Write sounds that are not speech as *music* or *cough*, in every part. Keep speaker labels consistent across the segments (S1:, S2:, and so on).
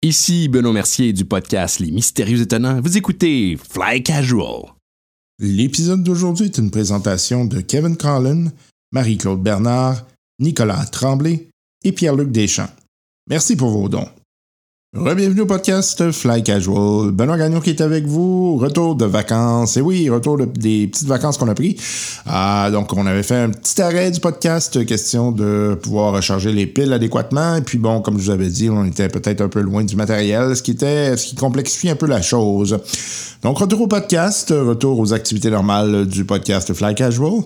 S1: Ici Benoît Mercier du podcast Les Mystérieux Étonnants. Vous écoutez Fly Casual.
S2: L'épisode d'aujourd'hui est une présentation de Kevin Collin, Marie-Claude Bernard, Nicolas Tremblay et Pierre-Luc Deschamps. Merci pour vos dons. Rebienvenue au podcast Fly Casual. Benoît Gagnon qui est avec vous. Retour de vacances. Et oui, retour de- des petites vacances qu'on a pris. Ah, donc, on avait fait un petit arrêt du podcast, euh, question de pouvoir recharger les piles adéquatement. Et puis bon, comme je vous avais dit, on était peut-être un peu loin du matériel, ce qui était, ce qui complexifie un peu la chose. Donc, retour au podcast, retour aux activités normales du podcast Fly Casual.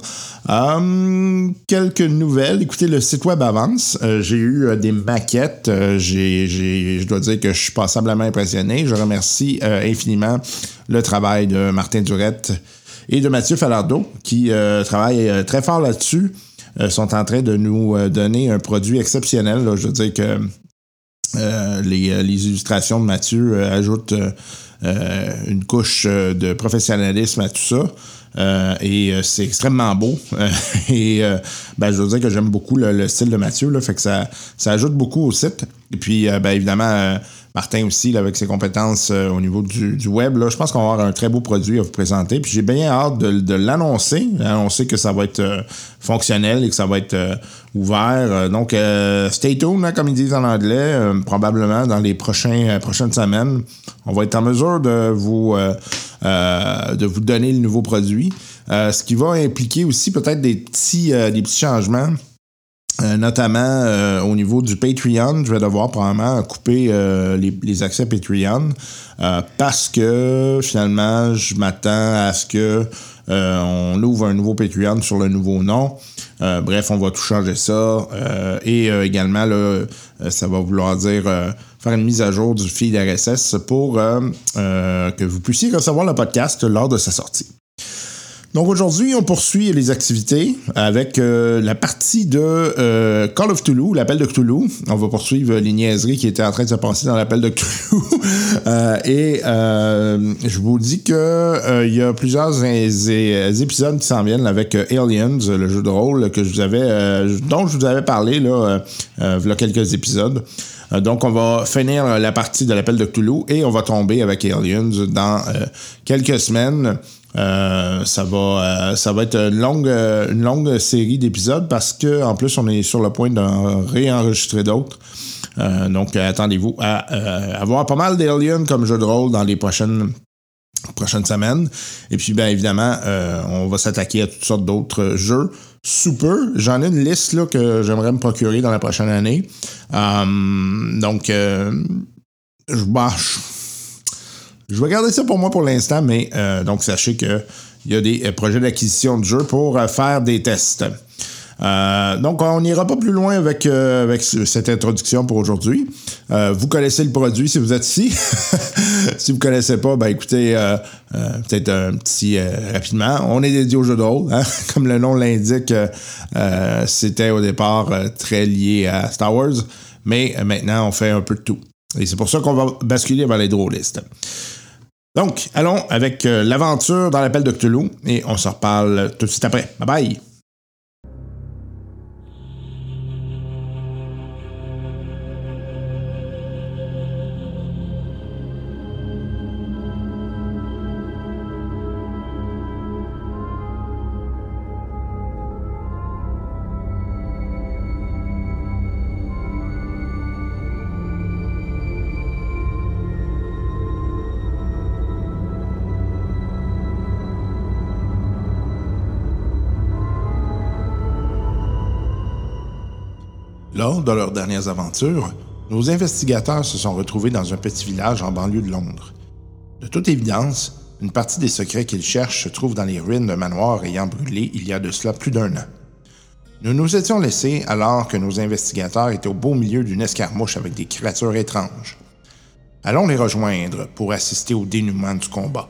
S2: Hum, quelques nouvelles. Écoutez, le site web avance. Euh, j'ai eu euh, des maquettes. Euh, j'ai, j'ai- je dois dire que je suis passablement impressionné. Je remercie euh, infiniment le travail de Martin Durette et de Mathieu Falardeau qui euh, travaillent euh, très fort là-dessus. Euh, sont en train de nous euh, donner un produit exceptionnel. là. Je veux dire que euh, les, euh, les illustrations de Mathieu euh, ajoutent euh, euh, une couche euh, de professionnalisme à tout ça. Euh, et euh, c'est extrêmement beau. *laughs* Euh, et euh, ben, je veux dire que j'aime beaucoup le, le style de Mathieu. Là, fait que ça, ça ajoute beaucoup au site. Et puis, euh, ben, évidemment, euh, Martin aussi, là, avec ses compétences euh, au niveau du, du web, là, je pense qu'on va avoir un très beau produit à vous présenter. Puis j'ai bien hâte de, de l'annoncer, annoncer que ça va être euh, fonctionnel et que ça va être euh, ouvert. Euh, Donc, euh, stay tuned, hein, comme ils disent en anglais. Euh, probablement dans les prochains, euh, prochaines semaines, on va être en mesure de vous, euh, euh, de vous donner le nouveau produit. Euh, ce qui va impliquer aussi peut-être des petits, euh, des petits changements. Euh, notamment euh, au niveau du Patreon, je vais devoir probablement couper euh, les, les accès Patreon euh, parce que finalement, je m'attends à ce que euh, on ouvre un nouveau Patreon sur le nouveau nom. Euh, bref, on va tout changer ça. Euh, et euh, également, là, euh, ça va vouloir dire euh, faire une mise à jour du feed RSS pour euh, euh, que vous puissiez recevoir le podcast lors de sa sortie. Donc aujourd'hui, on poursuit les activités avec euh, la partie de euh, Call of Cthulhu, l'appel de Cthulhu. On va poursuivre les niaiseries qui étaient en train de se passer dans l'appel de Cthulhu. *laughs* Euh, et euh, je vous dis que euh, il y a plusieurs é- é- épisodes qui s'en viennent avec euh, Aliens, le jeu de rôle que je vous avais, euh, dont je vous avais parlé là, euh, euh, il y a quelques épisodes. Euh, Donc, on va finir euh, la partie de l'appel de Cthulhu et on va tomber avec Aliens dans euh, quelques semaines. Euh, ça va, euh, ça va être une longue, euh, une longue série d'épisodes parce que en plus on est sur le point d'en réenregistrer d'autres. Euh, donc euh, attendez-vous à euh, avoir pas mal d'Aliens comme jeu de rôle dans les prochaines prochaines semaines. Et puis, bien évidemment, euh, on va s'attaquer à toutes sortes d'autres euh, jeux. Sous peu, j'en ai une liste là, que j'aimerais me procurer dans la prochaine année. Hum, donc, euh, je, bah, je- je vais garder ça pour moi pour l'instant, mais euh, donc sachez que il y a des euh, projets d'acquisition de jeux pour euh, faire des tests. Euh, donc, on n'ira pas plus loin avec, euh, avec ce- cette introduction pour aujourd'hui. Euh, vous connaissez le produit si vous êtes ici. *laughs* si vous ne connaissez pas, ben écoutez, euh, euh, peut-être un petit euh, rapidement. On est dédié au jeu de rôle. hein. *laughs* Comme le nom l'indique, euh, euh, c'était au départ euh, très lié à Star Wars, mais euh, maintenant, on fait un peu de tout. Et c'est pour ça qu'on va basculer vers les drôlistes. Donc, allons avec euh, l'aventure dans l'appel de Cthulhu et on se reparle tout de suite après. Bye bye! Lors de leurs dernières aventures, nos investigateurs se sont retrouvés dans un petit village en banlieue de Londres. De toute évidence, une partie des secrets qu'ils cherchent se trouve dans les ruines d'un manoir ayant brûlé il y a de cela plus d'un an. Nous nous étions laissés alors que nos investigateurs étaient au beau milieu d'une escarmouche avec des créatures étranges. Allons les rejoindre pour assister au dénouement du combat.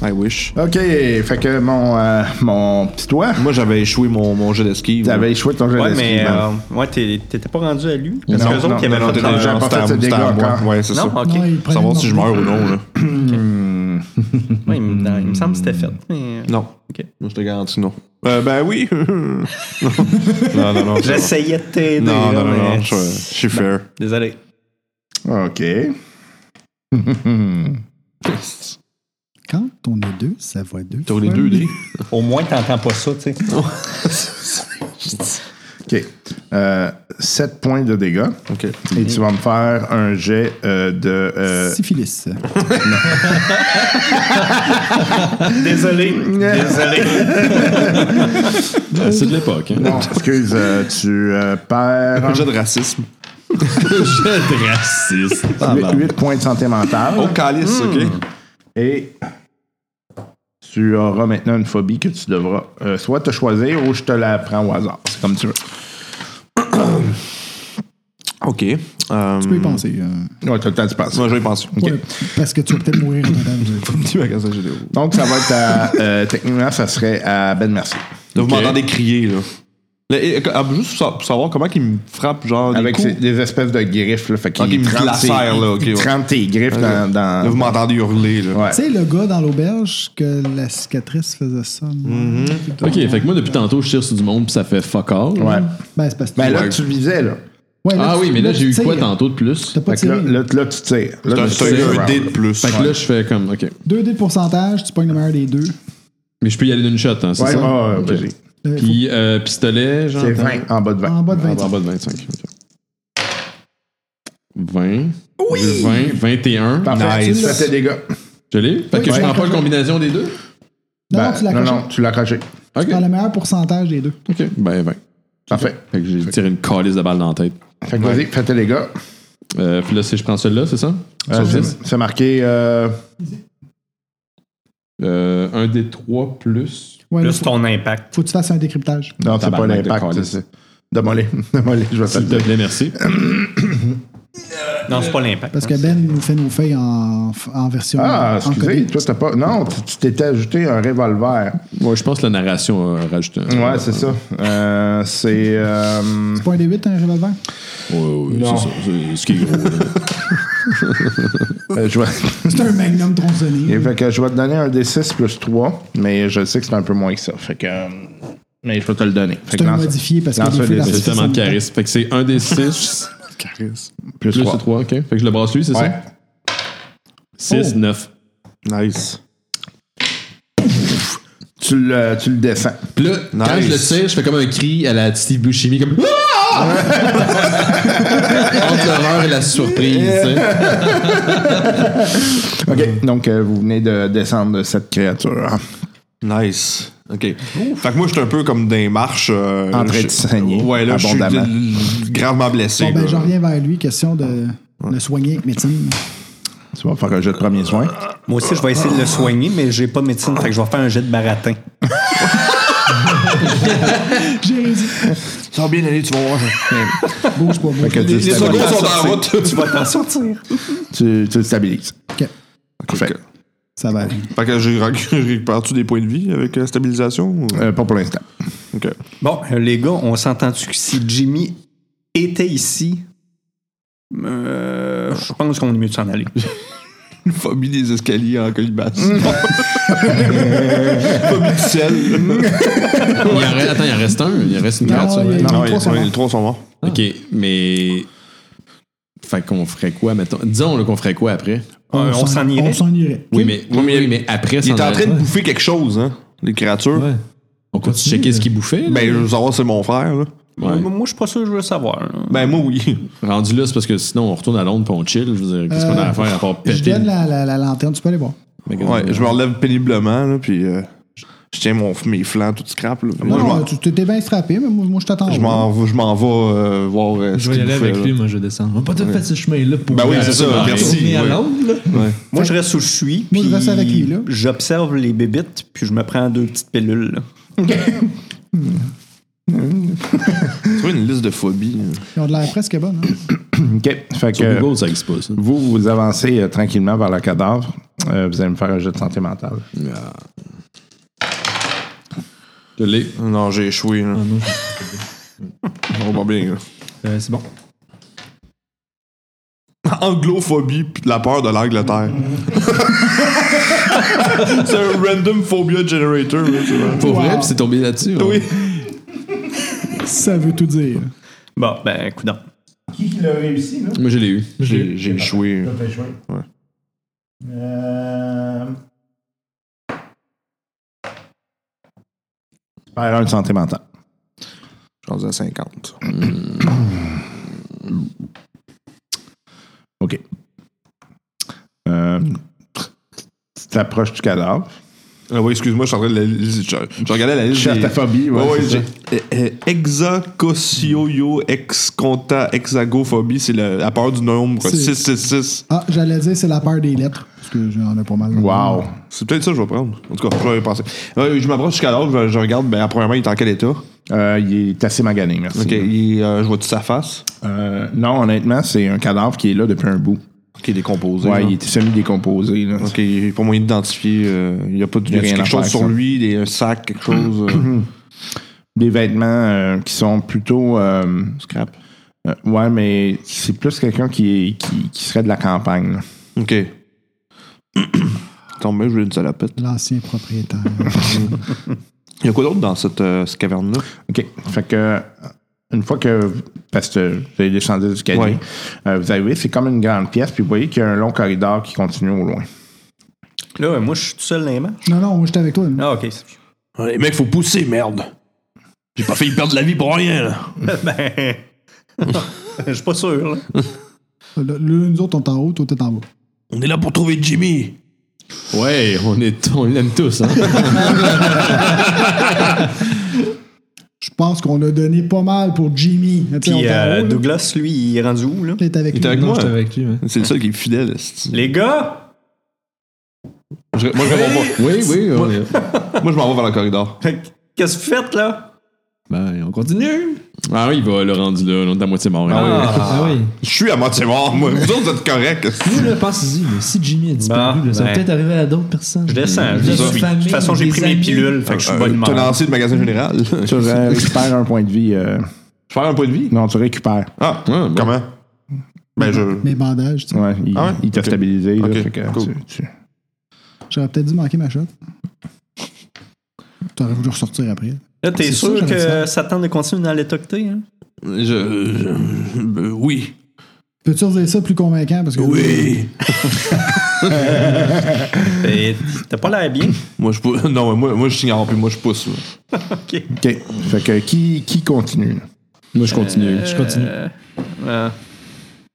S3: I wish.
S4: OK, fait que mon, euh, mon petit doigt,
S3: Moi, j'avais échoué mon, mon jeu d'esquive.
S4: t'avais échoué ton jeu
S5: Ouais,
S4: d'esquive,
S5: mais
S4: hein.
S5: euh, ouais, t'es- t'étais pas rendu à lui. Parce
S4: Non,
S5: que les
S4: non,
S5: autres qui
S4: non,
S5: avaient
S4: non,
S5: fait
S4: t'as
S5: leur-
S4: déjà pas
S3: c'était
S4: fait
S3: à-
S4: ce
S3: c'était à
S4: dégât
S3: moi.
S4: encore.
S3: Ouais, c'est ça.
S5: Non, ok.
S6: Ouais, il prend
S3: Savoir
S6: une
S3: si je meurs ou
S6: mordue.
S3: non. Là.
S4: Hmm.
S5: Ouais, il me il me semble que c'était fait. mais, euh,
S3: Non.
S5: Ok.
S3: Moi, je te garantis non. Euh, ben oui. *laughs* non, non, non. c'est bon.
S5: *laughs* J'essayais de t'aider.
S3: Non,
S5: là,
S3: non, non,
S5: mais-
S3: non. Je je suis fair.
S5: Désolé.
S4: OK.
S6: Quand on est deux, ça voit deux.
S3: T'as les
S6: fois
S3: deux
S6: mieux.
S3: dés.
S5: Au moins, t'entends pas ça, tu sais.
S4: OK. 7 points de dégâts.
S3: OK.
S4: Et tu vas me faire un jet euh, de. euh,
S6: Syphilis.
S5: Désolé. Désolé.
S1: Ah, c'est de l'époque. Hein?
S4: non, excuse, euh, tu euh, perds
S3: *laughs* Un jeu de racisme. Ah,
S4: 8 points de santé mentale.
S5: Oh,
S3: Au calice, OK?
S4: Et tu auras maintenant une phobie que tu devras euh, soit te choisir ou je te la prends au hasard. C'est comme tu veux.
S3: OK. Euh,
S4: hmm.
S6: Tu peux y penser. euh,
S4: Ouais, t'as le temps d'y penser.
S3: Moi, je vais y penser.
S6: ouais, parce que tu vas peut-être mourir. madame.
S3: Tu vas casser vidéo.
S4: Donc, ça va être à. euh, techniquement, ça serait à Ben Merci.
S3: Là, vous m'entendez crier, là. Là, et- ah, juste pour sa- pour savoir comment qu'il me frappe, genre. des
S4: Avec
S3: coups.
S4: ses- des espèces de griffes, là. Fait qu'il
S3: Ok, il me
S4: trempe ses-
S3: glacère, là, ok,
S4: il
S3: ouais.
S4: trempe tes griffes dans. dans-
S3: Là, vous m'entendez hurler, là.
S4: Ouais.
S6: Tu sais, le gars dans l'auberge, que la cicatrice faisait ça. moi.
S4: Mm-hmm.
S1: Ok, fait que moi, depuis tantôt, je tire sur du monde, puis ça fait fuck all.
S4: Ouais.
S6: Ben, c'est parce que.
S4: Ben là,
S6: Ouais,
S4: tu visais, là.
S1: Ah
S6: tu-
S1: oui, mais là, j'ai eu
S6: tu
S1: quoi
S3: euh,
S6: sais,
S1: tantôt de plus?
S6: T'as pas
S4: Fait que là,
S6: tiré.
S4: là, là, tu tires. Là,
S3: C'est un-
S4: tu
S3: C'est
S4: tires.
S3: un dé de plus.
S1: Fait que là, je fais comme, ok.
S6: Deux dés de pourcentage, tu pognes le meilleur des deux.
S1: Mais je peux y aller d'une shot, hein, c'est
S4: Ouais,
S1: ça?
S4: ouais, ouais,
S1: Ok.
S4: vas-y.
S6: Euh, faut-
S1: Puis euh, pistolet, genre.
S4: C'est
S1: attends.
S4: 20, en bas de 20.
S6: Ah, en bas de
S1: Ah,
S6: 20.
S1: En bas de 25. ok. 20. Oui! 20, 21.
S4: Parfait,
S3: Nice.
S4: tu fais tes dégâts.
S1: Je l'ai? Fait que
S6: Oui.
S1: je prends pas la combinaison des deux?
S6: Non,
S4: Ben,
S6: non, tu l'as
S4: non,
S6: coché.
S4: non, tu l'as coché.
S1: Ok.
S6: Dans le meilleur pourcentage des deux.
S1: Ok. Ben 20.
S4: Parfait.
S1: Fait que j'ai tiré une calice de balle dans la tête.
S4: Fait que vas-y, fais tes dégâts.
S1: Euh, puis là, si je prends celui-là, c'est ça?
S4: Euh,
S1: Sur
S4: c'est-
S1: 10.
S4: C'est marqué. euh,
S1: Euh, un des trois plus.
S6: Ouais, là,
S5: Plus
S6: faut,
S5: ton impact.
S6: faut que tu fasses un décryptage.
S4: Non, c'est pas
S1: Tabarnak de
S4: l'impact.
S1: calice.
S4: c'est- Demolé. *laughs* Demolé, je vais te le
S1: S'il te
S4: dire.
S1: plaît, merci.
S5: Non, c'est pas l'impact.
S6: Parce que Ben nous fait nos feuilles en, en version.
S4: Ah,
S6: en
S4: excusez,
S6: codé.
S4: toi, t'as pas. Non, tu tu t'étais ajouté un revolver.
S1: Moi, je pense que la narration a rajouté un.
S4: Ouais, c'est ça. Euh, c'est. euh,
S6: C'est pas un D8, un revolver?
S1: Ouais, ouais, c'est ça. C'est ce qui est gros. *laughs* là.
S4: euh, je vais...
S6: C'est un magnum
S4: Et
S6: tronçonné.
S4: *laughs* fait que je vais te donner un D6 plus 3, mais je sais que c'est un peu moins que ça. Fait que. euh, Mais je vais te le donner. Fait
S6: C'est
S4: que
S6: un
S4: lance-
S6: modifié parce que
S4: lance
S6: des
S4: un
S6: feux
S4: des
S1: C'est
S6: d'artifice en
S1: tellement de
S6: même temps.
S1: charisme. Fait que c'est un des six
S4: plus
S1: plus
S4: 3.
S1: 3. Ok. Fait que je le brasse lui, c'est
S4: Ouais.
S1: ça? 6, 9.
S3: Nice.
S4: Tu le, tu le descends.
S1: Puis là, quand
S3: Nice.
S1: je le tire, je fais comme un cri à la Steve Buscemi, comme Ah! Entre l'horreur et la surprise. tu sais.
S4: OK.
S3: Mm.
S4: Donc, euh, vous venez de descendre de cette créature. hein.
S3: Nice. OK. Fait que moi, je suis un peu comme des marches. euh,
S4: En train de
S3: je-
S4: saigner
S3: Ouais, là, je suis
S4: abondamment.
S3: de- gravement blessé.
S6: Bon, ben,
S3: là.
S6: j'en reviens vers lui. Question de le soigner avec médecine.
S4: Tu vas faire un jeu de premier soin.
S6: Ah.
S5: Moi aussi, je vais essayer de le soigner, mais j'ai pas de médecine, fait que je vais faire un jet de baratin.
S6: J'ai raison.
S3: Ça va bien aller, tu vas voir.
S6: Bouge pas, bouge
S4: que
S6: pas.
S4: tu-
S3: Les secondes sont en route.
S5: Tu vas t'en sortir.
S4: Tu, tu le stabilises.
S6: Ok,
S4: Fait,
S3: Ok.
S6: Ça va aller.
S3: Fait que *laughs* j'ai récupère-tu des points de vie avec la stabilisation? ou-
S4: euh, pas pour l'instant.
S3: OK.
S5: Bon, euh, les gars, on s'entend-tu que si Jimmy était ici, euh, je pense qu'on est mieux de s'en aller.
S3: Une phobie des escaliers en colimace. phobie du sel.
S1: Il en reste- attends, il en reste un. Il en reste une
S6: Non,
S1: carte, ça,
S6: il y a-
S1: ouais.
S6: il y a-
S3: Non,
S6: Ah, les
S3: les
S6: trois sont
S3: trois,
S6: morts.
S3: les trois sont morts.
S1: Ok, mais. Fait qu'on ferait quoi, mettons? Disons là, qu'on ferait quoi après?
S5: Euh, on s'en irait.
S6: On s'en irait.
S1: Oui, mais, oui, mais, oui, mais après,
S3: Il
S1: s'en
S3: était en
S1: aller-
S3: train de bouffer quelque chose, hein, les créatures.
S1: Ouais. On continue de checker ce qu'il bouffait? là?
S3: Ben, je veux savoir si c'est mon frère, là.
S1: Ouais.
S5: Moi, je suis pas sûr que je veux savoir. là.
S3: Ben, moi, oui.
S1: Rendu là, c'est parce que sinon, on retourne à Londres et on chill. Je veux dire, qu'est-ce qu'on a à faire à part
S6: Je
S1: péter?
S6: donne la, la- la lanterne, tu peux aller voir.
S3: Ouais, je me relève péniblement, là, puis euh, je tiens mon, mes flancs tout scrap, là. Moi,
S6: Non,
S3: je m'en-
S6: non, tu t'étais bien strappé, mais moi, moi, je t'attends.
S3: Je m'en vais, je m'en vais euh, voir. euh, ce
S7: Je vais y
S3: qu'il
S7: aller
S3: fait,
S7: avec
S3: là.
S7: lui, moi je descends. On va pas tout faire ce chemin-là pour
S3: Ben oui,
S7: pour
S3: c'est ça,
S7: retourner
S3: merci,
S7: à
S3: ouais.
S7: Londres, là.
S5: Moi, je reste où je suis.
S6: Moi, je
S5: puis
S6: reste avec lui, là.
S5: J'observe les bébites, puis je me prends deux petites pilules. là.
S3: Tu vois une liste de phobies.
S6: Ils ont de l'air presque bonne. hein.
S4: OK. Fait
S1: Sur
S4: que
S1: Google, ça existe pas, ça.
S4: vous, vous avancez euh, tranquillement vers le cadavre.
S2: Euh, vous allez me faire un jeu de santé mentale.
S8: Je l'ai.
S3: Non, j'ai échoué. Là.
S8: Ah non.
S3: On va bien. là.
S8: Euh, c'est bon.
S3: Anglophobie pis la peur de l'Angleterre. c'est un random phobia generator. là, tu vois.
S1: Pour vrai, puis c'est tombé là-dessus. hein.
S3: Oui.
S6: Ça veut tout dire.
S5: Bon, ben, coup d'un.
S2: Qui l'a réussi, là?
S1: Moi, je l'ai eu.
S3: J'ai j'ai échoué. Ouais.
S8: Euh.
S2: Par un de santé mentale.
S3: Je suis rendu à 50.
S2: OK. Euh, tu t'approches du cadavre.
S3: Ah oui, excuse-moi, je suis en train de la liste. Je, je regardais la liste. des-
S2: Chertaphobie, ouais,
S3: Ouais, ouais,
S2: c'est ça.
S3: j'ai- eh, eh, Hexacosioyo, ex-conta, hexagophobie, c'est le- la peur du nombre
S6: C'est-
S3: 666.
S6: Ah, j'allais dire, c'est la peur des lettres. Parce que j'en ai pas mal.
S2: Wow.
S3: C'est peut-être ça que je vais prendre. En tout cas, je vais y penser. Ouais, je m'approche jusqu'à l'autre, je, je regarde, ben, premièrement, il est en quel état?
S2: Euh, il est assez magané, merci.
S3: Ok, il, euh, je vois toute sa face.
S2: Euh, non, honnêtement, c'est un cadavre qui est là depuis un bout.
S3: Ok, il est composé.
S2: Ouais,
S3: là.
S2: il est semi-décomposé. là.
S3: Ok, il est pas moyen d'identifier. euh, il y a pas de,
S2: Il y a rien
S3: quelque
S2: à
S3: chose
S2: faire,
S3: sur
S2: ça.
S3: lui, des, un sac, quelque chose.
S2: *clears throat*
S3: euh,
S2: Des vêtements euh, qui sont plutôt... euh,
S3: scrap.
S2: euh, ouais, mais c'est plus quelqu'un qui, est- qui, qui serait de la campagne. là.
S3: Ok. *clears throat* Tant mieux, je voulais une salopette.
S6: L'ancien propriétaire.
S3: Il y a quoi d'autre dans cette, euh, cette caverne-là?
S2: OK. Fait que, une fois que. Parce que vous avez descendu du casier,
S3: Ouais.
S2: euh, vous arrivez, c'est comme une grande pièce, puis vous voyez qu'il y a un long corridor qui continue au loin.
S5: Là, moi, je suis tout seul dans les manches.
S6: non, non, moi, j'étais avec toi.
S5: Ah, ok. c'est-
S3: Hein, Les mecs, faut pousser, merde. J'ai pas failli perdre la vie pour rien, là.
S5: ben. *laughs* Je suis pas sûr, là.
S6: Là, nous autres, on est en haut, toi, t'es en bas.
S3: On est là pour trouver Jimmy.
S1: Ouais, on, est, on l'aime tous.
S3: *laughs*
S1: Hein?
S6: Je pense qu'on a donné pas mal pour Jimmy. Tu sais, on
S5: Puis
S6: est en
S5: euh,
S6: haut, là.
S5: Douglas, lui, il est rendu où, là?
S6: T'es avec
S3: Il
S6: lui.
S3: était avec
S8: Non,
S3: moi.
S8: j'étais avec lui. hein.
S3: C'est le seul qui est fidèle. esti.
S5: Les gars! *laughs*
S3: Je- moi, je réponds
S1: Oui, oui. On est...
S3: pas. Moi, je m'en vais vers le corridor.
S5: Qu'est-ce que vous faites, là?
S8: Ben, on continue.
S1: Ah oui, il va le rendu là. On est à moitié mort. hein.
S8: Ah, oui.
S3: Je suis à moitié mort, moi. Vous autres, vous êtes corrects. esti.
S8: Nous, là, pense-y. là, Si Jimmy a disparu,
S5: Bah,
S8: là, ça va
S5: ben.
S8: peut-être arriver à d'autres personnes.
S5: Je descends, je
S8: Des
S5: suis. De toute
S8: familles,
S5: façon, j'ai
S8: des
S5: pris mes
S8: amis.
S5: pilules, fait que je suis bonne
S3: T'as
S5: mort.
S3: lancé le magasin général.
S2: Tu
S4: Euh,
S2: ré- récupères un point de vie. euh,
S3: Je perds un point de vie.
S2: non, tu récupères.
S3: Ah,
S1: Ah, bon.
S3: comment? Ben, je.
S6: Mes bandages, tu sais.
S2: Ouais, il,
S3: Ah ouais?
S2: il t'a
S3: Ok.
S2: stabilisé. là,
S3: Ok,
S2: fait que
S3: cool.
S2: tu- tu-
S6: J'aurais peut-être dû manquer ma shot. T'aurais voulu ressortir après.
S5: Là, t'es
S6: C'est
S5: sûr
S6: sûr, j'avais
S5: que
S6: ça.
S5: Satan de continuer dans l'état que t'es, hein?
S3: Je. je- ben, oui.
S6: Peux-tu dire ça plus convaincant? Parce que
S5: Et Ben, T'as pas l'air bien.
S3: Moi, je pousse. *laughs* Non, moi, moi, je signale, puis moi, je pousse. là.
S5: OK.
S2: OK. Fait que qui, qui continue? là?
S1: Moi, je continue.
S8: Je continue.
S5: Euh,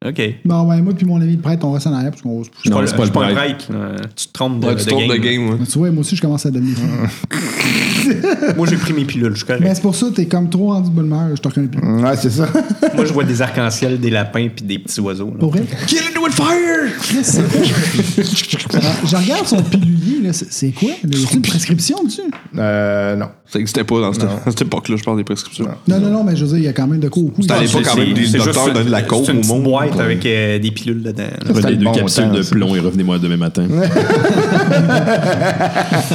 S5: OK.
S6: Bon, ben, moi puis mon ami le prêtre, on reste en arrière parce qu'on va se pousser.
S1: Non,
S5: Je
S1: c'est
S5: suis
S1: pas le
S5: pas un
S1: prêtre.
S5: prêtre. là. Tu te trompes de,
S3: Ouais,
S5: de
S3: tu tombes de
S5: game.
S3: game, ouais.
S6: Mais tu vois, moi aussi, je commence à devenir fou.
S5: Moi, j'ai pris mes pilules, je suis
S6: Mais
S5: correct.
S6: c'est pour ça, t'es comme trop rendu de bonne humeur, je te reconnais plus.
S2: Ouais, c'est ça. *laughs*
S5: Moi, je vois des arcs-en-ciel, des lapins puis des petits oiseaux. là.
S6: Pour vrai? Kill it with fire! je regarde son pilulier, là, c'est- c'est quoi? Là, y a une prescription dessus?
S2: Euh, non.
S3: Ça n'existait pas dans cette, à *laughs* cette époque-là, je parle des prescriptions.
S6: Non, non, non, mais je veux dire, il y a quand même de quoi au cou.
S3: à
S6: là.
S3: l'époque. pas quand même des
S5: c'est
S3: docteurs
S5: juste
S3: donnent de la
S5: une-
S3: coke
S5: c'est une
S3: au
S5: petite
S3: monde.
S5: boîte avec euh, des pilules dedans. là.
S2: C'était
S1: Prenez
S2: le
S1: deux
S2: bon
S1: capsules
S2: temps,
S1: de
S2: ça.
S1: plomb et revenez-moi demain matin.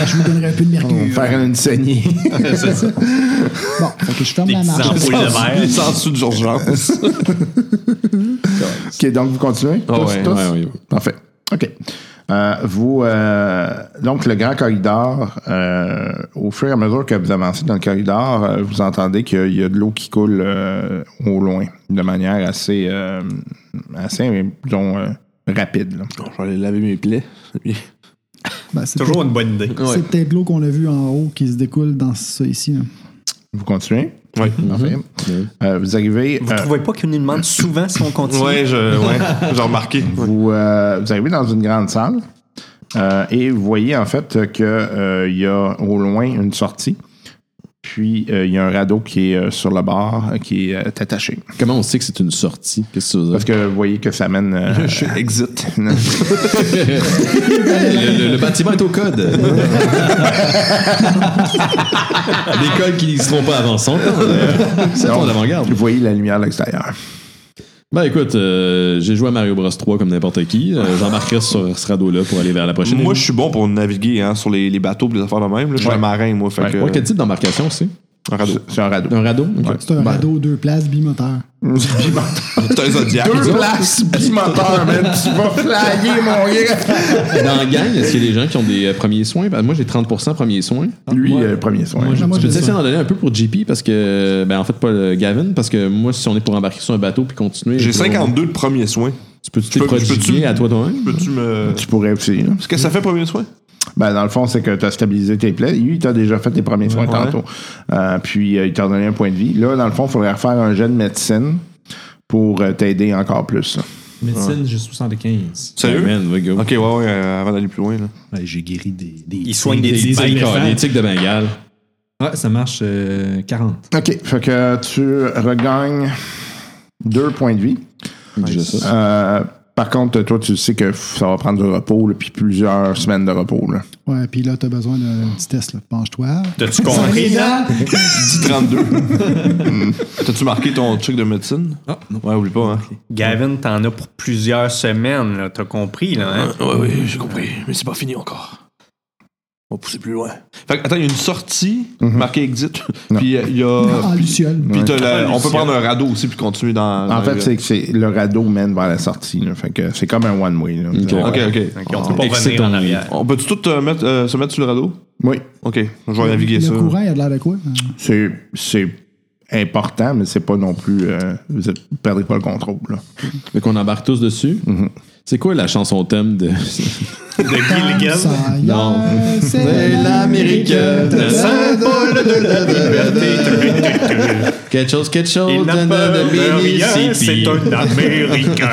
S6: Je me donnerais un peu de
S2: On va
S6: mercure.
S2: faire une saignée. *laughs*
S5: C'est ça.
S6: Bon, fait que je ferme
S5: Des
S6: la
S5: petits
S6: marche.
S5: ampoules de verre.
S3: Il s'en dessous *laughs* d'urgence.
S2: OK, donc vous continuez?
S3: Ah
S1: ouais,
S3: ouais,
S1: ouais.
S2: Parfait. OK. Euh, vous, euh, donc, le grand corridor, euh, au fur et à mesure que vous avancez dans le corridor, euh, vous entendez qu'il y a- il y, a de l'eau qui coule euh, au loin, de manière assez, euh, assez disons, euh, rapide. là.
S3: Bon, je vais aller laver mes plaies.
S6: Ben, c'est
S5: Toujours une bonne idée.
S6: peut-être- c'est peut-être l'eau qu'on a vue en haut qui se découle dans ça ici. là.
S2: Vous continuez?
S3: Ouais.
S2: Parfait. Euh, vous arrivez...
S5: Vous
S2: euh,
S5: trouvez pas qu'on nous demande souvent si on continue?
S3: Ouais, je, Euh, ouais, j'ai remarqué.
S2: vous, euh, vous arrivez dans une grande salle euh, et vous voyez en fait qu'il y a au loin une sortie. Puis euh, il y a un radeau qui est euh, sur le bord, euh, qui est euh, attaché.
S1: Comment on sait que c'est une sortie? Qu'est-ce que ça veut
S2: Parce
S1: dire?
S2: que vous voyez que ça mène.
S1: *laughs*
S2: euh,
S3: Je suis
S2: *laughs*
S3: exit.
S2: non.
S1: Le, le- le bâtiment est au *laughs* code. Les codes qui n'existeront pas avant son temps. d'ailleurs. C'est
S2: Donc,
S1: ton avant-garde.
S2: Vous voyez la lumière à l'extérieur.
S1: Ben écoute, euh, j'ai joué à Mario Bros 3 comme n'importe qui. Euh, J'embarquerai sur ce radeau-là pour aller vers la prochaine.
S3: Moi, je suis bon pour naviguer hein, sur les, les bateaux et les affaires de même. là. Je suis
S1: Ouais.
S3: un marin, moi. Fait
S1: Ouais.
S3: que-
S1: Ouais, quel type d'embarcation c'est
S3: un *laughs* radeau. C'est
S1: *laughs*
S3: un radeau.
S1: Un radeau Ok.
S6: C'est un radeau, deux places, bimoteur.
S3: C'est un zodiac.
S4: Deux places bimoteur, man. Tu vas flyer, mon gars.
S1: Dans la gang, est-ce qu'il y a des gens qui ont des euh, premiers soins Ben, Moi, j'ai 30% premiers soins.
S4: Lui, euh, premier soin.
S6: j'ai-
S1: je
S6: moi,
S1: peux essayer
S6: ça.
S1: d'en donner un peu pour JP parce que, ben en fait, pas le Gavin, parce que moi, si on est pour embarquer sur un bateau puis continuer.
S3: J'ai
S1: je-
S3: 52 de premiers soins.
S1: Tu peux-tu te
S3: peux- je peux-tu-
S1: prodiguer à toi toi-même
S3: Peux-tu me.
S4: tu pourrais aussi.
S2: hein.
S4: là.
S3: Qu'est-ce que ça fait, premier soin?
S4: Ben, dans le fond, c'est que tu as stabilisé tes plaies. Lui, il t'a déjà fait tes premiers soins
S3: Ouais.
S4: tantôt. Euh, puis, euh, il t'a donné un point de vie. Là, dans le fond, il faudrait refaire un jet de médecine pour euh, t'aider encore plus. là.
S9: Médecine, j'ai 75.
S3: Sérieux?
S1: Man, we go.
S3: Ok, ouais, ouais, euh, avant d'aller plus loin. Là.
S9: Ouais, j'ai guéri des. des
S5: Il soigne
S1: Des,
S5: des
S1: des,
S5: petits
S1: éléphants, des tiques de Bengale.
S9: Ouais, ça marche euh, 40.
S4: OK. Fait que tu regagnes deux points de vie.
S1: Déjà ça.
S4: Euh, par contre, toi, tu sais que ça va prendre du repos, là, puis plusieurs semaines de repos. Là.
S6: Ouais, puis là, t'as besoin d'un petit test, là. Penche-toi.
S5: T'as-tu compris, là?
S3: 32. Hmm. T'as-tu marqué ton truc de médecine?
S9: Ah, non.
S3: Ouais, oublie pas, hein.
S5: Gavin, t'en as pour plusieurs semaines, là. T'as compris, là, hein?
S3: Euh, Ouais, ouais, j'ai compris. Mais c'est pas fini encore. On va pousser plus loin. Fait que, attends, il y a une sortie
S4: Mhm. *laughs*
S3: marquée exit. puis euh,
S6: *laughs*
S3: il y
S6: En
S3: a.
S6: Ah, luciole.
S3: Puis t'as la-
S5: Ah,
S3: on peut
S5: Lucien.
S3: prendre un radeau aussi puis continuer dans.
S4: En
S3: dans
S4: fait,
S3: le-
S4: c'est que c'est- le radeau mène vers la sortie. là. Fait que c'est comme un one-way. là.
S3: Ok, ok.
S5: Ok, on peut pas revenir
S1: Excitant.
S5: en arrière.
S3: On peut-tu tout euh, mettre, euh, se mettre sur le radeau?
S4: Oui.
S3: Ok, je vais naviguer
S6: le
S3: ça.
S6: courant, il a de l'air de quoi? Euh,
S4: C'est- C'est important, mais c'est pas non plus. euh, vous ne perdez pas le contrôle. là.
S1: Fait qu'on embarque tous dessus. C'est quoi la chanson thème de.
S5: De Gilligan.
S6: Ah, Ça y est,
S1: Non.
S6: C'est
S1: *laughs* Quelque chose, quelque chose.
S5: Il n'a peur
S1: nanana,
S5: de rien,
S1: Mississippi.
S5: c'est un Américain.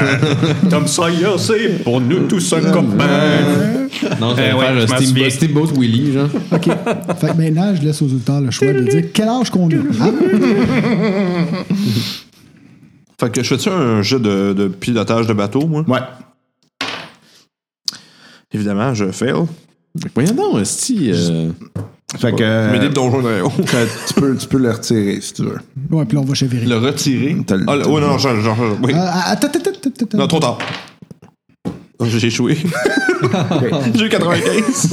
S5: Tom Sawyer, c'est pour nous tous un copain.
S1: Non, je vais
S5: Eh ouais,
S1: faire
S5: je m'en
S1: euh, Steambo-
S5: souviens.
S1: Steamboat Willie, genre.
S6: Fait que maintenant, je laisse aux auditeurs le choix de dire quel âge qu'on a. Ah,
S3: Fait que je fais-tu un jeu de, de pilotage de bateau, moi?
S4: Ouais.
S3: Évidemment, je fail.
S1: Voyons donc, Esti. euh,
S4: Fait que.
S3: Mais des
S4: euh,
S3: donjons de rayon.
S4: *laughs* tu, peux, tu peux le retirer si tu veux.
S6: ouais, puis là, on va chévérer.
S3: Le retirer.
S4: T'as le-
S3: Ah, le- ouais, non, genre, genre, genre, oui.
S6: attends, attends, attends, attends, attends.
S3: Non, trop tard. Oh, J'ai échoué. J'ai eu 95.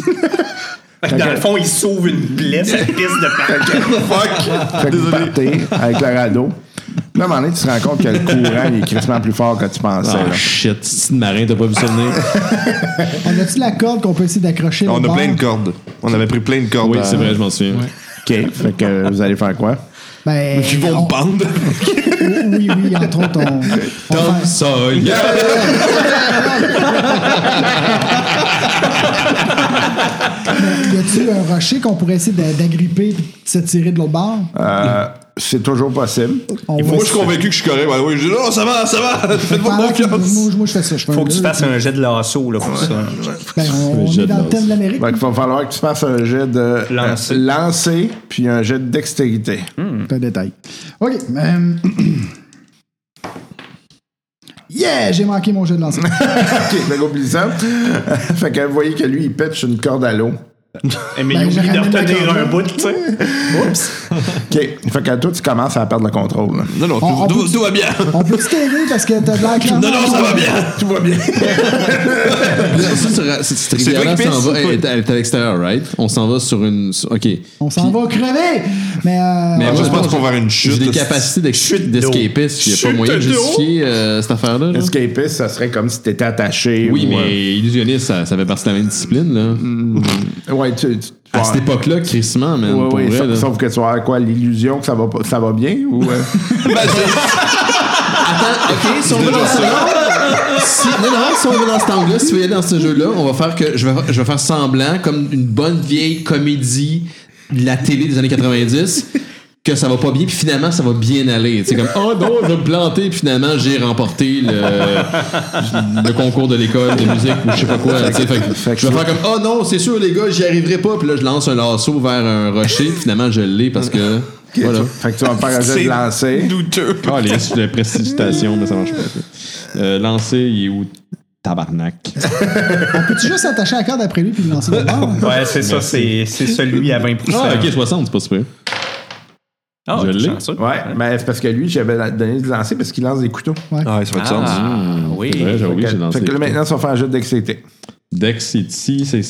S5: Dans le fond, il sauve une plaie, cette piste de parc.
S3: Ah,
S4: Fait que vous partez avec le radeau. Puis là, à un moment donné, tu te rends compte que le courant il est crissement plus fort que tu pensais.
S1: Ah,
S4: là.
S1: shit, Esti de marin, t'as pas vu ça venir.
S6: On a-tu la corde qu'on peut essayer d'accrocher?
S3: On
S6: le
S3: a
S6: bord?
S3: plein de cordes. On avait pris plein de cordes.
S1: Oui,
S3: à-
S1: c'est vrai, je m'en souviens. *laughs*
S4: OK. Fait que euh, vous allez faire quoi?
S6: Ben,
S3: Ils vont
S6: on-
S3: me pendre.
S6: Oui, oui, entre autres, on- on. va
S1: Tom
S6: faire-
S1: Sawyer.
S6: *laughs* Y a-tu un rocher qu'on pourrait essayer d'a- d'agripper et de s'attirer de l'autre bord?
S4: Euh, c'est toujours possible.
S6: On
S3: Ah. Il faut
S6: va
S3: que je suis convaincu que je suis correct. Ouais, ouais, je dis non, ça va, ça va. Faites-moi
S6: Pendant que-
S3: confiance.
S6: moi, moi, je fais ça. Je fais
S5: Faut
S6: un-
S5: que tu fasses un jet de lasso, là, pour ça.
S6: Ben, on, on
S1: Le jet
S6: est
S1: de
S6: dans le
S1: lance.
S6: thème de l'Amérique.
S4: Fait qu'il va falloir que tu fasses un jet de
S5: Lancer.
S4: euh, lancer, puis un jet de dextérité.
S6: C'est un détail. OK. euh, *clears throat* yeah! J'ai manqué mon jeu de
S3: *laughs*
S6: lancer.
S4: OK, fait qu'oublie ça. fait que vous voyez que lui, il pète sur une corde à l'eau.
S5: Eh, Mais
S6: Ben,
S5: il
S6: j'ai
S5: oublie de
S6: ramené ma
S5: retenir
S6: corde.
S5: un bout, tu sais.
S4: OK, fait que toi, tu commences à perdre le contrôle. là.
S3: Non, non,
S6: On- on
S3: tout, tout-
S6: peut-
S3: tout va bien.
S6: *laughs* On peut-tu t'aider parce que t'as de l'air clairement-
S3: Non, non, ça va bien. Tout va bien.
S1: Cette rivière-là
S3: toi qui
S1: s'en
S3: pisse,
S1: va.
S3: ou quoi?
S1: Elle est à- elle est à l'extérieur, right? On s'en va sur une. sur- OK.
S6: On s'en va crever! Mais, euh,
S1: Mais moi,
S3: Ah, je pense
S1: j'ai-
S3: qu'on va avoir une chute,
S1: J'ai des
S3: là.
S1: capacités d'ex- d'escapiste. Il n'y a pas
S3: Chute
S1: moyen de
S3: d'eau.
S1: justifier euh, cette affaire-là.
S8: Mm-hmm.
S1: là.
S4: Escapiste, ça serait comme si t'étais attaché.
S1: Oui,
S4: ou,
S1: mais illusionniste, ça, ça fait partie de la même discipline. Là.
S4: euh, Ouais, tu. tu-
S1: À
S4: ouais.
S1: cette époque-là, crissement, man.
S4: Ouais,
S1: pour
S4: ouais,
S1: vrai,
S4: sa-
S1: là.
S4: sauf que tu vas avoir quoi, l'illusion que ça va, pas- ça va bien ou. euh?
S1: Ok, si on va dans ce *laughs* si, non, non, si on va dans cet angle-là, si tu veux y aller dans ce jeu-là, on va faire que je vais, je vais faire semblant, comme une bonne vieille comédie de la télé des années 90, que ça va pas bien, puis finalement, ça va bien aller. C'est comme, oh non, je vais me planter, puis finalement, j'ai remporté le, le concours de l'école de musique ou je sais pas quoi. tu sais. Fait que je vais faire comme, oh non, c'est sûr, les gars, j'y arriverai pas, puis là, je lance un lasso vers un rocher, puis finalement, je l'ai parce *laughs* que. Voilà.
S4: Fait que tu vas me faire un jet de lancer.
S3: Douteux.
S1: Ah, les de prestigitation, mais ça marche pas. ça. Euh, lancer, il est où? *laughs* Tabarnak.
S6: on peut-tu juste s'attacher à la corde après lui puis le
S3: *laughs*
S6: lancer de bord?
S5: Ouais, c'est ça, c'est c'est celui à 20
S1: Ah, ok, 60, c'est pas super.
S5: Ah,
S4: Je
S5: t'es
S4: l'ai.
S5: chanceux.
S4: Ouais, mais c'est parce que lui, j'avais la- donné de lancer parce qu'il lance des couteaux.
S3: Ah, ouais, ça fait du sens.
S5: Ah, oui.
S4: Ouais, j'ai oublié, fait j'ai que, lancé. fait que là, des couteaux. maintenant, ils vont faire un jeu d'excité.
S1: Dexity, c'est.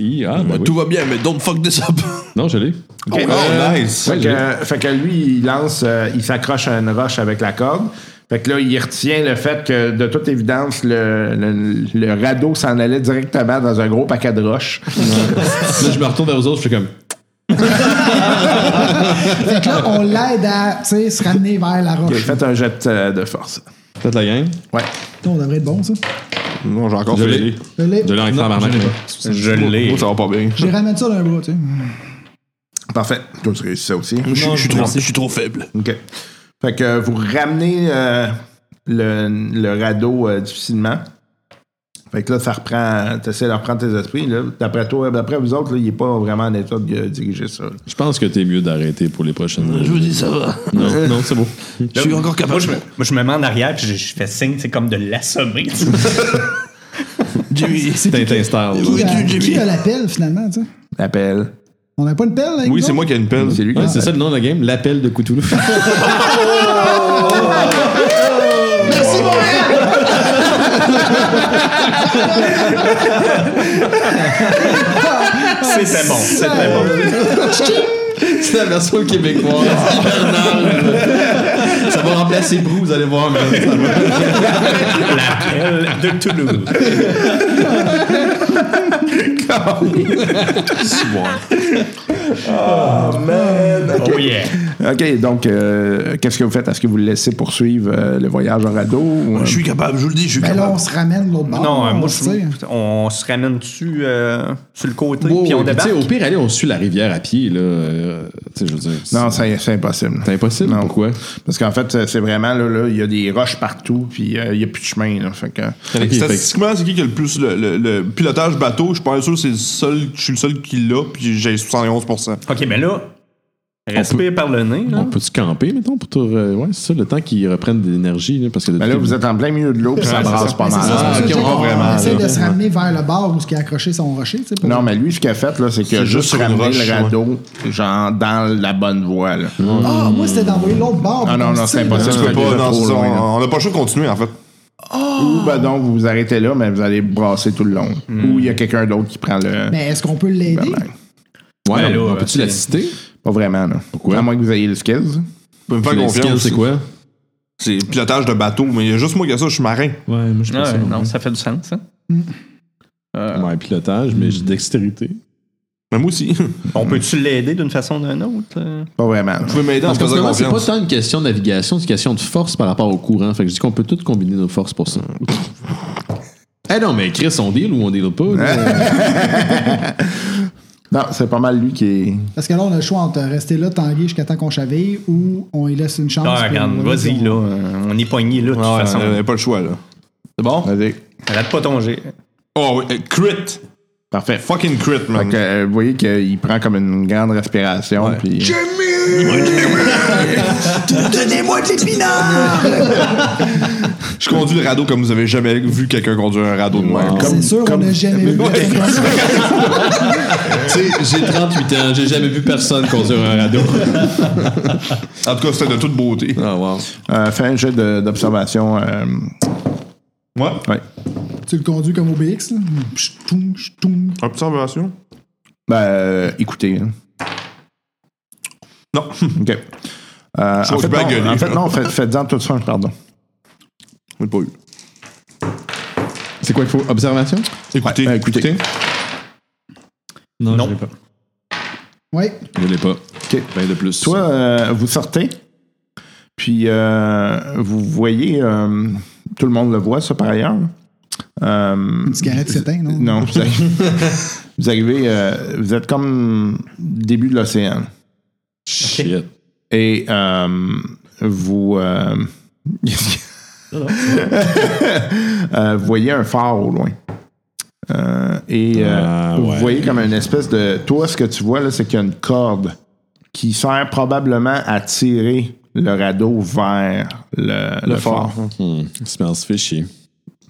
S4: I, ah,
S3: Bah,
S4: ben oui.
S3: Tout va bien, mais don't fuck this up.
S4: Non, je l'ai.
S3: Oh,
S4: Euh,
S3: nice.
S4: Fait que, euh, fait que lui, il lance, euh, il s'accroche à une roche avec la corde. Fait que là, il retient le fait que, de toute évidence, le, le- le radeau s'en allait directement dans un gros paquet de roches.
S1: Là, je me retourne vers eux autres, je suis comme.
S6: Fait que là, on l'aide à tu sais, se ramener vers la
S4: Il a
S6: roche.
S4: fait un jet euh, de force.
S1: Faites la gang.
S4: Ouais.
S6: On devrait être bon, ça.
S4: Non, j'ai encore
S1: Je l'ai.
S6: Je l'ai.
S1: Je l'ai en tabarnak.
S5: Je l'ai.
S4: ça va pas bien.
S6: Je les ramène ça d'un bras, tu sais.
S4: Parfait. Toi, tu réussis ça aussi.
S3: Je suis- je suis trop-
S10: merci.
S3: je suis trop faible.
S4: OK. Fait que vous ramenez euh, le, le radeau euh, difficilement. Fait que là, ça reprend. Tu de reprendre tes esprits. là. D'après toi, d'après vous autres, là, il n'est pas vraiment en état de euh, diriger ça. là.
S5: Je pense que t'es mieux d'arrêter pour les prochaines.
S3: Je vous dis, ça va.
S5: Non, non, c'est beau.
S3: Je suis encore
S5: Moi,
S3: capable.
S5: je me, moi, je me mets en arrière puis je, je fais signe, c'est comme de l'assommer. tu sais.
S3: Jimmy.
S1: Tintin Star. là.
S3: Oui,
S6: Qui a-
S3: Jimmy.
S6: Qui a la pelle, finalement, tu sais?
S4: L'appel.
S6: On n'a pas une pelle, hein, avec
S3: Oui,
S6: nous
S3: c'est moi qui ai une pelle.
S4: C'est lui.
S1: Ouais, c'est ça le nom de la game, l'appel de Cthulhu.
S5: C'était bon, c'était bon.
S1: c'est la version québécoise, hivernale. ça va remplacer Brou, vous allez voir. mais ça va.
S5: L'appel de Toulouse. Oh yeah.
S4: OK, donc, euh, qu'est-ce que vous faites? Est-ce que vous le laissez poursuivre euh, le voyage en radeau? ou, euh,
S3: Je suis capable, je vous le dis, je suis
S6: Ben là,
S3: capable.
S6: on se ramène de l'autre bord.
S5: Non, euh, moi,
S6: tu sais.
S5: je, on se ramène dessus euh, sur le côté,
S1: Wow,
S5: puis on
S1: puis tu
S5: débarque.
S1: sais, Au pire, allez, on suit la rivière à pied. là. euh, tu sais, je veux dire. c'est-
S4: Non, c'est c'est impossible.
S1: C'est impossible.
S4: Non.
S1: Pourquoi?
S4: Parce qu'en fait, c'est vraiment, là, là, il y a des roches partout, puis euh, il n'y a plus de chemin. Là, fait que,
S1: Ok, fait que-
S3: Statistiquement, c'est qui qui a le plus le, le- le pilotage bateau? Je suis pas sûr, c'est le seul, je suis le seul qui l'a, puis j'ai 71%.
S5: OK, mais là, respire par le nez. là.
S1: On peut-tu camper, mettons, pour te re- Ouais, c'est ça, le temps qu'ils reprennent de l'énergie. là, Parce que de
S4: ben là, vous êtes en plein milieu de l'eau, puis ça
S5: Ouais,
S4: brasse
S5: c'est
S4: pas
S6: Ben,
S4: mal.
S6: c'est ça, c'est pour ça que
S1: ok,
S6: je
S1: on
S6: dis
S1: va
S6: qu'on
S1: vraiment,
S6: essaie
S1: là.
S6: de se ramener vers le bord où ce qui a accroché son rocher, tu sais. pour-
S4: Non, mais lui, ce qu'il a fait, là, c'est qu'il a
S3: C'est
S4: juste
S3: juste sur une
S4: ramené
S3: roche,
S4: le radeau, genre, dans la bonne voie, là.
S6: Ah, moi, c'était d'envoyer l'autre bord.
S4: Ah non, non, c'est impossible.
S3: Tu peux
S4: Ah,
S3: pas,
S4: il est
S3: non,
S4: trop
S3: c'est ça,
S4: loin, là.
S3: on on n'a pas le choix de continuer, en fait.
S4: Ou, ben donc, vous vous arrêtez là, mais vous allez brasser tout le long.
S3: Hmm.
S4: Ou il y a quelqu'un d'autre qui prend le...
S6: Mais est-ce qu'on peut l'aider?
S4: Ben,
S1: Ouais,
S5: Ben là,
S1: on
S5: euh,
S1: peut-tu
S5: c'est-
S1: l'assister?
S4: Pas vraiment, là.
S1: Pourquoi?
S4: À moins que vous ayez le skills.
S3: Vous pouvez me faire
S1: Les skills,
S3: confiance.
S1: c'est quoi?
S3: C'est pilotage de bateau, mais il y a juste moi qui a ça, je suis marin.
S10: Ouais, moi, je
S5: Ouais,
S10: pense
S5: non, ça fait du sens, hein?
S1: Ouais, pilotage, mais j'ai dextérité.
S3: Même moi aussi. Vous
S5: On peut-tu l'aider d'une façon ou d'une autre? euh?
S4: Pas vraiment, là.
S3: pouvez m'aider en
S1: Parce que
S3: me faisant
S1: finalement, c'est pas
S3: confiance.
S1: tant une question de navigation, c'est une question de force par rapport au courant. Fait que je dis qu'on peut tout combiner nos forces pour *laughs* ça. Eh non, mais Chris, on deal ou on deal pas? là?
S4: Non, c'est pas mal lui qui est...
S6: Parce que là, on a le choix entre rester là, tanguer jusqu'à temps qu'on chavire, ou on y laisse une chance.
S5: Ah,
S6: puis
S5: regarde,
S6: on-
S5: vas-y, là. euh, On est poigné, là, de toute
S3: Ah ouais,
S5: façon.
S3: on n'a pas le choix, là.
S5: C'est bon?
S4: Vas-y.
S5: Arrête pas ton jet.
S3: Oh, oui, euh, crit!
S4: Parfait.
S3: Fucking crit,
S4: Fait
S3: man.
S4: que, euh, vous voyez qu'il prend comme une grande respiration, puis...
S3: Je conduis le radeau comme vous avez jamais vu quelqu'un conduire un radeau de moi.
S6: C'est sûr, on n'a jamais vu.
S1: Tu sais, j'ai 38 ans, j'ai jamais vu personne conduire un radeau.
S3: En tout cas, c'était de toute beauté.
S1: Ah, wow.
S4: Euh, fais un jeu de- d'observation. euh,
S3: Ouais.
S4: ouais.
S6: tu le conduis comme OBX, là. Ch'toum, ch'toum.
S3: Observation?
S4: Ben, euh, écoutez. hein.
S3: Non.
S4: OK. Euh,
S3: Je
S4: en,
S3: vais
S4: fait,
S3: pas gueuler.
S4: non, en fait, non, faites- faites-en tout ça, pardon.
S3: On l'a pas eu.
S1: C'est quoi qu'il faut? Observation?
S3: Écoutez,
S4: Ouais, Euh, écoutez.
S3: écoutez.
S10: Non,
S5: Non.
S10: je l'ai pas.
S6: Ouais.
S1: Je l'ai pas.
S4: OK.
S1: Ben de plus.
S4: Toi, euh, vous sortez, puis euh, vous voyez, euh, tout le monde le voit, ça par ailleurs. là. Euh,
S6: Une cigarette s'éteint, non?
S4: non, vous arrivez,
S3: *laughs*
S4: vous, arrivez, euh, vous êtes comme début de l'océan.
S1: Shit.
S4: Et euh, vous. euh, *laughs* Euh, vous voyez un phare au loin. Euh, et euh,
S1: Ah,
S4: vous
S1: ouais.
S4: voyez comme une espèce de. Toi, ce que tu vois, là, c'est qu'il y a une corde qui sert probablement à tirer le radeau vers le, le phare.
S1: Hmm, Smells fishy.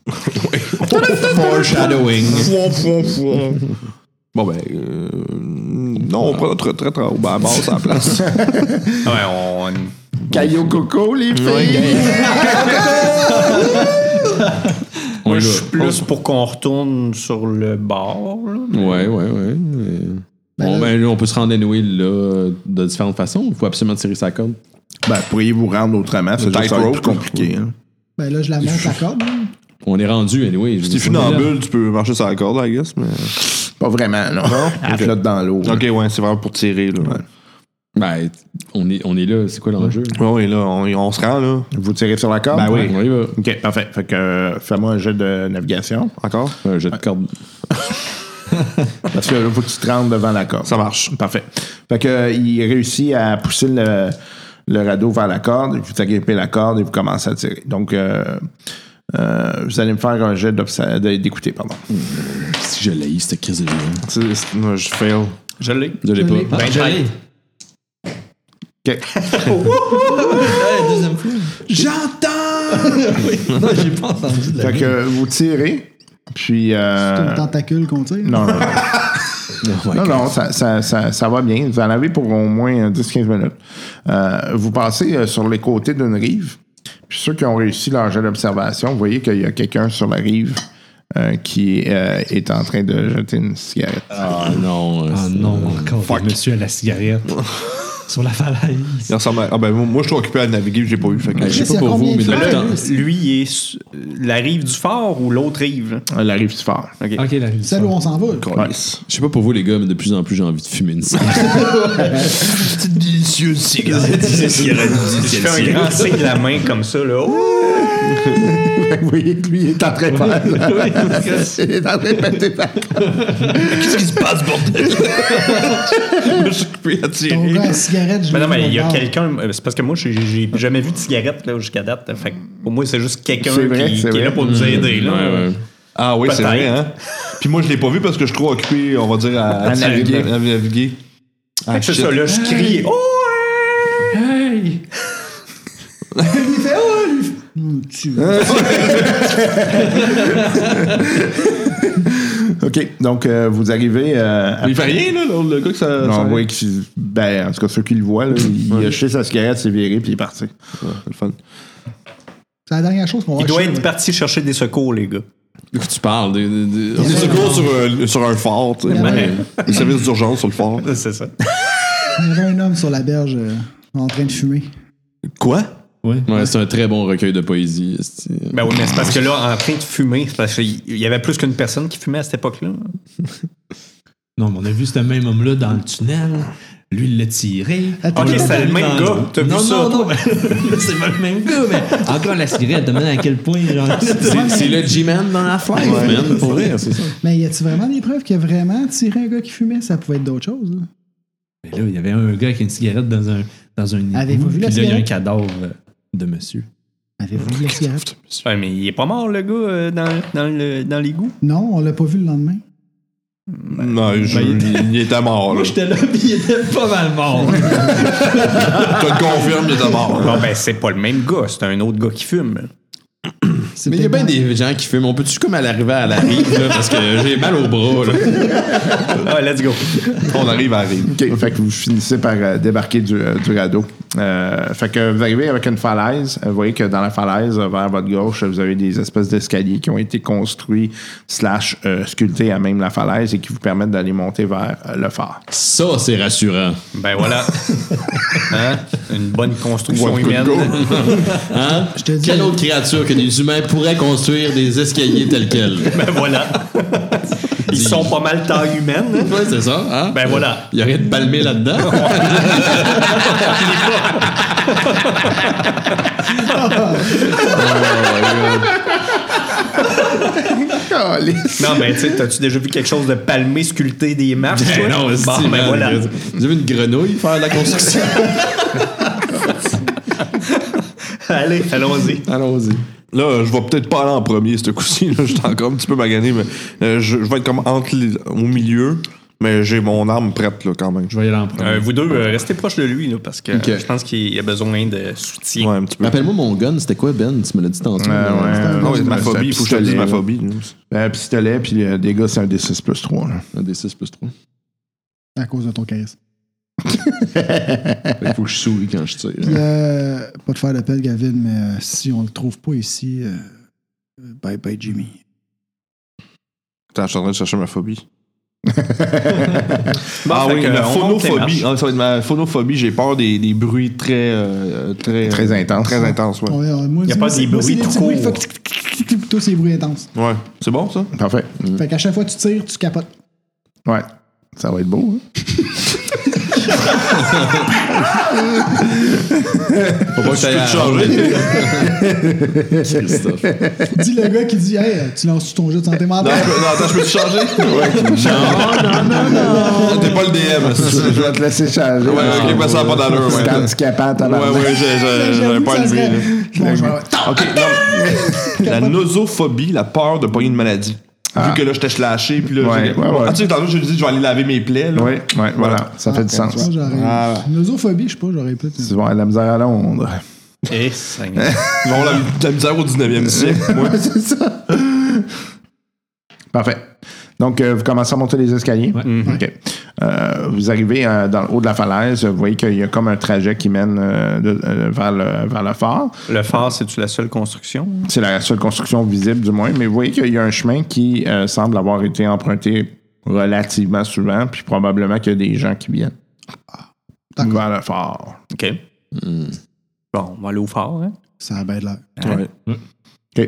S1: Foreshadowing.
S3: Bon, ben. euh, Non, on prend notre retraite en bas, à la place.
S5: Ouais, on.
S4: Caillou Coco, les filles.
S5: Moi, je suis plus pour qu'on retourne sur le bord. là.
S1: Ouais, ouais, ouais. Euh, Bon, ben, là, on peut se rendre anyway, là, euh, de différentes façons. Il faut absolument tirer sa corde.
S4: Ben, pourriez-vous rendre autrement? C'est juste ça va être plus compliqué. hein.
S6: Ben là, je la monte la corde. là.
S1: On est rendu, anyway.
S3: Si tu funambule, tu peux marcher sur la corde, I guess. Mais...
S4: Pas vraiment, non. *laughs* Elle flotte dans l'eau.
S3: Ok, ouais, c'est vraiment pour tirer. Là. Ouais.
S1: Ben, on est, on est là. C'est quoi l'enjeu?
S3: ouais, là, on, on se rend, là.
S4: Vous tirez sur la corde?
S3: Ben oui.
S1: On y va.
S4: OK, parfait. Fait que euh, fais-moi un jet de navigation.
S3: Encore?
S1: Un jet de Euh, corde.
S4: Parce que là, faut que tu te rendes devant la corde.
S3: Ça marche.
S4: Parfait. Fait que euh, il réussit à pousser le, le radeau vers la corde, et vous agrippez la corde et vous commencez à tirer. Donc, euh, euh, vous allez me faire un jet d'obsa- de- d'écouter, pardon.
S1: Si je l'ai, cette crise de violence.
S3: C'est- c'est- moi, je fail.
S5: Je l'ai.
S1: Je l'ai pas.
S5: Ben, je l'ai.
S4: OK.
S11: deuxième fois. J'entends! Non, j'ai pas entendu de la
S4: Fait que euh, vous tirez, puis... euh,
S6: C'est une tentacule qu'on tire.
S4: non, non, non. non, non, ça, ça- ça- ça va bien. Vous en avez pour au moins euh, 10-15 minutes. Euh, vous passez euh, sur les côtés d'une rive. Puis ceux qui ont réussi leur jet d'observation, vous voyez qu'il y a quelqu'un sur la rive euh, qui euh, est en train de jeter une cigarette.
S1: Ah non.
S11: Ah
S1: c'est-
S11: non, encore des monsieur à la cigarette. Sur la falaise.
S3: Il ressemble à- Ah ben, moi, moi, je suis occupé à naviguer, j'ai pas eu. Fait que...
S1: Ben, je sais pas
S6: C'est
S1: pour vous,
S6: combien
S1: mais
S6: de
S1: depuis
S6: fois?
S1: le temps.
S5: Lui, il est su- la rive du fort ou l'autre rive? là?
S4: Elle arrive si fort.
S1: Ah,
S11: Ok, la rive.
S6: Celle où on s'en va.
S1: Je sais pas pour vous, les gars, mais de plus en plus, j'ai envie de fumer une cigarette. *laughs*
S3: Délicieuse cigarette.
S5: Je fais un grand signe de la main comme ça, là. *laughs* Oh!
S4: Vous voyez que lui est en train de faire. Il est en train de péter par-
S3: Qu'est-ce qui se passe, bordel? je suis occupé
S6: Ton
S3: à tirer.
S6: gars à la cigarette, je
S5: Mais
S6: l'ai
S5: non, mais il y a
S6: dans le
S5: quelqu'un. euh, C'est parce que moi, j'ai- j'ai jamais vu de cigarette là, jusqu'à date. Fait que pour moi, c'est juste quelqu'un
S4: C'est vrai,
S5: qui,
S4: c'est
S5: qui est là
S4: vrai.
S5: pour nous aider. Là.
S3: Ah oui, c'est
S5: Peut-être.
S3: vrai, hein? Puis moi, je l'ai pas vu parce que je suis trop occupé, on va dire, à, à naviguer. à naviguer.
S5: Fait
S3: Ah,
S5: que c'est
S3: shit.
S5: ça, là, je crie. Oh!
S4: OK. Donc, euh, vous arrivez euh, à.
S3: Mais il fait rien, là, l'autre, le gars que ça.
S4: Non,
S3: ça-
S4: vous voyez qu'il- ben, en tout cas, ceux qui le *laughs* voient, là, il a jeté sa cigarette, s'est viré, puis il est parti.
S3: Ouais, c'est le fun.
S6: C'est la dernière chose qu'on va
S5: Il doit
S6: acheter.
S5: être parti chercher des secours, les gars.
S1: De quoi tu parles? De, de- de-
S3: Des secours sur, un- sur un fort, tu sais.
S6: Ouais.
S3: Le service d'urgence sur le fort.
S5: C'est ça.
S6: Il y avait un homme sur la berge euh, en train de fumer.
S3: Quoi?
S1: Ouais, c'est un très bon recueil de poésie. esti.
S5: Ben oui, mais c'est parce que là, en train de fumer, c'est parce qu'il y avait plus qu'une personne qui fumait à cette époque-là.
S11: Non, mais on a vu ce même homme-là dans le tunnel. Lui, il l'a tiré.
S6: Attends,
S11: On l'a
S5: c'est
S11: mis
S5: le même
S11: dans-
S5: gars. T'as vu
S11: non,
S5: ça,
S11: Non,
S5: toi?
S11: non, mais- c'est pas le même gars, mais encore Ah, la cigarette. Demande à quel point.
S1: *laughs*
S11: genre,
S1: C'est c'est le G-Man dans la flamme, man, pour vrai, c'est ça.
S6: Mais y a-tu vraiment des preuves qu'il a vraiment tiré un gars qui fumait Ça pouvait être d'autres choses. là.
S11: Mais là, il y avait un gars qui a une cigarette dans un. Dans un
S6: Avez-vous vu la
S11: Puis là, il y a un
S6: cigarette?
S11: cadavre euh, de monsieur.
S6: Avez-vous vu la cigarette
S5: Ouais, mais il est pas mort, le gars, euh, dans, dans, le, dans les goûts.
S6: Non, on l'a pas vu le lendemain.
S3: non,
S4: Ben,
S3: je- il était mort, là.
S11: Moi,
S3: Je
S11: j'étais là, puis il était pas mal mort.
S3: te le confirme, il était mort.
S5: Bon, ben, c'est pas le même gars, c'est un autre gars qui fume.
S6: C'était
S1: Mais il y a bien
S6: dans-
S1: des gens qui fument. On peut-tu comme à l'arrivée à la rive, là, parce que j'ai mal au bras, là.
S5: Ah, let's go.
S3: On arrive à arriver.
S4: OK. Fait que vous finissez par euh, débarquer du, euh, du radeau. Euh, fait que vous arrivez avec une falaise. Vous voyez que dans la falaise, euh, vers votre gauche, vous avez des espèces d'escaliers qui ont été construits, slash euh, sculptés à même la falaise et qui vous permettent d'aller monter vers euh, le phare.
S1: Ça, c'est rassurant.
S5: Ben voilà. Hein? Une bonne construction
S3: Ouais, good
S5: humaine.
S3: go.
S1: Hein?
S6: Je te dis,
S1: Quelle autre créature que des humains pourraient construire des escaliers tels quels?
S5: Ben voilà. Ils sont pas mal taille humaine. hein?
S1: Ouais, c'est ça, hein?
S5: Ben voilà.
S1: Il y aurait de palmé là-dedans.
S5: Non, mais tu sais, t'as-tu déjà vu quelque chose de palmé sculpté des marches? toi?
S1: Ben non, c'est
S5: bon, ben voilà.
S1: Vous avez une grenouille faire de la construction?
S5: Allez, allons-y.
S1: Allons-y.
S3: Là, euh, je vais peut-être pas aller en premier, ce coup-ci. là. Je suis encore un petit peu magané, mais euh, je, je vais être comme entre les- au milieu, mais j'ai mon arme prête, là, quand même.
S11: Je vais y aller en premier.
S5: Euh, vous deux, euh, restez proche de lui, là, parce que je pense qu'il a besoin de soutien.
S3: Ouais, un petit peu.
S1: Rappelle-moi mon gun, c'était quoi, Ben? Tu me l'as dit tantôt.
S4: Euh,
S1: là.
S4: ouais, euh,
S3: Non, c'est ma
S4: un
S3: phobie. Il faut que je te
S4: pistolet,
S3: dise ma
S4: là.
S3: phobie. là.
S4: Un pistolet, puis euh, des gars, c'est un D6 plus 3.
S1: Un D6 plus 3.
S6: à cause de ton charisme.
S1: Il faut que je souris quand je tire.
S6: Puis, euh, pas de faire d'appel, Gavin, mais euh, si on le trouve pas ici, euh, bye bye, Jimmy.
S3: Attends, je suis en train de chercher ma phobie. ah
S5: fait
S3: oui,
S5: que,
S3: la
S5: on monte les
S3: phonophobie.
S5: marches.
S3: Ah, ça va être ma phonophobie, j'ai peur des, des bruits très. euh, très,
S4: Très intense.
S3: Très intense, ouais.
S6: On est- moi,
S5: Y a
S6: c'est-
S5: pas
S6: c'est-
S5: des
S6: moi, c'est
S5: bruits
S6: petits
S5: trop
S6: bruits,
S5: courts.
S6: fuck, Tous ces bruits intenses.
S3: Ouais. C'est bon, ça?
S4: Parfait.
S6: Fait qu'à chaque fois que tu tires, tu capotes.
S4: Ouais. Ça va être beau. hein?
S1: Faut pas que ça
S3: Ah
S1: changer. Christophe.
S6: Dis le gars qui dit Hey, tu lances ton jeu de santé
S3: Non,
S6: mentale.
S3: je peux- non, attends, je peux te *laughs* changer? Non, non, non, non. T'es pas le *laughs* DM. c'est-
S4: Je vais te laisser changer.
S3: Ouais, ok, mais ça a pas d'allure, ouais.
S4: C'est handicapant,
S3: Ouais,
S4: tabarnak.
S3: ouais, j'ai- j'ai- j'avais
S6: J'avoue
S3: pas
S6: que ça
S3: allumé.
S6: serait-
S3: là.
S6: Bon, ben, je vais-
S3: Ok, non. La nosophobie, la peur de pogner une maladie.
S6: Ah.
S3: Vu que là, j'étais lâché, puis là,
S4: Ouais,
S3: j'ai-
S4: ouais, ouais.
S3: Ah, tu sais, tantôt, je lui dis, je vais aller laver mes plaies, là.
S4: Ouais, ouais, voilà. Ça fait du
S6: Ah,
S4: sens.
S6: tu vois, j'aurais-
S3: Ah.
S6: Nosophobie, je sais pas, j'aurais peut-être.
S4: Tu vas avoir de la misère à Londres.
S5: Eh, Seigneur.
S3: Ils vont la, la misère au 19e siècle, moi.
S4: C'est ça. Parfait. Donc, euh, vous commencez à monter les escaliers. Mm-hmm. OK. Euh, vous arrivez euh, dans le haut de la falaise. Vous voyez qu'il y a comme un trajet qui mène euh, de- euh, vers, le, vers le fort.
S5: Le phare, c'est-tu la seule construction?
S4: C'est la seule construction visible, du moins. Mais vous voyez qu'il y a un chemin qui euh, semble avoir été emprunté relativement souvent, puis probablement qu'il y a des gens qui viennent vers le fort.
S5: OK. Hmm. Bon, on va aller au phare, hein?
S6: Ça a bien de l'air.
S3: Hmm.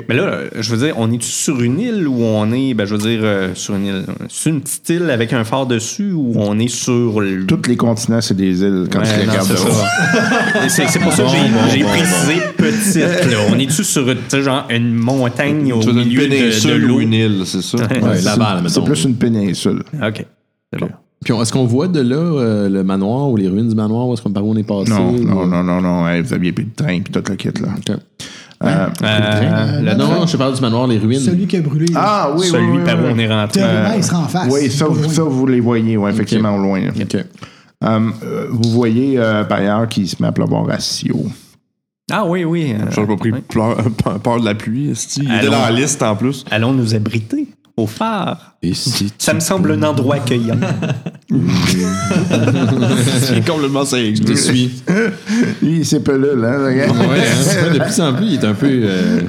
S5: Mais là, euh, je veux dire, on est sur une île ou on est, ben, je veux dire, euh, sur une île, sur une petite île avec un phare dessus ou on est sur le.
S4: Tous les continents, c'est des îles quand
S5: Ouais,
S4: tu les
S5: non,
S4: regardes
S5: c'est
S4: de haut.
S5: ça. C'est c'est pour ça que j'ai j'ai précisé petite. Là. On est-tu sur tu sais, genre une montagne au
S3: Tu veux dire
S5: milieu
S3: une
S5: de, de
S3: péninsule
S5: l'eau?
S3: ou une île, c'est ça?
S1: Ouais, la balle,
S4: C'est
S1: mettons.
S4: plus une péninsule.
S5: OK. C'est bon.
S1: Puis on- est-ce qu'on voit de là euh, le manoir ou les ruines du manoir ou est-ce qu'on par où on est passé?
S4: Non,
S1: ou-
S4: non, non, non, non. Hey, vous aviez plus de train puis tout le kit, là.
S1: Ok.
S4: Euh,
S5: Euh,
S6: le
S1: Non,
S6: train.
S1: non, je parle du manoir, les ruines.
S6: Celui qui a brûlé. là.
S4: ah oui, oui,
S5: Celui
S4: oui,
S5: par où
S4: oui.
S5: on est rentré.
S6: Théoriquement, il sera en face.
S4: Oui, ça,
S6: Pas
S4: vous,
S6: loin.
S4: ça, vous les voyez, ouais, effectivement, au loin. là.
S1: Ok.
S4: Euh, euh, vous voyez, euh, par ailleurs, qu'il se met à pleuvoir à Sio.
S5: Ah oui, oui. euh,
S3: J'ai pas pris
S5: oui.
S3: pleur- peur, de la pluie, esti. Il était
S5: Allons.
S3: dans la liste, en plus.
S5: Allons nous abriter au phare.
S1: Et si
S5: Ça me semble un endroit accueillant.
S3: C'est *laughs* complètement sérieux.
S1: tu suis.
S4: Il s'est pelule, hein, regarde.
S1: Ouais, hein, de plus en plus, il est un peu. euh,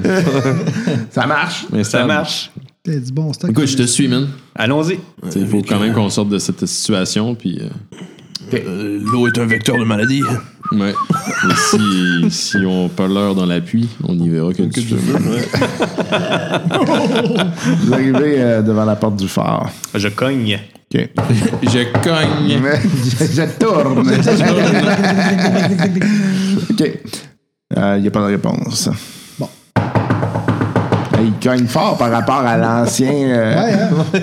S4: Ça marche.
S5: Ça
S1: instable.
S5: marche.
S6: T'as du bon stock.
S1: Écoute, je te suis, man.
S5: Allons-y.
S1: Il faut quand même qu'on sorte de cette situation, puis. euh,
S3: Euh, L'eau est un vecteur de maladie.
S1: Ouais. Et si, si on l'heure dans l'appui, on y verra que, tu veux.
S4: Vous arrivez euh, devant la porte du phare.
S5: Je cogne.
S4: OK.
S3: hein.
S1: Je cogne.
S4: je, je tourne. *laughs* OK. Euh, Il n'y a pas de réponse.
S6: Bon.
S4: Hey, Il gagne fort par rapport à l'ancien. euh,
S6: Ouais, hein?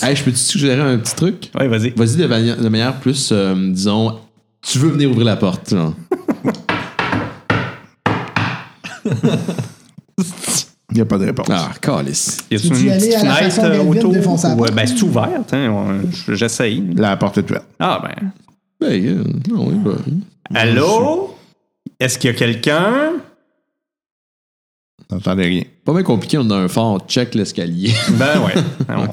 S1: Hey, je peux te suggérer un petit truc?
S5: Oui, vas-y.
S1: Vas-y de, mani- de manière plus, euh, disons, tu veux venir ouvrir la porte, genre.
S4: Il n'y a pas de réponse.
S1: Ah, calice.
S5: Y a
S6: Tu veux y aller à la façon
S5: euh,
S6: d'Elvin défoncer la
S5: ou,
S6: porte?
S5: euh, ben, c'est ouvert. hein, on- j- J'essaye.
S4: La porte est ouverte.
S5: Ah, ben.
S1: Ben, euh, non, oui, bah, oui.
S5: Allô? Est-ce qu'il y a quelqu'un?
S4: N'entendez rien.
S1: Pas bien compliqué, on a un fort, check l'escalier.
S5: Ben ouais. On,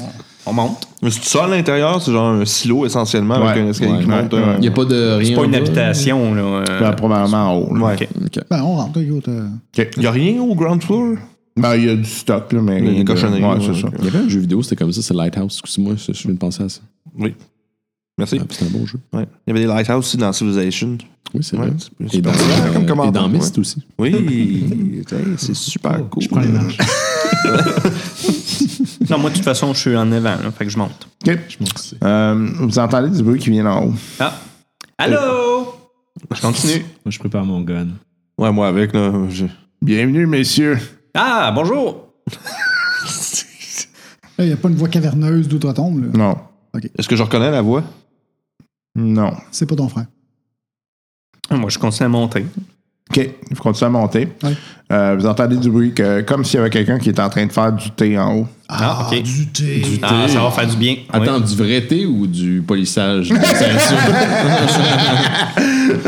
S5: on monte.
S3: Mais c'est ça à l'intérieur, c'est genre un silo essentiellement avec
S4: Ouais,
S3: un escalier
S4: ouais,
S3: qui
S4: ouais,
S3: monte.
S4: ouais.
S1: *laughs*
S3: euh,
S1: Il n'y a pas de rien.
S5: C'est pas une
S1: en bas.
S5: habitation, là. euh,
S4: Là, probablement en haut. là.
S3: ouais.
S5: ok.
S1: Ok.
S6: *laughs* Ben, on rentre, écoute. euh.
S4: OK.
S3: Il y a rien au ground floor?
S4: Ben, il y a du stock, là, mais.
S3: Il y a des cochonneries,
S4: Ouais,
S3: ouais,
S4: c'est ça.
S3: ok.
S1: Il y avait un jeu vidéo, c'était comme ça, c'est Lighthouse. Excuse-moi, je je viens de penser à ça.
S3: Merci.
S1: Ah, c'est un bon jeu.
S3: Ouais. Il y avait des lighthouses aussi dans Civilization.
S1: Oui, c'est
S3: Ouais,
S1: vrai.
S3: c'est- c'est
S1: Et dans,
S3: pas mal comme
S1: euh, et
S3: commandant,
S1: dans
S3: ouais.
S1: Myst aussi. *laughs*
S3: Oui, Hey, c'est super cool.
S11: Je prends les marches.
S5: Non, moi, de toute façon, je suis en avant, là, fait que je monte.
S4: OK. Euh, vous entendez du bruit qui vient d'en haut.
S5: Ah! Allô? Je continue.
S11: Moi, je prépare mon gun.
S3: Ouais, moi avec, là. je-
S4: Bienvenue, messieurs.
S5: Ah, bonjour!
S6: Là, il n'y a pas une voix caverneuse d'outre-tombe, là.
S4: Non.
S3: Est-ce que je reconnais la voix?
S4: Non.
S6: C'est pas ton frère.
S5: Moi, je continue à monter.
S4: OK. Vous continuez à monter.
S6: Ouais.
S4: Euh, vous entendez du bruit que, comme s'il y avait quelqu'un qui était en train de faire du thé en haut.
S5: Ah, ok.
S6: Du thé.
S5: Ah, ça va faire du bien.
S1: Attends, du vrai thé ou du polissage de ceinture?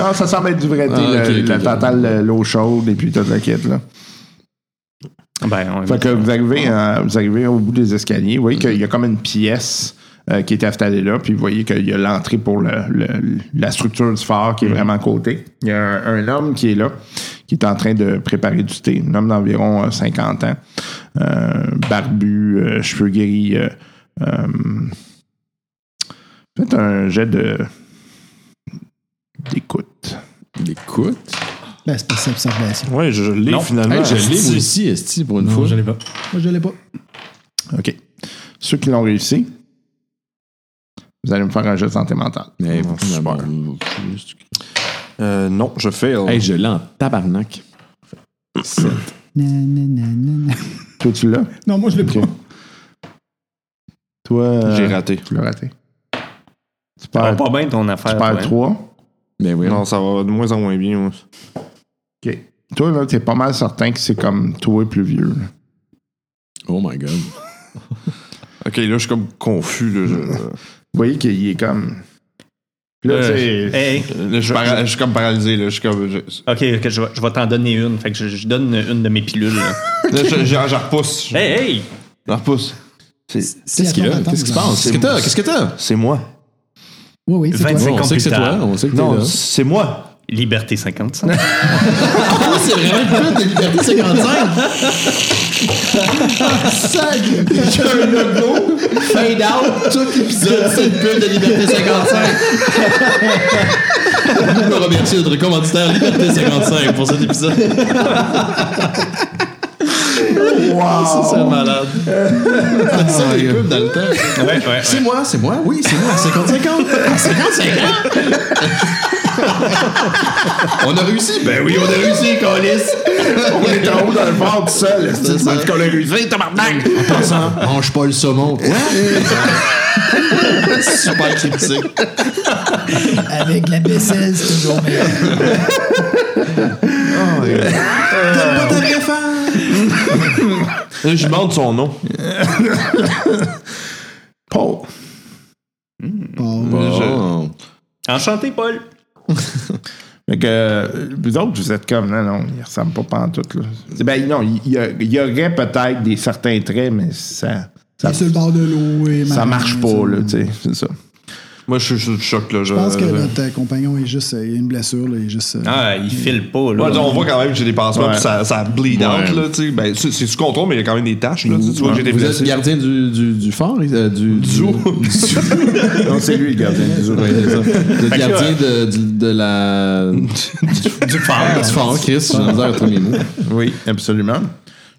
S4: Non, ça semble être du vrai thé.
S1: Ah,
S4: le-
S1: ok, ok,
S4: la
S1: ok.
S4: totale, le- l'eau chaude et puis toute la quête, là.
S5: Oui. Ben, on- Ben,
S6: Mhm.
S4: Fait que vous arrivez, euh, vous arrivez au bout des escaliers. Vous voyez qu'il y a comme une pièce euh, qui est installé là. Puis vous voyez qu'il y a l'entrée pour le- le- la structure du phare
S6: Mhm.
S4: qui est vraiment à côté. Il y a un, un homme qui est là, qui est en train de préparer du thé. Un homme d'environ euh, 50 ans. Euh, barbu, euh, cheveux gris. euh, euh, Faites un jet de d'écoute.
S12: Écoute.
S6: Ben, c'est pas ça, observation.
S3: Ouais, je l'ai finalement.
S1: Hey, je l'ai aussi, Esti, pour une
S11: Non,
S1: fois.
S11: je l'ai pas.
S6: Moi, je l'ai pas.
S4: OK. Ceux qui l'ont réussi, vous allez me faire un jet de santé mentale.
S12: Mais
S3: super. Euh, non, je fail.
S12: Hey, je l'ai en tabarnak.
S6: Nan, nan, nan, nan, nan.
S4: Toi, tu l'as?
S6: Non, moi, je l'ai
S4: OK.
S6: pas.
S4: Toi, euh,
S3: J'ai raté.
S4: tu l'as raté. Tu
S5: Ça va
S4: perds,
S5: pas bien ton affaire.
S4: tu perds
S5: toi, hein?
S4: 3.
S12: Mais oui.
S3: Non, ça va de moins en moins bien. ouais.
S4: OK. Toi, là, t'es pas mal certain que c'est comme toi plus vieux. là.
S12: Oh my god.
S3: Ok, là, je suis comme confus. Là, *laughs* je,
S4: Vous voyez qu'il est comme... Puis Là,
S3: Euh,
S4: tu sais,
S5: Hey, hey.
S3: là, je suis para- je suis comme paralysé. Là, je suis comme. je-
S5: Ok, ok, je vais, je vais t'en donner une. Fait que je, je donne une de mes pilules. là.
S3: là, je, je- je repousse. Je,
S5: hey, hey!
S3: je repousse.
S12: Qu'est-ce qu'il y a? Qu'est-ce qui se passe?
S1: Qu'est-ce que t'as? Qu'est-ce que t'as?
S3: C'est moi.
S6: Oui, oui, c'est toi.
S5: 25.
S1: On sait que c'est toi.
S5: Computer.
S1: On sait que t'es
S3: Non,
S1: là.
S3: Oh, c'est moi.
S5: Liberté 55.
S1: Ah, c'est vraiment le but de Liberté 55. Sac! J'ai un logo, fade out, tout l'épisode, c'est le but de Liberté 55. Nous voulons remercier notre commanditaire Liberté 55 pour cet épisode. Wow! Oh C'est malade. C'est ça, les pubs dans le temps.
S5: ouais, ouais.
S1: C'est moi, c'est moi, oui, c'est moi, 50-50. 50-50. On a réussi? Ben oui, on a réussi, Colis.
S4: on est en haut dans le fort tout seul. C'est
S1: ça.
S4: ça qu'on a réussi, tabarnak!
S1: En passant, mange pas le saumon. Super critique.
S6: *laughs* Avec la baisselle, c'est toujours meilleur.
S3: Là, je demande son nom.
S4: Paul.
S1: Oh.
S12: Bon.
S5: Enchanté, Paul.
S4: Fait que euh, vous autres, vous êtes comme, non, non, il ressemble pas pantoute. Là. Ben non, il y, a- il y aurait peut-être des certains traits, mais ça, ça,
S6: T'es sur le bord de l'eau. et
S4: ça
S6: marron,
S4: marche
S6: ça.
S4: pas, là, tu sais, Ah, c'est ça.
S3: Moi, je suis sous le choc. Là,
S6: Je pense que notre euh, compagnon est juste. euh, Il y a une blessure, là. Il est juste. euh,
S5: Ah, il file pas, là.
S3: Ouais, on voit quand même que j'ai des pansements,
S4: Ouais.
S3: puis ça, ça bleed out, là, tu sais. Ben, c'est c'est sous contrôle, mais il y a quand même des taches, là, tu sais, tu vois que j'ai des
S1: Vous êtes
S3: blessés.
S1: gardien du, du, du fort? euh, du, du zoo.
S4: Non, c'est lui le gardien du zoo.
S1: Ouais, c'est ça. Vous êtes gardien de, du- de la...
S3: Du fer.
S1: *laughs* du fort, Chris. J'ai besoin à trouver mes mots.
S4: Oui, absolument.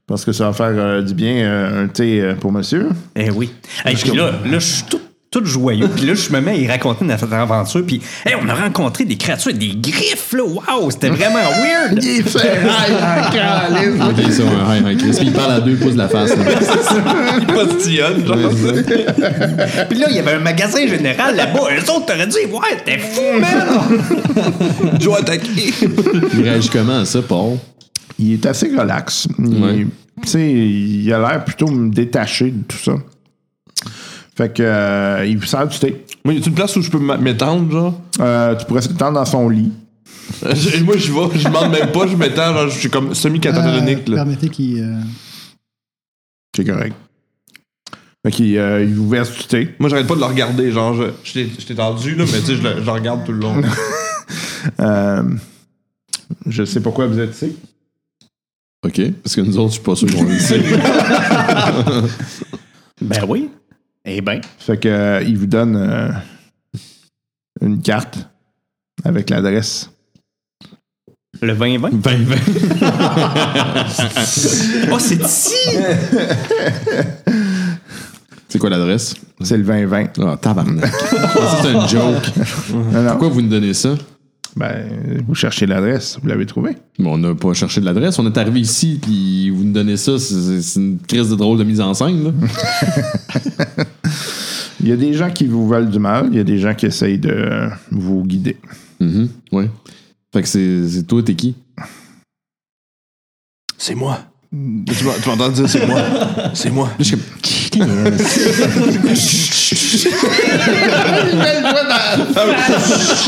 S4: Parce que ça va faire euh, du bien euh, un thé euh, pour monsieur.
S5: Eh oui. Hey, puis là, là, je suis tout, tout joyeux. Puis là, je me mets à y raconter notre aventure. Puis, hey, on a rencontré des créatures, avec des griffes, là. Waouh, c'était vraiment weird.
S4: Il *laughs* fait
S1: Ok, c'est un hi, hi, Chris. Puis il parle à deux pouces de la face. là.
S3: Postillonne, genre.
S5: Puis là, il y avait un magasin général là-bas. Eux autres, t'aurais dû y voir. T'es fou, man.
S3: Joe attaqué.
S1: Il réagit comment à ça, Paul?
S4: Il est assez relax. Il,
S1: Ouais.
S4: tu sais, il a l'air plutôt détaché de tout ça. Fait que euh, il vous sert du thé.
S3: Moi, y a une place où je peux m- m'étendre, genre?
S4: Euh, tu pourrais t'étendre dans son lit.
S3: Je- Moi, je vais, je demande même pas, je m'étends, genre, je suis comme semi-catatonique,
S6: euh,
S3: là.
S6: Permettez qu'il. euh,
S4: C'est correct. Fait qu'il euh, il vous verse du thé.
S3: Moi, j'arrête pas de le regarder, genre, je, je t'ai- je t'ai tendu, là, mais tu sais, je, le- je le regarde tout le long.
S4: Euh, je sais pourquoi vous êtes ici.
S1: OK. Parce que nous autres, je suis pas sûr qu'on le sait.
S5: Ben oui. Eh ben.
S4: Fait que euh, il vous donne euh, une carte avec l'adresse.
S5: Le 20-20.
S1: *laughs* 20-20.
S5: Oh, c'est ici.
S1: C'est quoi l'adresse?
S4: C'est le 2020.
S1: Ah, tabarnak. Ça, c'est un joke.
S4: Non, non.
S1: Pourquoi vous nous donnez ça?
S4: Ben, vous cherchez l'adresse, vous l'avez trouvée.
S1: Bon, on n'a pas cherché de l'adresse. On est arrivé ici, puis vous nous donnez ça. c'est- C'est c'est une crise de drôle de mise en
S4: *laughs*
S1: scène. Là.
S4: Il y a des gens qui vous veulent du mal, il y a des gens qui essayent de euh, vous guider. Mm-hmm.
S1: Mhm, ouais. Fait que c'est c'est toi, t'es qui?
S3: C'est moi. Tu m'en- tu m'entends dire, c'est moi. C'est moi.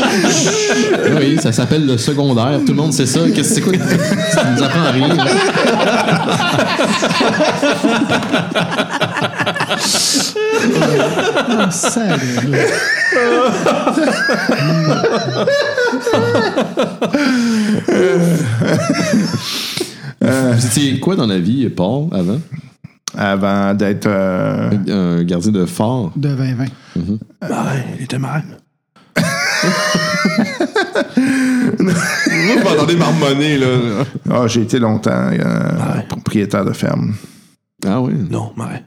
S1: Ah oui, ça s'appelle le secondaire. Tout le monde sait ça. Qu'est-ce que
S4: *laughs*
S1: c'est quoi? Ça nous apprend à rien. là.
S6: Ah, sacré, là.
S8: Vous étiez quoi dans la vie, Paul, avant?
S4: Avant d'être. euh,
S8: Un gardien de phare.
S6: De 20-20.
S3: Moi, je m'entendais marmonner, là.
S4: Ah, j'ai été longtemps euh, propriétaire de ferme.
S8: Ah oui?
S3: Non, mais.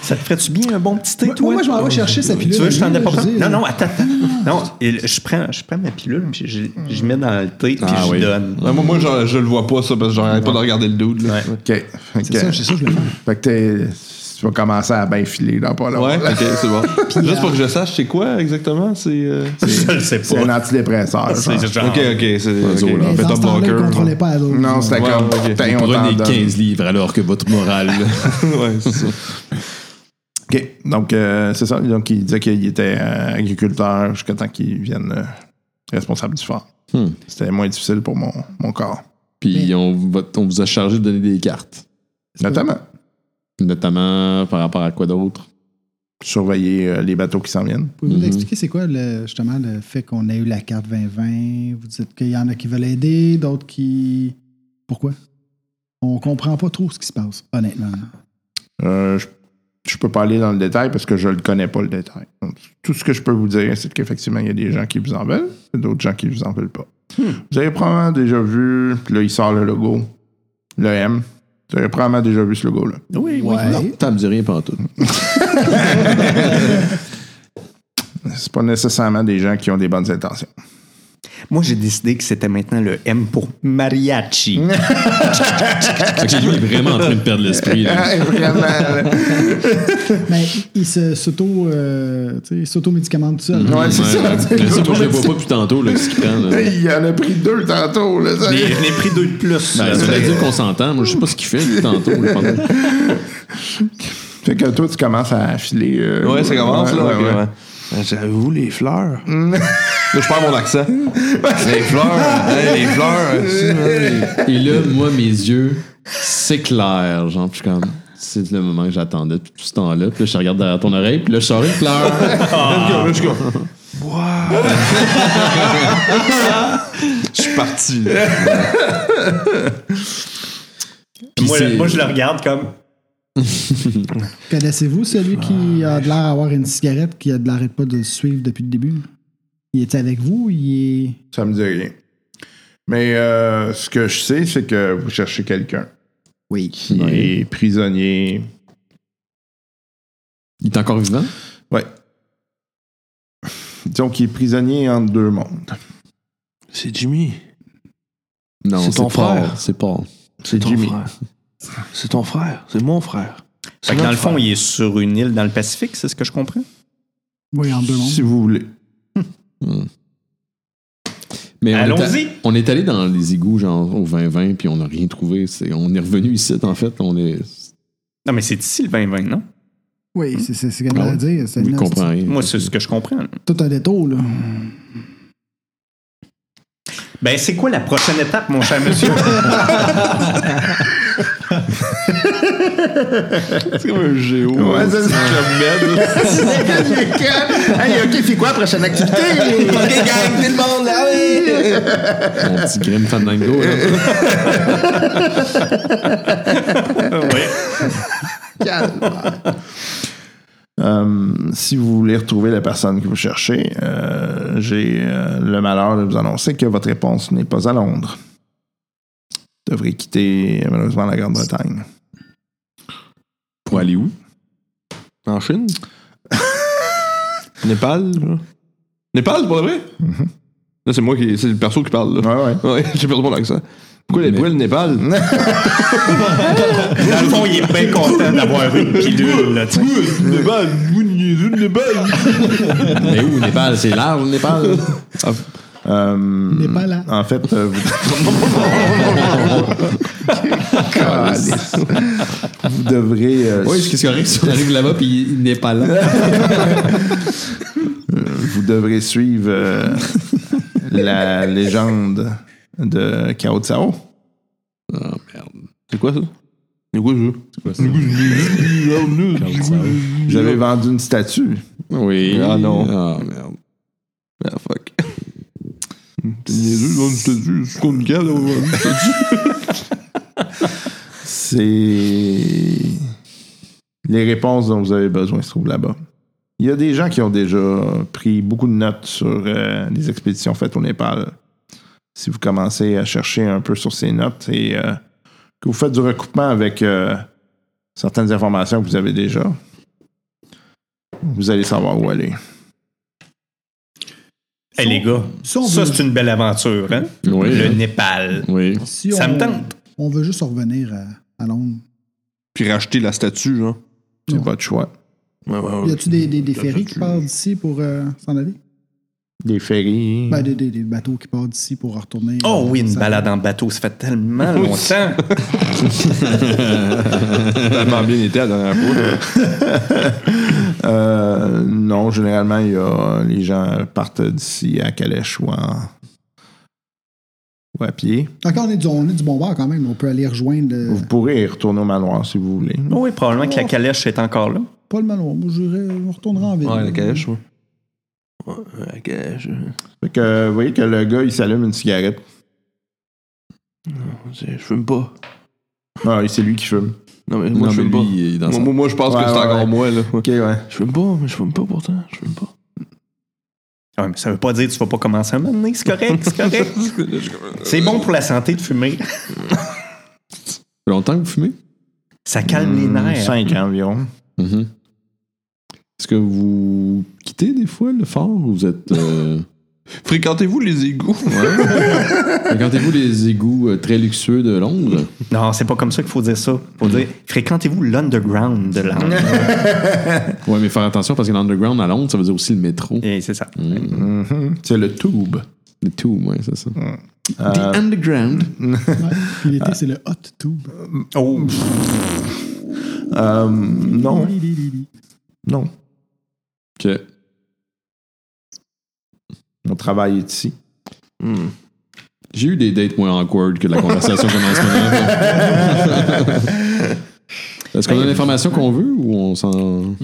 S5: Ça te ferait-tu bien un bon petit thé,
S6: Moi,
S5: toi?
S6: moi, je m'en vais chercher sa pilule.
S5: Oh, Tu veux, je t'en ai
S6: Lui,
S5: pas
S6: je dis,
S5: Non, non, attends, attends. Non, et je prends, je prends ma pilule, puis je, je mets dans le thé, puis je donne.
S3: *laughs* Ouais, moi, moi, je, je le vois pas, ça, parce que j'arrête pas de regarder le dude. Là.
S4: OK. Fait que-
S6: C'est ça, c'est ça, je le fais.
S4: fait que t'es- tu vas commencer à bien filer dans pas longtemps.
S3: Ouais, ok, c'est bon. Juste pour que je sache, c'est quoi exactement? C'est. euh,
S5: Je le sais
S4: C'est un antidépresseur. genre.
S5: C'est genre-
S3: Ok, ok, c'est. ok.
S6: Mais dans ce temps-là, il contrôlait pas à d'autres.
S4: Non, c'était
S3: Ouais,
S4: comme.
S3: ok.
S4: Tiens, ben, on t'en
S1: Prenez
S4: donne.
S1: 15 livres alors que votre morale.
S4: *laughs*
S3: ouais, c'est ça.
S4: OK. Donc, euh, c'est ça. Donc, il disait qu'il était euh, agriculteur jusqu'à temps qu'il vienne euh, responsable du phare.
S8: Hmm.
S4: C'était moins difficile pour mon, mon corps.
S8: Puis on, va- on vous a chargé de donner des cartes.
S4: Notamment,
S8: Notamment par rapport à quoi
S4: *laughs*
S8: d'autre?
S4: surveiller euh, les bateaux qui s'en viennent.
S6: Pouvez-vous nous expliquer c'est quoi le, justement le fait qu'on ait eu la carte 2020? Vous dites qu'il y en a qui veulent aider, d'autres qui. Pourquoi? On comprend pas trop ce qui se passe, honnêtement.
S4: Euh, je, je peux pas aller dans le détail parce que je le connais pas, le détail. Donc, tout ce que je peux vous dire, c'est qu'effectivement, il y a des gens qui vous en veulent, et d'autres gens qui vous en veulent pas. Vous avez probablement déjà vu, puis là, il sort le logo, le M. Vous avez probablement déjà vu ce logo-là.
S6: Oui,
S8: Non, ça me dit rien pendant tout.
S4: C'est pas nécessairement des gens qui ont des bonnes intentions.
S5: Moi, j'ai décidé que c'était maintenant le M pour
S4: *laughs*
S5: mariachi.
S1: ok, lui, il est vraiment en train de perdre l'esprit. là.
S4: Ah, vraiment, là.
S6: Mais il se- s'auto. euh, tu sais, il s'auto-médicamente tout seul.
S4: Ouais, c'est ça.
S1: Ouais, mais ça, moi, je le vois pas depuis tantôt, là, ce qu'il prend. Là.
S4: Il en a pris deux tantôt. Là, ça.
S5: J'en ai pris deux de plus.
S8: Ben, ça veut dire qu'on s'entend. Moi, je sais pas ce qu'il fait depuis tantôt. là, pendant-
S4: Fait que toi, tu commences à filer. euh,
S3: Ouais, ça commence, là.
S4: ouais,
S3: ok,
S4: ouais.
S3: ouais. Euh, J'avoue, les fleurs. là, je perds mon accent. les fleurs, hein, les fleurs. euh,
S8: Et là, moi, mes yeux, c'est clair. Genre, je suis comme. C'est le moment que j'attendais depuis tout ce temps-là. Puis là, je regarde derrière ton oreille. Puis là, je sors une fleur.
S3: Let's go, let's go. Je suis parti. là.
S5: moi, le- moi, je le regarde comme.
S6: Connaissez-vous celui qui a de l'air d'avoir une cigarette, qui a de l'air de pas de le suivre depuis le début? Il est avec vous? Il est.
S4: Ça me dit rien. Mais euh, ce que je sais, c'est que vous cherchez quelqu'un
S6: Oui.
S4: qui est prisonnier.
S8: Il est encore vivant?
S4: Ouais. Disons qu'il est prisonnier entre deux mondes.
S3: C'est Jimmy.
S8: Non,
S3: C'est
S8: c'est
S3: ton
S8: Paul.
S3: frère.
S8: C'est Paul.
S3: C'est ton
S4: Jimmy.
S3: frère. *laughs* C'est ton frère. C'est mon frère.
S5: Fait que dans le fond, il est sur une île dans le Pacifique, c'est ce que je comprends?
S6: Oui, en deux mondes.
S4: Si vous voulez.
S8: Mais on est
S5: Allons-y.
S8: a- On est allé dans les égouts, genre au 20-20, puis on n'a rien trouvé. C'est- on est revenu ici, en fait. On est.
S5: Non, mais c'est ici le 2020, non?
S6: Oui, c'est c'est- c'est ce qu'elle a à dire. C'est
S8: Oui,
S6: une-
S8: comprend rien.
S5: Moi, c'est ce que je comprends.
S6: tout un détour, là.
S5: Ben, c'est quoi la prochaine étape, mon cher monsieur?
S3: C'est comme un géo.
S4: Ouais, c'est ça.
S3: Je m'aide.
S4: hey, OK, c'est quoi la prochaine activité?
S8: Mon petit Grim Fandango. là.
S5: Ouais.
S4: Euh, si vous voulez retrouver la personne que vous cherchez, euh, j'ai euh, le malheur de vous annoncer que votre réponse n'est pas à Londres. Vous devrez quitter euh, malheureusement la Grande-Bretagne.
S8: Pour aller où?
S3: En Chine? *laughs* Népal? là. Népal, pour de vrai? Là, c'est moi qui. C'est le perso qui parle,
S4: Mhm.
S3: là.
S4: Ouais, ouais.
S3: Ouais, *laughs* j'ai perdu mon accent. Pourquoi, les- pourquoi le Népal?
S5: Dans le fond, il est bien content d'avoir une pilule, là, tu sais.
S3: Népal, Népal.
S8: Mais où, Népal? C'est large, Népal?
S4: Euh,
S6: Il n'est pas là.
S4: En fait, euh, vous... *laughs* Calice. Vous devrez. euh,
S8: Oui, c'est correct si on arrive là-bas, puis il n'est pas là.
S4: vous devrez suivre
S3: *laughs*
S4: euh, la légende de Cao Tsao.
S8: Oh, merde.
S3: Ah, C'est quoi ça?
S4: J'avais vendu une statue.
S3: Oui. Ah non. Ah merde. Ah fuck. T'es niaiseux, là, une statue. C'est contre quelle, là, ouais.
S4: C'est. Les réponses dont vous avez besoin se trouvent là-bas. Il y a des gens qui ont déjà pris beaucoup de notes sur euh, les expéditions faites au Népal. Si vous commencez à chercher un peu sur ces notes et euh, que vous faites du recoupement avec euh, certaines informations que vous avez déjà, vous allez savoir où aller.
S5: Hey, les gars,
S6: si on
S5: ça,
S6: veut-
S5: c'est une belle aventure, hein?
S1: Oui.
S5: Le Népal.
S1: Oui.
S6: Si
S5: Ça
S6: on,
S5: me tente.
S6: On veut juste revenir à, à Londres.
S3: Puis racheter la statue, hein.
S4: C'est
S6: Ouais.
S4: votre choix.
S6: Y a-tu des, des, des ferries qui partent d'ici pour euh, s'en aller?
S5: Hmm.
S4: Des ferries.
S6: Ben, des, des- des bateaux qui partent d'ici pour retourner.
S5: Oh
S6: euh,
S5: oui, une
S6: ça-
S5: balade en bateau, ça fait tellement longtemps.
S3: Tellement bien été la dernière fois.
S4: *laughs* Euh, non, généralement, il y a, les gens partent d'ici à Calèche ou, en- ou à pied.
S6: D'accord, on est, du, on est du bon bord quand même. On peut aller rejoindre euh,
S4: Vous pourrez y retourner au manoir si vous voulez.
S5: oui, probablement que la calèche est encore là.
S6: pas le Malon. Moi, j'irais- on retournera en ville.
S3: Ouais, la calèche, ouais. Ouais, la calèche.
S4: Fait que, vous voyez que le gars, il s'allume une cigarette.
S3: Je fume pas.
S4: Ah, et c'est lui qui fume.
S3: Non, mais
S1: Non,
S3: moi, je
S1: mais
S3: fume pas.
S1: lui, il est dans
S3: Moi,
S1: sa-
S3: moi, moi, je pense
S4: Ouais,
S3: que c'est
S4: ouais, ouais.
S3: encore moi, là.
S4: OK, ouais.
S3: Je fume pas, mais je fume pas pourtant. Je fume pas.
S5: Ouais, mais ça veut pas dire que tu vas pas commencer à m'amener, c'est correct, *laughs* c'est correct. C'est bon pour la santé de fumer.
S1: Ça fait longtemps que vous fumez?
S5: Ça calme
S1: Mm,
S5: les nerfs.
S4: Cinq ans environ.
S1: Mhm. Est-ce que vous quittez des fois le fort ou vous êtes. *laughs* euh,
S3: Fréquentez-vous les égouts?
S1: Fréquentez-vous les égouts euh, très luxueux de Londres?
S5: Non, c'est pas comme ça qu'il faut dire ça. Faut
S1: Mm.
S5: dire fréquentez-vous l'underground de l'âme.
S1: *laughs* Ouais, mais faire attention parce que l'underground à Londres, ça veut dire aussi le métro.
S5: Et c'est ça.
S1: Mm.
S4: Mhm. C'est le tube.
S1: Le tout, ouais, c'est ça.
S4: Euh,
S1: The underground.
S6: Ouais. Puis
S5: Ah.
S6: l'été, c'est le hot tube.
S5: Oh,
S4: euh, non,
S6: Li, li, li, li.
S4: non.
S1: Ok.
S4: Mon travail est ici.
S1: J'ai eu des dates moins awkward que la conversation qu'on a en ce moment. Est-ce qu'on a l'information qu'on veut ou on s'en.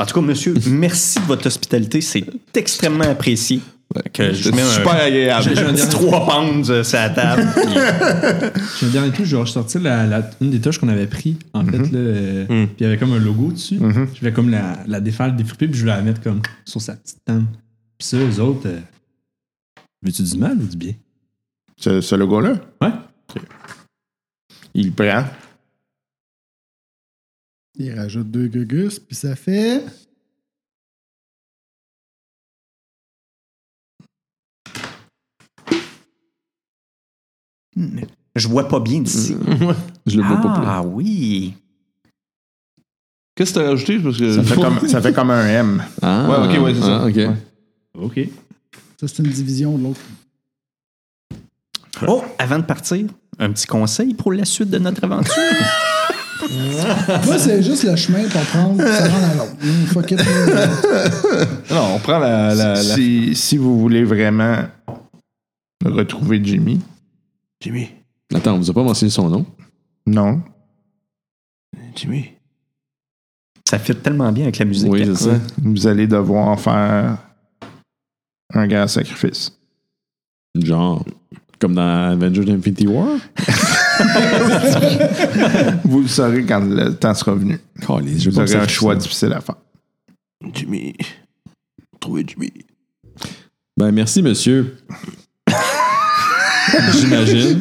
S5: En tout cas, monsieur, merci de votre hospitalité. C'est extrêmement apprécié. Que je mets *laughs*
S3: C'est
S5: un-
S3: super agréable.
S4: Ah,
S5: J'ai un petit trois pounds euh, sur la table. puis-
S11: J'ai un dernier truc, je vais ressortir la, la- une des touches qu'on avait pris, en fait, là, euh, puis il y avait comme un logo dessus. Je vais comme la, la défaire, la défriper, puis je vais la mettre comme sur sa petite tente. Puis ça, eux autres, euh, veux-tu du mal ou du bien?
S4: Ce, ce logo-là,
S11: Ouais.
S4: il le prend.
S6: Il rajoute deux gugus, puis ça fait.
S5: Je vois pas bien d'ici.
S1: Mm, Je le vois pas plus.
S5: Ah oui.
S3: *laughs* Qu'est-ce que t'as rajouté? Parce que
S4: Ça fait, comme, ça fait comme un M.
S1: Ah,
S3: Ouais, ok, ouais, c'est ça.
S1: ah, ok.
S11: OK.
S6: Ça, c'est une division de l'autre.
S5: Oh, avant de partir, un petit conseil pour la suite de notre aventure.
S6: Moi, c'est juste le chemin pour prendre, ça rend à l'autre. Hum, fuck it. là.
S3: Non, on prend la. la, la-
S4: Si, si vous voulez vraiment retrouver Jimmy,
S3: Jimmy.
S1: Attends, on vous a pas mentionné son nom.
S4: non.
S3: Jimmy.
S5: Ça fit tellement bien avec la musique.
S1: Oui,
S5: là.
S1: c'est ça.
S4: Vous allez devoir faire un grand sacrifice.
S1: Genre. Comme dans Avengers Infinity War.
S4: Vous le saurez quand le temps sera venu.
S1: Oh, les jeux
S4: Vous
S1: comme
S4: aurez
S1: ça,
S4: un
S1: je-
S4: choix difficile à faire.
S3: Jimmy. Trouver Jimmy.
S1: Ben, merci, monsieur. J'imagine.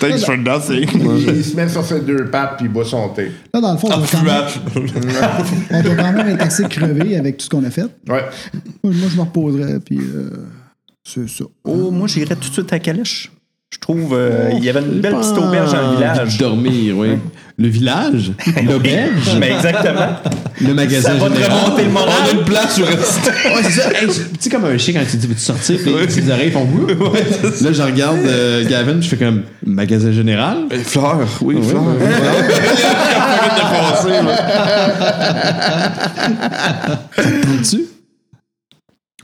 S3: Thanks for dancing. *laughs*
S4: Il se met sur ses deux pattes puis il boit son thé.
S6: Là, dans le fond, on doit, quand même, on doit quand même être assez crevé avec tout ce qu'on a fait.
S4: Ouais.
S6: Moi, moi, je me reposerais, puis euh, c'est ça.
S5: Oh, moi, j'irais tout de suite à Calèche. Je trouve, euh,
S1: Oh,
S5: il y avait une belle petite
S1: Pas
S5: auberge dans le
S1: envie de
S5: village.
S1: Dormir, oui.
S5: *laughs*
S1: Le village, l'auberge,
S5: Mais Ben, exactement.
S1: le magasin
S5: Ça va te
S1: général.
S5: remonter le moral.
S3: Une place sur
S8: Ouais, c'est ça. Hey, tu sais, comme un chien quand tu dis veux-tu sortir, puis tes oreilles font Ouh!
S1: *laughs* Là, je regarde euh, Gavin, puis je fais comme magasin général.
S3: Hey, fleur, oui, fleur.
S1: T'entends-tu?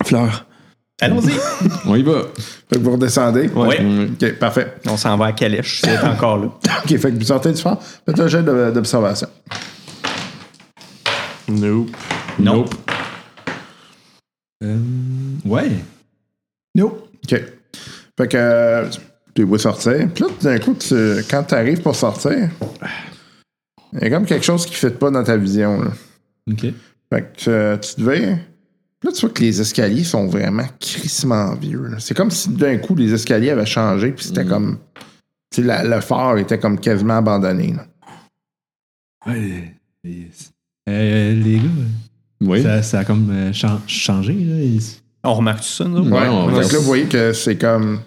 S3: Fleur,
S5: Allons-y.
S1: On y va.
S4: Fait que vous redescendez.
S5: Ouais.
S4: OK, parfait.
S5: On s'en va à Calèche, c'est encore
S4: *laughs*
S5: là.
S4: OK, fait que vous sortez du phare. Faites un jet de- d'observation.
S3: Nope.
S5: Non.
S11: Euh, ouais.
S4: OK. Fait que euh, tu les vois sortir. Puis là, tout d'un coup, tu- quand tu arrives pour sortir, il y a comme quelque chose qui ne fit pas dans ta vision. Là.
S11: OK.
S4: Fait que euh, tu te vires. Puis Là, tu vois que les escaliers sont vraiment crissement vieux. là. C'est comme si d'un coup, les escaliers avaient changé, puis
S11: Mm.
S4: c'était comme. Tu sais, la- le phare était comme quasiment abandonné. là.
S11: Ouais. les- Euh, les gars,
S1: Oui.
S11: ça, ça a comme euh, chan- changé. Là. Ils-
S5: On remarque tout ça, nous? autres?
S1: Ouais, on
S4: Fait
S1: va-
S4: que là, vous voyez que c'est comme.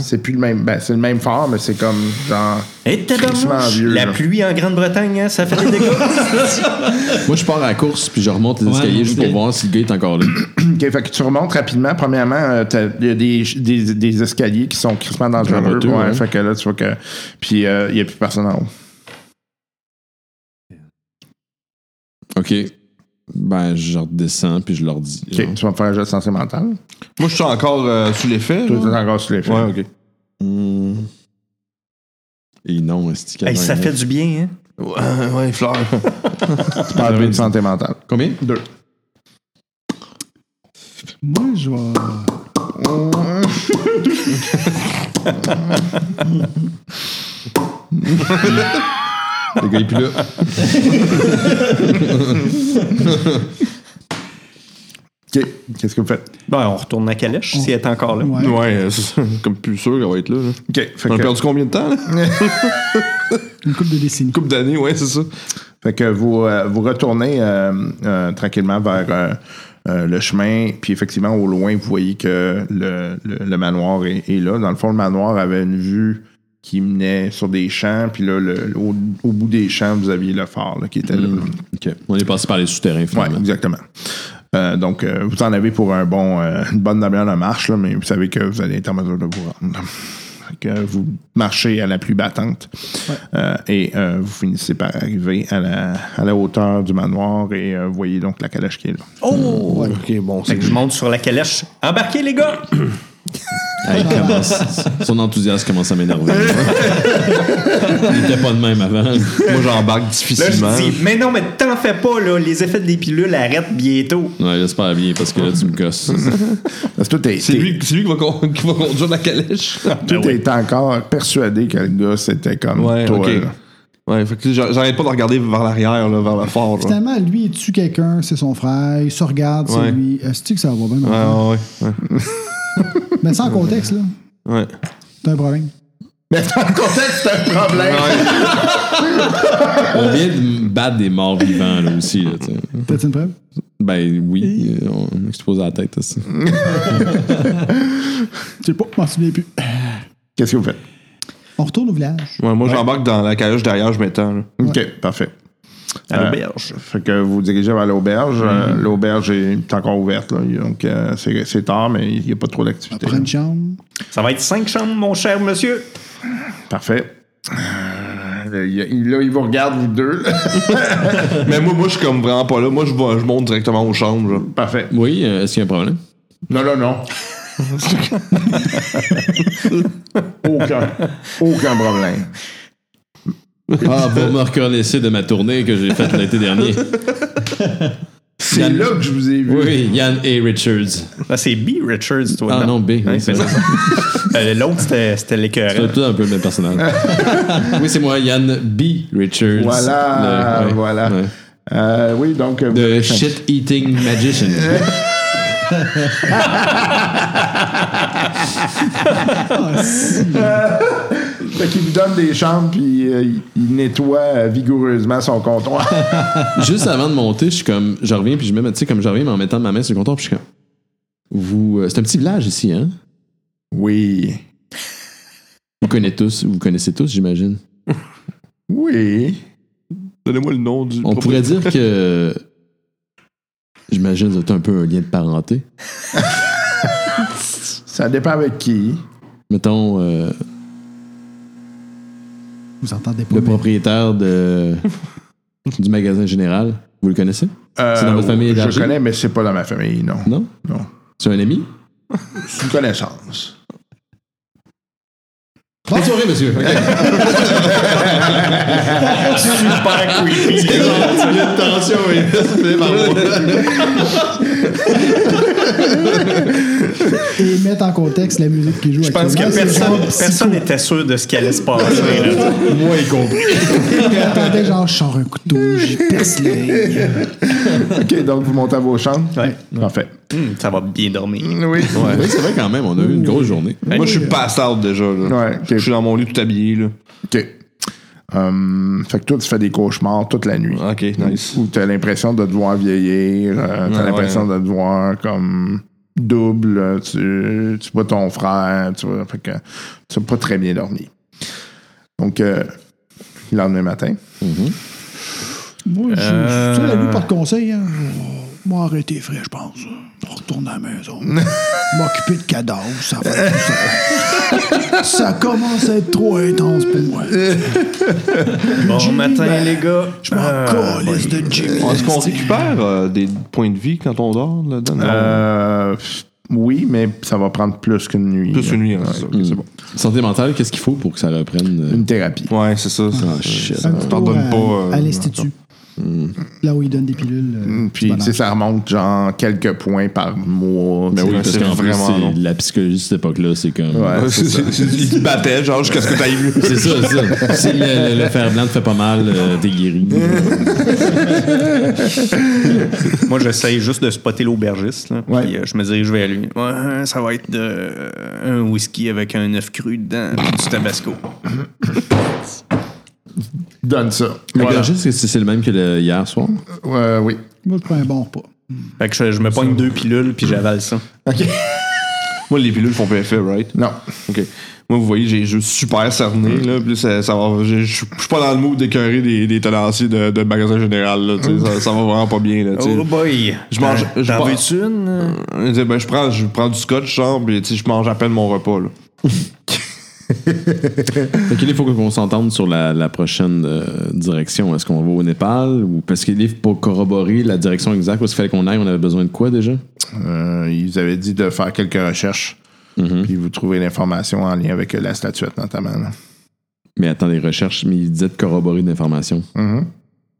S4: C'est plus le même. Ben, c'est le même phare, mais c'est comme genre.
S5: Et
S4: Crissement
S5: tabarnouche,
S4: vieux,
S5: la
S4: là.
S5: pluie en Grande-Bretagne, hein, ça fait des
S1: *laughs*
S5: dégâts.
S13: Moi, je pars à la course, puis je remonte les
S11: Ouais,
S13: escaliers juste pour
S11: ok.
S13: voir si le gars est encore là.
S4: OK, fait que tu remontes rapidement. Premièrement, euh, t'as- il y a des, des, des escaliers qui sont crissement dangereux.
S1: Dangereux,
S4: Ouais,
S1: ouais.
S4: Fait que là, tu vois que. Puis, euh, il n'y a plus personne en haut.
S1: *clears throat* OK. Ben, je redescends, puis je leur dis.
S4: OK, tu vas me faire un jeu de santé mentale.
S3: Moi, je suis encore euh, sous l'effet.
S4: Toi,
S3: là.
S4: tu encore sur les faits.
S3: Ouais, ok.
S1: Hmm. Et non, est-ce qu'il y a
S5: Hey, ça
S1: un-
S5: fait du bien, hein?
S3: Ouais, ouais, Fleur.
S4: Tu peux enlever une santé mentale.
S13: Combien?
S4: Deux.
S6: Moi, je vais.
S13: Le gars est plus là.
S4: OK, qu'est-ce que vous faites?
S5: Ben, on retourne à Calèche, si elle est encore là.
S6: Ouais.
S3: Ouais, euh, c'est comme plus sûr qu'elle va être là. là.
S4: OK, fait
S3: On a
S4: que,
S3: perdu combien de temps, là? Une
S6: Une coupe de décennies.
S3: couple d'années, ouais, c'est ça.
S4: fait que vous, euh, vous retournez euh, euh, tranquillement vers euh, euh, le chemin. Puis, effectivement, au loin, vous voyez que le, le- le manoir est, est là. Dans le fond, le manoir avait une vue qui menait sur des champs. Puis là, le- au, au bout des champs, vous aviez le phare là, qui était là.
S1: OK. On est passé par les souterrains,
S4: Oui,
S1: finalement.
S4: exactement. Euh, donc, euh, vous en avez pour un bon, euh, une bonne demi-heure de marche, là, mais vous savez que vous allez être en mesure de vous rendre. Fait Que vous marchez à la pluie battante Euh, et euh, vous finissez par arriver à la, à la hauteur du manoir et euh, vous voyez donc la calèche qui est là.
S5: Oh!
S3: Ok, bon,
S5: Fait que je monte sur la Calèche. Embarquez, les gars!
S1: Hey, il commence- Son enthousiasme commence à m'énerver. il était pas de même avant.
S3: moi, j'embarque
S5: Là, je
S3: difficilement.
S5: dis, mais non, mais t'en fais pas, là. Les effets des pilules arrêtent bientôt.
S1: Ouais, j'espère bien, parce que là, tu me gosses.
S4: Parce que toi, t'es-
S3: C'est
S4: t'es-
S3: lui, *laughs* c'est lui qui, va con- qui va conduire la calèche.
S4: toi, t'es encore persuadé que le gars, c'était comme
S3: *laughs* Ouais,
S4: toi.
S3: ok.
S4: là.
S3: Ouais, fait que j'a- j'arrête pas de regarder vers l'arrière, là, vers le fort. là.
S6: Finalement, lui, il tue quelqu'un, c'est son frère, il se regarde, c'est
S3: Ouais.
S6: lui. Est-ce que ça va bien? mon frère?
S3: Ah, Ouais, ouais, ouais.
S6: Mais sans contexte, là,
S3: ouais.
S6: t'as un problème.
S5: Mm-hmm.
S4: Mais dans le contexte, c'est un problème.
S1: On vient de me battre des morts vivants, là aussi. Là, tu sais.
S6: T'as-tu une preuve?
S1: ben oui, euh, on explose à la tête aussi.
S6: Tu sais pas, je m'en souviens plus.
S4: Qu'est-ce que vous faites?
S6: On retourne au village.
S3: Ouais, moi, j'embarque dans la calèche derrière, je m'étends. là.
S4: OK, parfait.
S5: À
S4: Euh,
S5: l'auberge.
S4: Fait que vous vous dirigez vers l'auberge. Euh, l'auberge est encore ouverte, là. donc euh, c'est, c'est tard, mais il n'y a pas trop d'activité.
S6: Prends une chambre.
S5: Ça va être cinq chambres, mon cher monsieur.
S4: Parfait. Euh, il- il- là, il vous regarde, vous deux. là.
S3: Mais moi, moi, je suis comme vraiment pas là. Moi, je vais- je monte directement aux chambres. là.
S4: Parfait.
S1: Oui, euh, est-ce qu'il y a un problème?
S4: Non, non, non. aucun, *laughs* aucun problème.
S1: Ah, vous me reconnaissez de ma tournée que j'ai faite l'été dernier.
S4: C'est
S1: Yann-
S4: là que je vous ai vu.
S1: Oui, Yann A. Richards.
S5: Là, c'est B. Richards, toi.
S1: Ah non, B. oui, c'est vrai.
S5: Euh, L'autre, c'était c'était
S1: C'est
S5: l'écœurant.
S1: tout un peu le
S4: *laughs*
S1: même personnage. oui, c'est moi, Yann B. Richards.
S4: Voilà,
S1: Le- ouais,
S4: voilà.
S1: ouais.
S4: Euh, oui, donc. euh, vous
S1: The
S4: avez-
S1: Shit Eating
S4: *laughs*
S1: Magician.
S4: Fait qu'il vous donne des chambres, puis euh, il- il nettoie euh, vigoureusement son comptoir. *laughs*
S1: Juste avant de monter, je suis comme, je reviens puis je me mets, tu sais, comme je reviens mais en mettant ma main sur le comptoir, puis je suis comme, vous, euh, c'est un petit village ici, hein
S4: oui.
S1: Vous connaissez tous, vous connaissez tous, j'imagine.
S4: Oui.
S3: Donnez-moi le nom du.
S1: On pourrait dire que, j'imagine, vous êtes un peu un lien de parenté.
S4: Ça dépend avec qui.
S1: Mettons euh,
S6: Vous entendez pas.
S1: le
S6: mais-
S1: propriétaire de du magasin général, vous le connaissez
S4: Euh,
S1: C'est dans votre famille
S4: Je
S1: élargie?
S4: connais, mais c'est pas dans ma famille, non.
S1: Non
S4: Non.
S1: C'est un ami
S4: C'est une connaissance.
S8: Bonne soirée, monsieur.
S3: Super creepy.
S8: Le tension est fait par moi.
S6: Et mettre en contexte la musique qui joue
S5: Je pense que
S6: actuellement, c'est
S5: personne,
S6: genre
S5: personne n'était sûr de ce qui allait se passer.
S3: *laughs*
S5: là.
S3: Moi y compris.
S6: psycho. Il attendait genre, je sors un couteau, j'y perce l'œil.
S4: OK, donc vous montez à vos chambres? Oui. Parfait.
S5: Hum, ça va bien dormir.
S4: Oui.
S1: Oui, c'est vrai quand même, on a eu une grosse journée.
S3: Moi, je suis pass out déjà. là.
S4: Ouais, ok.
S3: Je suis dans mon lit tout habillé. Là.
S4: OK. Hum, fait que toi, tu fais des cauchemars toute la nuit.
S3: Ok, nice.
S4: Ou t'as l'impression de devoir vieillir, euh, t'as
S3: Ah,
S4: l'impression de devoir comme double, euh, tu, tu vois ton frère, tu vois, fait que tu n'as pas très bien dormi. Donc, euh, le lendemain matin,
S6: Moi, je je suis la lui par conseil. Hein. Moi, arrêter frais, je pense. On retourne à la maison. M'occuper de cadavres, ça va être tout ça. Ça commence à être trop intense pour moi.
S5: Bon matin,
S6: ben,
S5: les gars. Ah,
S6: Je m'en calisse de Jimmy.
S3: Est-ce qu'on récupère euh, des points de vie quand on dort là-dedans? Non.
S4: euh, oui, mais ça va prendre plus qu'une nuit.
S3: Plus
S4: là.
S3: une nuit, hein,
S4: Ouais,
S3: c'est ça.
S4: ok, c'est bon.
S1: Santé mentale, qu'est-ce qu'il faut pour que ça reprenne euh,
S4: Une thérapie.
S3: Ouais, c'est ça. ça.
S6: Un petit
S3: Je t'en
S6: tour
S3: donne
S6: à-
S3: pas. euh,
S6: à l'institut. Là où ils donnent des pilules. euh,
S4: Mm, Puis,
S6: du
S4: tu
S6: bonheur.
S4: sais, ça remonte genre quelques points par mois. tu
S1: Ben oui,
S4: sais,
S1: parce
S4: c'est
S1: qu'en plus,
S4: vraiment
S1: c'est-
S4: long.
S1: la psychologie de cette époque-là, c'est comme.
S3: *laughs*
S4: Ouais, c'est ça.
S3: Il te battait, genre, jusqu'à ce que t'ailles mieux.
S1: *laughs* C'est ça, c'est ça. Si le, le- le fer blanc te fait pas mal, euh, t'es *laughs* guéri.
S5: Moi, j'essaye juste de spotter l'aubergiste. là, puis,
S4: Ouais.
S5: euh, je me dirige vers lui. Ouais, ça va être de, euh, un whisky avec un œuf cru dedans, puis du tabasco.
S4: Donne ça.
S1: Le
S4: Voilà.
S1: gorgiste, est-ce que c'est le même que le hier soir.
S4: Ouais, oui.
S6: Moi, je prends un bon repas.
S5: Fait que je, je me pogne deux pilules, puis j'avale ça.
S3: Moi, les pilules font pas effet, right?
S4: Non.
S3: OK. Moi, vous voyez, j'ai juste super cerné, là. Puis ça, ça va. Je je suis pas dans le mood d'écœurer des, des tenanciers de, de magasin général, là. tu sais, Ça, ça va vraiment pas bien, là. tu sais.
S5: Oh boy!
S3: Je mange.
S5: Euh,
S3: je
S5: T'en
S3: mange-
S5: veux-tu une? euh?
S3: Euh, je- ben, je, prends, je prends du scotch, genre, puis tu sais, je mange à peine mon repas, là.
S1: Fait qu'il faut qu'on s'entende sur la, la prochaine euh, direction. Est-ce qu'on va au Népal ou parce qu'il est pour corroborer la direction exacte où il fallait qu'on aille, on avait besoin de quoi déjà
S4: Euh, ils avaient dit de faire quelques recherches.
S3: Mhm.
S4: Puis vous trouvez l'information en lien avec euh, la statuette, notamment. là.
S1: Mais attends, les recherches, mais il disait de corroborer de l'information.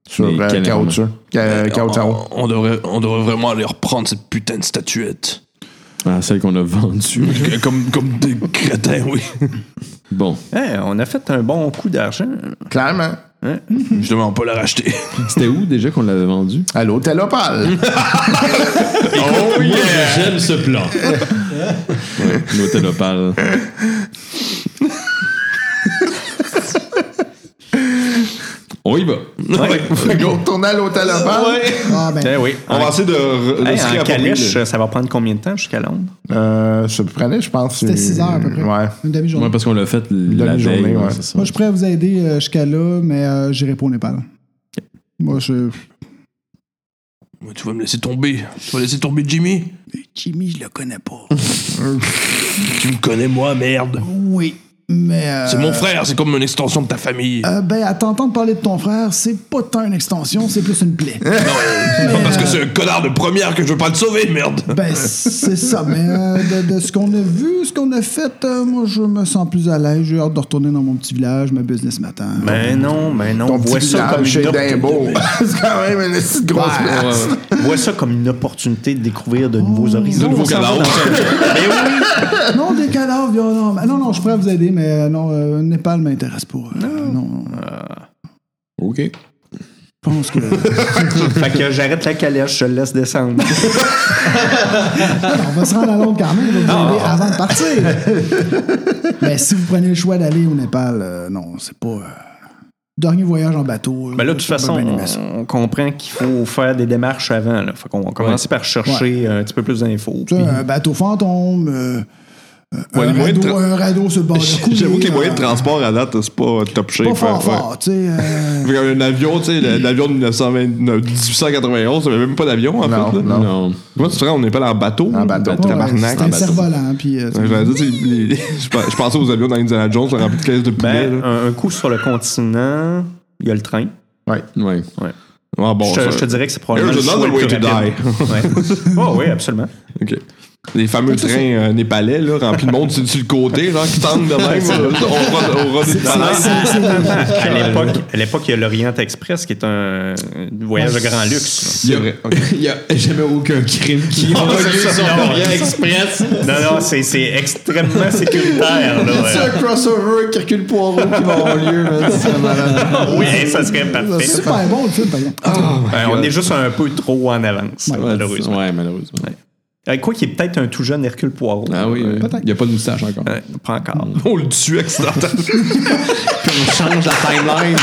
S4: Sur
S1: Mais
S4: euh,
S1: quelle
S4: Kaotu.
S6: Euh,
S4: Ka- Kaotaro.
S14: On, on devrait, on devrait vraiment aller reprendre cette putain de statuette.
S1: Ah, celle qu'on a vendue.
S14: Que- comme, comme des crétins,
S3: *laughs*
S14: oui.
S1: Bon,
S5: Eh, on a fait un bon coup d'argent.
S4: Clairement.
S14: Je demande pas la racheter.
S1: c'était où déjà qu'on l'avait vendue
S4: À l'hôtel
S6: *laughs*
S4: Opal.
S1: Oh yeah! J'aime ce plan. ouais, l'hôtel Opal. On y va.
S4: Go, retourne à l'hôtel Opal.
S6: Ah, ben,
S5: Eh oui.
S3: On va essayer de, re- de
S5: Hey,
S3: se
S5: en
S3: réapproprier
S5: calèche,
S3: le-
S5: ça va prendre combien de temps jusqu'à Londres?
S4: Euh, ça prenait, je pense.
S6: c'était
S4: une-
S6: 6 heures à peu près.
S4: Ouais.
S6: Une demi-journée.
S1: Ouais, parce qu'on l'a fait la
S4: Demi-journée,
S1: veille. ouais,
S4: ouais.
S1: c'est ça.
S6: Moi, je pourrais vous aider euh, jusqu'à là, mais euh, j'irai pas au Népal. Moi, je.
S14: Mais tu vas me laisser tomber. Tu vas laisser tomber Jimmy.
S6: Jimmy, je le connais pas.
S14: *laughs* Tu me connais, moi, merde.
S6: oui, mais. euh,
S14: C'est mon frère, c'est comme une extension de ta famille.
S6: euh, ben, à t'entendre parler de ton frère, c'est pas tant une extension, c'est plus
S14: *laughs*
S6: une plaie.
S14: C'est pas parce que c'est un connard de première que je veux pas le sauver, merde.
S6: Ben, c'est ça, mais euh, de, de ce qu'on a vu, ce qu'on a fait, euh, moi, je me sens plus à l'aise. J'ai hâte de retourner dans mon petit village, ma business matin.
S5: Ben non, ben non.
S4: Ton
S5: Vois
S4: petit
S5: ça, comme
S4: village
S5: une
S4: chez
S5: opportunité-
S4: Dimbo. *laughs* C'est quand même une petite grosse place. Oh,
S5: vois ça comme une opportunité de découvrir de nouveaux horizons.
S14: nouveaux
S5: On s'en va
S14: cadavres.
S4: *laughs*
S5: dans- Mais oui!
S6: Non, des cadavres, violents. Ah, non, mais- non, non, je pourrais vous aider, mais euh, non, euh, Népal m'intéresse pas. Euh, non, non,
S14: Euh,
S1: OK.
S6: je pense que. euh,
S5: Fait que j'arrête la calèche, je le laisse descendre.
S6: On va se rendre à Londres quand même, on va vous
S3: Ah.
S6: aider avant de partir. Mais si vous prenez le choix d'aller au Népal, euh, non, c'est pas. euh, dernier voyage en bateau.
S5: Mais Ben là,
S6: euh,
S5: de toute
S6: j'ai pas
S5: façon,
S6: bien aimé ça.
S5: on, on comprend qu'il faut faire des démarches avant. Là. Fait qu'on va commencer par chercher un petit peu plus d'infos.
S6: Tu sais, un bateau fantôme, euh,
S3: Ouais, les
S6: un,
S3: moyens
S6: radeau,
S3: de tra-
S6: un radeau sur le bord de
S3: *laughs*
S6: couler,
S3: J'avoue que les moyens de
S6: euh,
S3: transport à date, c'est pas top shape. hein,
S6: Pas fort,
S3: ouais.
S6: fort, tu sais. euh,
S3: Fait qu'un avion, tu sais, le- l'avion de 1929, 1891, ça avait même pas d'avion, en
S4: Non,
S3: fait. là.
S4: non.
S1: Non.
S3: Comment tu te rends? On n'est pas en bateau?
S4: En bateau.
S6: ouais,
S3: Tabarnak.
S6: C'est un
S3: En bateau.
S6: cerf-volant, puis. euh,
S3: Ouais, j'allais dire, tu sais, les- *laughs* je pens- je pensais aux avions dans Indiana Jones, un rempli de caisses de poulet.
S5: Ben,
S3: là.
S5: un, un coup sur le continent, il y a le train.
S1: Ouais.
S3: Ah bon,
S5: je, te-
S3: ça-
S5: je te dirais que c'est probablement
S3: Here's
S5: le choix le
S3: another way
S5: plus *laughs*
S3: to
S5: rapide. Ouais. Oh oui, absolument.
S3: OK. Les fameux trains euh, népalais, là, remplis de monde sur, sur le côté, genre, qui tanguent de même, euh, au ro- au ras d'une falaise.
S5: À l'époque, à l'époque, il y a l'Orient Express qui est un voyage de grand luxe.
S3: C'est vrai. ok.
S8: Il n'y a jamais aucun crime qui a lieu sur Orient Express.
S5: Non, non, c'est c'est extrêmement sécuritaire. là.
S8: C'est un crossover Hercule Poirot qui va avoir lieu,
S5: *laughs*
S8: man. C'est malade.
S5: Oui, ça serait parfait.
S6: Super bon le film, par exemple.
S3: Ah,
S6: Ah,
S5: Ben, on est juste un peu trop en avance, malheureusement.
S1: Ouais, malheureusement.
S5: Euh, Quoi qu'il y ait peut-être un tout jeune Hercule Poirot.
S1: Ah oui, oui. il n'y a pas de moustache encore.
S5: Ouais, pas encore.
S3: On le tue accidentellement.
S8: On change la
S1: *laughs*
S8: timeline.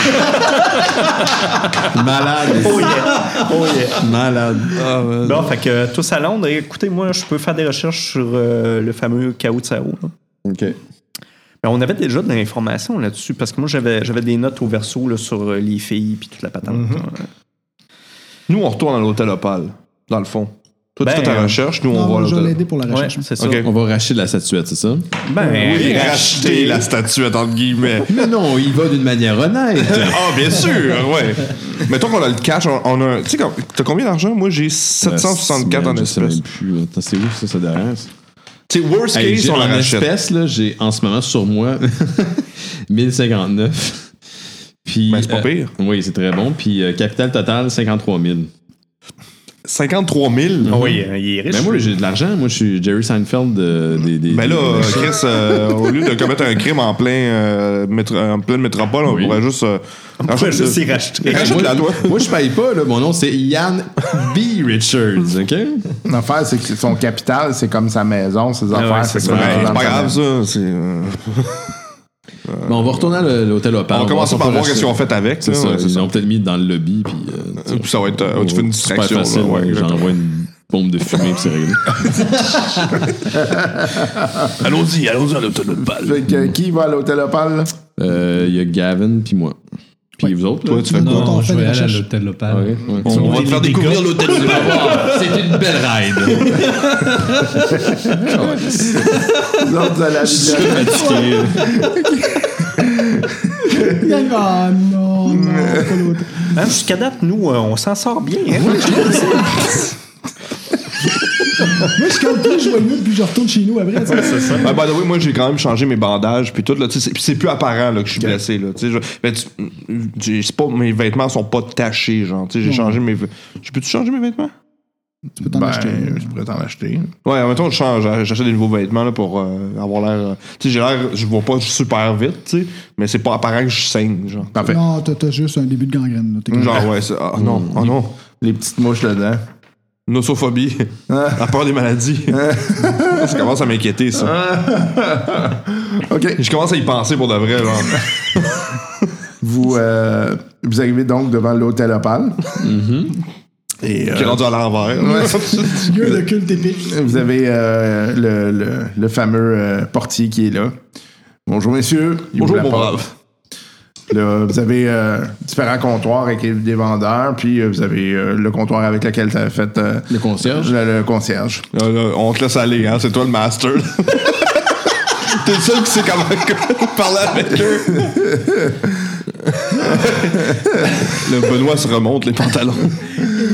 S8: malade.
S5: Oh yeah. Oh yeah.
S8: Malade. Ah, man.
S5: Bon, fait que euh, tous à Londres, et écoutez, moi, je peux faire des recherches sur euh, le fameux chaos de Sao. là.
S1: OK.
S5: Ben, on avait déjà de l'information là-dessus, parce que moi, j'avais j'avais des notes au verso là, sur euh, les filles puis toute la patente. hein, là.
S3: Nous, on retourne à l'hôtel Opal, dans le fond. Toi,
S5: Ben,
S3: tu fais ta
S5: euh,
S3: recherche, nous, on
S6: Non,
S3: va à
S6: je vais
S3: l'hôtel.
S6: l'aider pour la
S5: Ouais,
S6: recherche.
S5: c'est ça.
S3: Ok.
S1: On va racheter la statuette, c'est ça?
S5: Ben,
S3: Oui, racheter la statuette, entre guillemets.
S8: Mais non, il va d'une manière honnête.
S3: Ah, bien sûr, ouais. Mettons qu'on a le cash, on, on a. un- Tu sais, comme- t'as combien d'argent? Moi, j'ai 764 en
S1: Je sais même
S3: espèces.
S1: plus. Attends, C'est où ça, ça derrière? ça?
S3: Tu sais, worst
S1: Euh, Hey,
S3: case,
S1: j'ai-
S3: on la
S1: en
S3: rachète.
S1: espèces, là, j'ai en ce moment sur moi *laughs* 1059. Puis,
S3: Ben, c'est pas
S1: euh,
S3: pire.
S1: oui, c'est très bon. Puis, euh, capital total, 53 000.
S3: 53 000.
S5: Ah Oui, euh, il est riche.
S1: Ben, moi, j'ai de l'argent. Moi, je suis Jerry Seinfeld euh, des. des
S3: Ben
S1: des-
S3: là, euh, Chris, euh, au lieu de commettre un crime en plein, euh, métro- en pleine métropole, on
S1: Oui.
S3: pourrait juste. euh,
S5: On pourrait
S3: rachète-
S5: juste y racheter.
S3: Hey,
S1: moi,
S3: Achète-la, toi.
S1: moi, je paye pas, là. Mon nom, c'est Ian B.
S3: *laughs*
S1: Richards, OK?
S4: L'affaire, c'est que son capital, c'est comme sa maison, ses
S5: ouais,
S4: affaires,
S5: c'est
S4: c'est
S5: ça.
S4: comme
S3: Ben,
S4: dans
S3: c'est
S4: sa
S3: pas grave,
S4: maison.
S3: ça. c'est, euh,
S8: Bon, on va retourner à le- l'hôtel Opal.
S3: on
S1: Ah,
S3: va commencer
S8: voir
S3: par
S8: si on
S3: voir
S8: peut
S3: qu'est-ce qu'on fait avec.
S1: C'est
S3: là,
S1: ça.
S3: ouais, c'est
S1: ils
S3: ça.
S1: l'ont peut-être mis dans le lobby. Puis, euh,
S3: *laughs*
S1: tu sais,
S3: Puis ça va être. euh, tu fais une
S1: super
S3: distraction.
S1: facile,
S3: là, ouais,
S1: ouais,
S3: exactement.
S1: J'envoie une bombe de fumée, puis c'est réglé.
S15: Allons-y, allons-y à l'hôtel de balle.
S4: Fait que, qui va à l'hôtel Opal? là?
S1: Euh, Il y a Gavin, puis moi. Puis vous autres, là?
S3: Toi, tu fais quoi?
S6: Nous, on
S11: Non,
S6: fait
S11: je
S6: des
S11: vais aller à
S6: recherches.
S11: l'hôtel Lopal.
S1: Ouais, ouais.
S3: On va te faire découvrir le.
S8: l'hôtel du Bavoir. C'était une belle ride.
S4: Vous autres, vous allez à la bibliothèque.
S1: *laughs*
S6: Il arrive, Ah non, non, pas l'autre.
S5: Hein, Jusqu'à date, nous, euh, on s'en sort bien. hein.
S6: Moi, je compte plus, je vois mieux, puis je retourne chez nous après. tu sais.
S3: Ben, by the way, moi, j'ai quand même changé mes bandages, puis tout, là, tu sais, c'est- puis c'est plus apparent, là, que je suis blessé, là, tu sais, je- ben, tu- tu- c'est pas, mes vêtements sont pas tachés, genre, tu sais, j'ai changé mes, je peux-tu changer mes vêtements?
S6: Tu peux t'en
S4: Ben,
S6: acheter.
S4: je pourrais t'en acheter.
S3: Ouais, en même temps, je change, hein, j'achète des nouveaux vêtements, là, pour euh, avoir l'air, euh, tu sais, j'ai l'air, je vois pas super vite, tu sais, mais c'est pas apparent que je saigne, genre.
S4: Parfait.
S6: Non, t'as t'as juste un début de gangrène. là, t'es correct.
S3: Genre, ouais, c'est- ah, non, oh non,
S4: Les petites mouches dedans.
S3: *laughs* nosophobie, la peur des maladies, ça commence à m'inquiéter, ça. *laughs*
S4: OK.
S3: Je commence à y penser pour de vrai, genre.
S4: Vous, euh, vous arrivez donc devant l'hôtel Opal.
S3: Mhm.
S4: Et euh,
S3: J'ai rendu à l'envers.
S6: Figure de culte épique.
S4: vous avez euh, le, le- le fameux euh, portier qui est là. Bonjour, messieurs. Il
S3: Bonjour,
S4: ouvre la
S3: mon
S4: porte.
S3: brave.
S4: Là, vous avez euh, différents comptoirs avec des vendeurs, puis euh, vous avez euh, le comptoir avec lequel tu as fait euh,
S8: Le concierge.
S4: le, le concierge.
S3: Là, là, Euh, on te laisse aller, hein? c'est toi le master. *laughs* T'es le seul qui sait comment comment *laughs* parler avec eux. le Benoît se remonte les pantalons.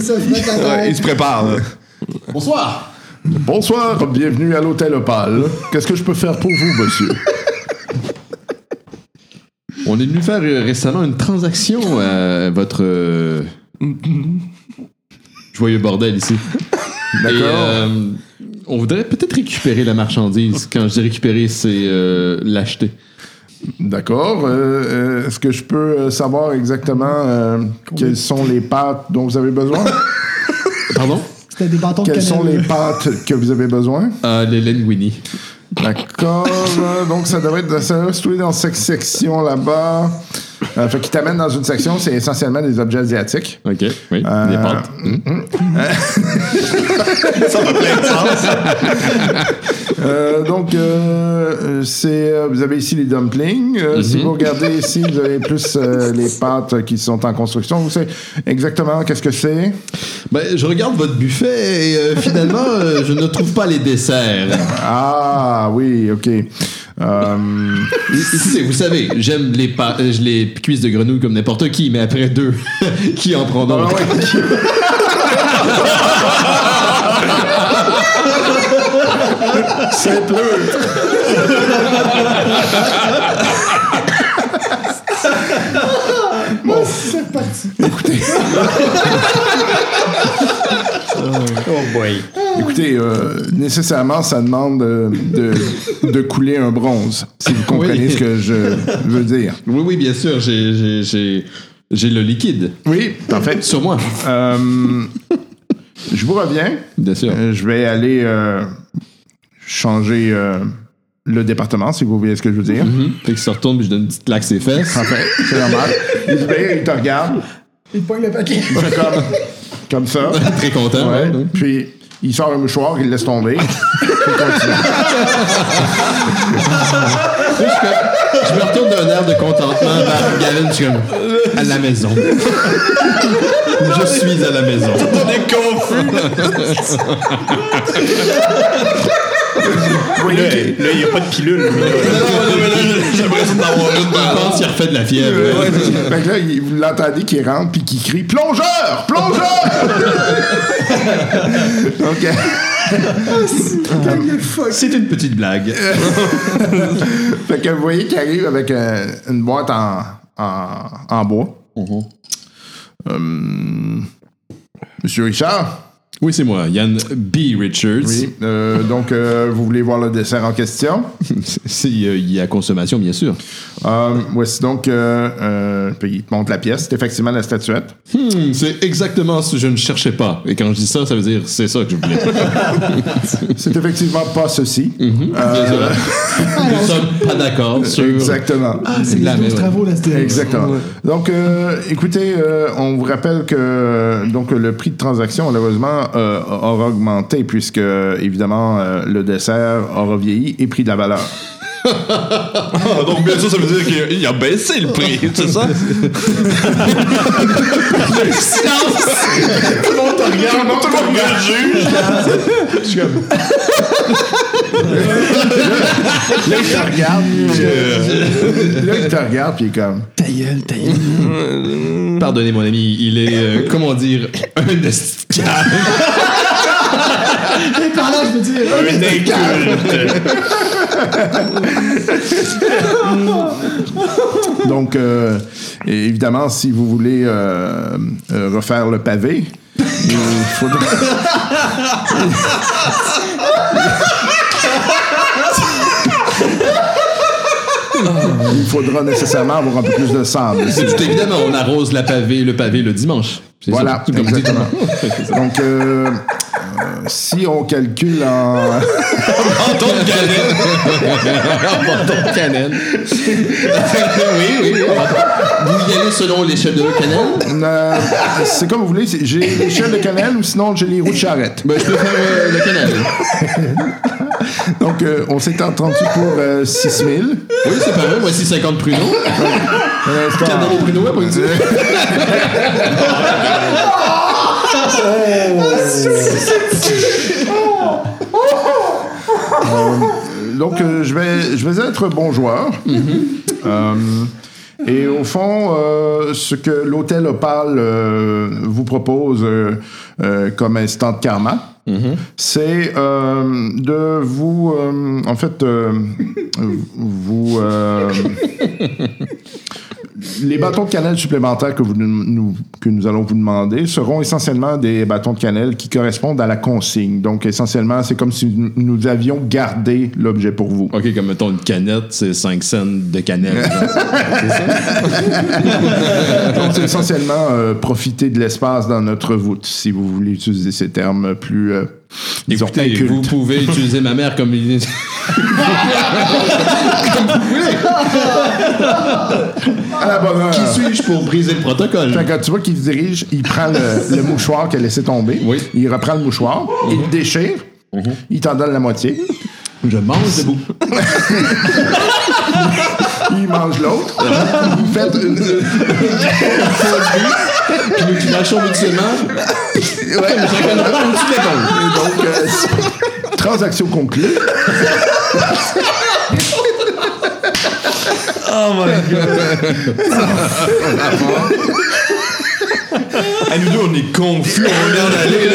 S6: Ça, je mets ta
S3: Ouais, il
S6: tête.
S3: se prépare. là.
S8: Bonsoir.
S4: Bonsoir, bienvenue à l'hôtel Opal. Qu'est-ce que je peux faire pour vous, monsieur?
S8: On est venu faire euh, récemment une transaction à votre euh, joyeux bordel ici. D'accord. on voudrait peut-être récupérer la marchandise. Quand je dis récupérer, c'est euh, l'acheter.
S4: D'accord. euh, euh, Est-ce que je peux euh, savoir exactement euh, quelles sont les pâtes dont vous avez besoin?
S8: Pardon?
S6: C'était des bâtons de
S4: Quelles sont les
S6: cannelle.
S4: pâtes que vous avez besoin?
S8: Euh, les linguini.
S4: D'accord. euh, donc, ça devrait être ça devrait se trouver dans cette section là-bas. Euh, fait qu'il t'amène dans une section, c'est essentiellement des objets asiatiques.
S1: OK, oui, des pâtes.
S4: Euh, donc, euh, c'est, euh, vous avez ici les dumplings. Euh, Si
S8: Mhm.
S4: vous regardez ici, vous avez plus euh, les pâtes qui sont en construction. Vous savez exactement qu'est-ce que c'est?
S8: Ben, je regarde votre buffet et euh, finalement, euh, je ne trouve pas les desserts.
S4: Ah, oui, OK. Euh,
S8: Écoutez, vous savez, j'aime les, pa- euh, les cuisses de grenouille comme n'importe qui, mais après deux, qui en prend d'autres?
S4: Écoutez, euh, nécessairement, ça demande euh, de, de couler un bronze, si vous comprenez
S8: Oui.
S4: ce que je veux dire.
S8: Oui, oui, bien sûr, j'ai- j'ai- j'ai j'ai le liquide
S4: Oui, en fait.
S8: sur moi.
S4: Euh, je vous reviens.
S8: Bien sûr.
S4: Euh, je vais aller euh, changer euh, le département, si vous voyez ce que je veux
S1: Mm-hmm.
S4: dire.
S8: Mhm. Fait qu'il se retourne puis je donne une petite claque ses
S2: *laughs*
S8: fesses.
S4: Enfin, c'est normal. Il se met, il te regarde.
S6: Il pogne le paquet.
S4: Il fait comme, comme ça.
S8: Très content.
S4: Ouais.
S8: ouais.
S4: Puis il sort un mouchoir, il le laisse tomber. Il continue.
S8: Je, fais- je me retourne d'un air de contentement vers Gavin, je suis comme à la maison. je suis à la maison.
S5: Là, il n'y a pas de pilule. lui, là.
S8: J'aimerais ça d'avoir une Je pense qu'il refait de la fièvre.
S4: *laughs* Fait que là, il- vous l'entendez qui rentre puis qui crie Plongeur! *laughs* euh, Plongeur! OK.
S8: Ah, C'est une petite blague.
S4: *laughs* Fait que vous voyez qu'il arrive avec euh, une boîte en, en, en bois. Hum, Monsieur Richard?
S1: Oui, c'est moi, Yann B. Richards.
S4: Oui. euh, donc, euh, vous voulez voir le dessert en *laughs* question?
S1: C'est, euh, il y a consommation, bien sûr.
S4: Hum, voici donc. euh, euh, puis il te montre la pièce. C'est effectivement la statuette.
S1: Hmm, c'est exactement ce que je ne cherchais pas. Et quand je dis ça, ça veut dire c'est ça que je voulais.
S4: C'est effectivement pas ceci.
S1: Désolé.
S6: Ah,
S1: Nous hein. sommes pas d'accord sur
S4: Exactement.
S6: C'est les
S1: La
S6: douze
S1: merde.
S6: travaux, là, c'était.
S4: Exactement. Donc, euh, écoutez, euh, on vous rappelle que euh, donc le prix de transaction, malheureusement, euh, aura augmenté puisque, évidemment, euh, le dessert aura vieilli et pris de la valeur.
S3: Ah, donc, bien sûr, ça veut dire qu'il il a baissé le prix, c'est ça?
S4: *laughs* Là, il te regarde. puis, euh, là, il te regarde, puis il est comme...
S6: Ta gueule, ta gueule.
S1: Pardonnez mon ami, il est, euh, comment dire, un esti-
S6: Et par là, je veux dire.
S3: Un inculte.
S4: Donc, euh, et évidemment, si vous voulez euh, euh, refaire le pavé, il faudra... Il faudra nécessairement avoir un peu plus de sable. si vous
S1: Tout évidemment, on arrose la pavé, le pavé le dimanche. C'est
S4: Voilà,
S1: ça, *laughs* tout comme dit.
S4: exactement. Donc, euh, euh, si on calcule en.
S1: Bâton de canette. Bâton de canette. oui, oui, oui.
S8: Vous y allez selon l'échelle de canal?
S4: euh, c'est comme vous voulez, c'est- j'ai l'échelle de cannelle ou sinon j'ai les roues de charrette.
S8: Ben, je peux faire euh, le canal.
S4: Donc, euh, on s'est entendu pour euh, 6 000.
S8: Oui, c'est pas vrai, voici 50 pruneaux.
S4: Un instant.
S8: Canal et pruneaux, après dire.
S4: Donc, euh, je, vais, je vais être bon joueur. Euh, et au fond, euh, ce que l'hôtel Opal euh, vous propose euh, euh, comme instant de karma, c'est euh, de vous, euh, en fait, euh, *laughs* vous, euh, *laughs* les bâtons de cannelle supplémentaires que, vous nous- nous- que nous allons vous demander seront essentiellement des bâtons de cannelle qui correspondent à la consigne. Donc, essentiellement, c'est comme si nous- nous avions gardé l'objet pour vous.
S1: OK, comme mettons une canette, c'est 5 cents de canette.
S4: Donc, c'est essentiellement euh, profiter de l'espace dans notre voûte, si vous voulez utiliser ces termes plus, euh, disons,
S1: Écoutez,
S4: incultes.
S1: vous pouvez utiliser ma mère comme une...
S4: À la bonne heure.
S8: Qui suis-je pour briser le protocole?
S4: Fait que quand tu vois qu'il se dirige, il prend le, le mouchoir qu'il a laissé tomber,
S1: Oui.
S4: il reprend le mouchoir, il le déchire, il t'en donne la moitié,
S1: Je mange debout.
S4: *laughs* il mange l'autre, vous faites une,
S8: Puis nous qui lâchons mutuellement.
S4: ouais, Et donc, euh, transaction conclue. Oh
S3: Ah, À nous deux, on est confus, on regarde aller. Là.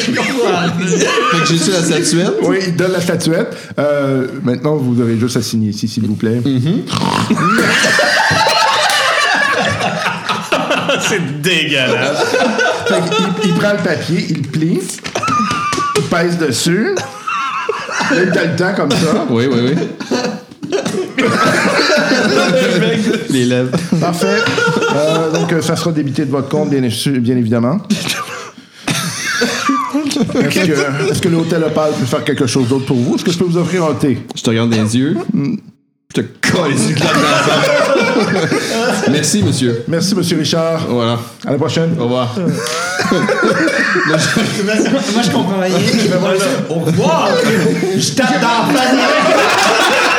S8: Fait que j'ai su la statuette.
S4: Oui, il donne la statuette. Euh, maintenant, vous aurez juste à signer ici, s'il vous plaît.
S5: C'est dégueulasse.
S4: Fait qu'il- il, prend le papier, il le plie, il pèse dessus. Là, il a le temps comme ça.
S8: Oui, oui, oui. Les lèvres.
S4: Parfait. Euh, donc, euh, ça sera débité de votre compte, bien, sûr- bien évidemment. Est-ce que, est-ce que l'hôtel Opal peut faire quelque chose d'autre pour vous? Est-ce que je peux vous offrir un thé?
S8: Je te regarde dans les yeux.
S3: Je te colle les yeux claques dans la face.
S8: Merci, monsieur.
S4: Merci, Monsieur Richard.
S8: Voilà.
S4: À la prochaine.
S8: Au revoir.
S5: Moi, je comprends rien. Au revoir. Je tape dans la face.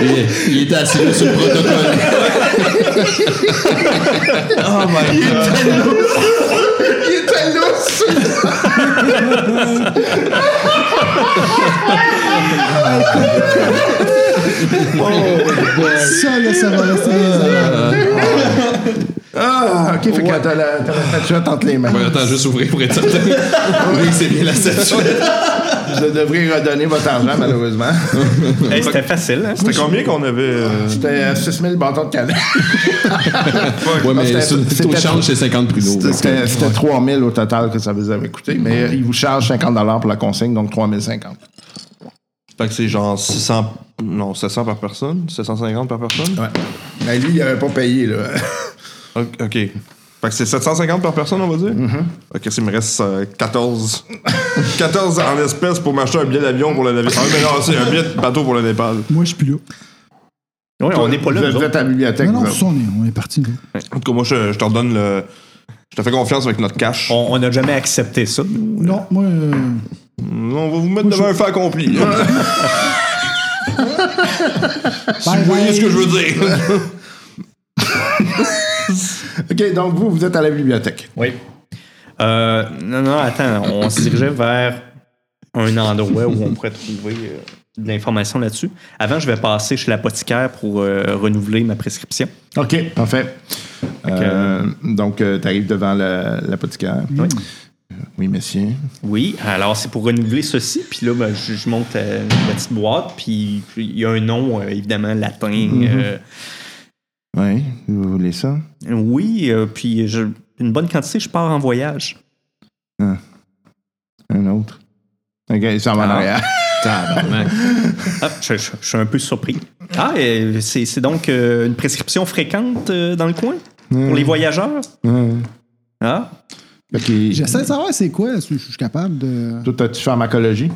S8: Il, est- il était assis sur le protocole.
S6: Ça, là, ça va rester les affaires.
S4: Ah, OK, fait que t'as la, t'as la statuette entre les mains.
S8: Ouais, attends, juste ouvrir pour être certain. oui, c'est bien la statuette.
S4: Vous devrez redonner votre argent, malheureusement.
S5: Hey, C'était facile. Hein?
S3: C'était combien qu'on avait.
S4: *laughs*
S3: euh,
S4: C'était 6 000 bâtons de canet.
S8: Ouais,
S5: Ah,
S8: mais
S4: C'était-
S8: sur le taux de
S4: c'était-
S8: change, c'est 50 pruneaux.
S4: C'était c'était 3 000 au total que ça vous avait coûté, mais ils vous chargent 50 pour la consigne, donc 3 050.
S3: Fait que c'est genre 600. Non, 700 par personne 750 par personne
S4: Ouais. Mais lui, il n'avait pas payé, *laughs* là.
S3: Ok. ok. Fait que c'est 750 par personne, on va dire Ok, ça me reste euh, *laughs* 14. 14 en espèces pour m'acheter un billet d'avion pour le Népal. Ah, mais non, c'est un billet de bateau pour le Népal.
S6: Moi, je suis plus là.
S5: Ouais, on n'est pas là.
S4: Vous
S5: nous
S4: êtes
S5: autres.
S4: à la bibliothèque.
S6: Non, non,
S4: vous
S6: ça, on est, on est parti. là.
S3: En tout cas, moi, je, je te redonne le. Je te fais confiance avec notre cash. On,
S5: On n'a jamais accepté ça.
S6: Non, moi, euh,
S3: on va vous mettre devant un fait *laughs* accompli. si
S6: Bye
S3: vous voyez
S6: bye.
S3: ce que je veux dire. *laughs*
S4: autres. OK, donc vous, vous êtes à la bibliothèque.
S5: Oui. Euh, non, non, attends. On se dirigeait vers un endroit où on pourrait trouver euh, de l'information là-dessus. Avant, je vais passer chez l'apothicaire pour euh, renouveler ma prescription.
S4: OK, parfait. Euh, donc, tu arrives devant la- l'apothicaire. Euh,
S5: Oui.
S4: Oui, monsieur.
S5: Oui, alors c'est pour renouveler ceci. Puis là, ben, je, je monte euh, une petite boîte. Puis puis il y a un nom, euh, évidemment, latin. euh,
S4: Oui, vous voulez ça?
S5: oui, euh, puis je- une bonne quantité, je pars en voyage.
S4: Un autre. OK, ça va en
S5: Ah.
S4: arrière. *laughs*
S5: Ah, je, je- je suis un peu surpris. Ah, euh, c'est c'est donc euh, une prescription fréquente euh, dans le coin pour les voyageurs? Ah,
S4: Fait qu'il-
S6: j'essaie de savoir c'est quoi. si Je suis capable de.
S4: Toi, t'as-tu pharmacologie?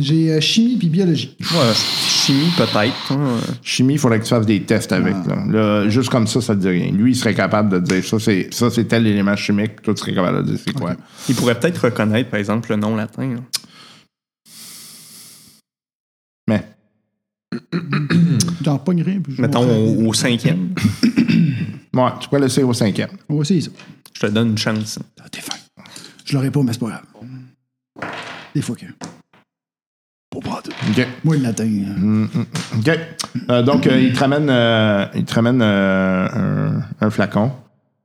S6: J'ai euh, chimie puis biologie.
S5: ouais, chimie peut-être. hein.
S4: Chimie, il faudrait que tu fasses des tests avec. Là. Là, juste comme ça, ça ne dit rien. Lui, il serait capable de dire ça, c'est ça, c'est tel élément chimique. Toi, tu serais capable de dire c'est quoi.
S5: Il pourrait peut-être reconnaître, par exemple, le nom latin. là.
S4: Mais
S6: J'en pogne rien. puis je vais
S5: Mettons
S6: faire-
S5: au, au cinquième.
S4: ouais, tu pourrais laisser au cinquième.
S6: On va essayer ça.
S5: Je te donne une chance.
S6: Ah, T'es fin. Je l'aurais pas, mais c'est pas grave. Des fois que. Pas pas tout.
S4: OK.
S6: Moi, le latin. euh,
S4: Mm, OK. Euh, donc, euh, il te ramène, euh, il te ramène euh, un, un flacon.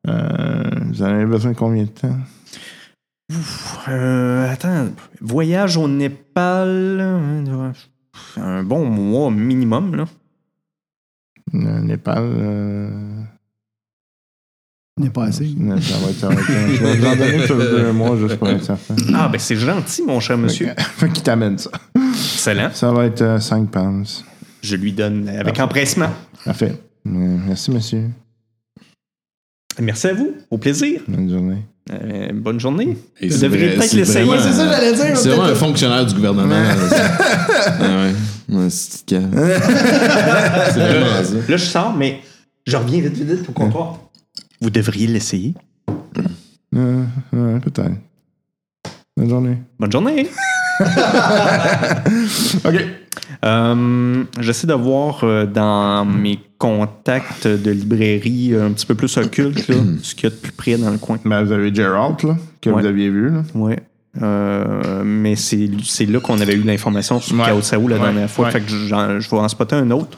S4: Euh, vous en avez besoin de combien de temps?
S5: Euh, attends, voyage au Népal. euh, Un bon mois minimum, là.
S4: Le Népal. euh,
S6: n'est pas assez.
S4: ça va être. ça va être- je vais vous en donner sur deux mois, juste pour être certain.
S5: Ah, ben c'est gentil, mon cher monsieur.
S4: Fait qu'il t'amène ça.
S5: Excellent.
S4: Ça va être 5 pounds.
S5: Je lui donne avec empressement.
S4: Parfait. Euh, Merci, monsieur.
S5: Merci à vous. Au plaisir.
S4: Bonne journée.
S5: Euh, bonne journée.
S1: Et
S5: Vous
S1: c'est
S5: devriez
S1: vrai,
S5: peut-être
S1: c'est
S5: l'essayer.
S1: vraiment-
S5: C'est ça,
S6: j'allais dire.
S1: C'est vraiment un fonctionnaire du gouvernement. là,
S5: *laughs*
S1: ça. Ah ouais. Ouais, c'est petit cas. C'est vraiment ça.
S5: Là, je sors, mais je reviens vite, vite, vite au comptoir. Vous devriez l'essayer.
S4: Euh, ouais, peut-être. Bonne journée.
S5: Bonne journée.
S4: OK.
S5: Euh, J'essaie de voir euh, dans mes contacts de librairie euh, un petit peu plus occulte là, ce qu'il y a de plus près dans le coin.
S4: Ben, vous avez Geralt, là, que
S5: Ouais.
S4: vous aviez vu. Là.
S5: Ouais. Euh, mais c'est c'est là qu'on avait eu l'information sur
S4: Ouais.
S5: Kao Tsao la
S4: Ouais.
S5: dernière fois.
S4: Ouais.
S5: Fait que j'en- je vais en spotter un autre.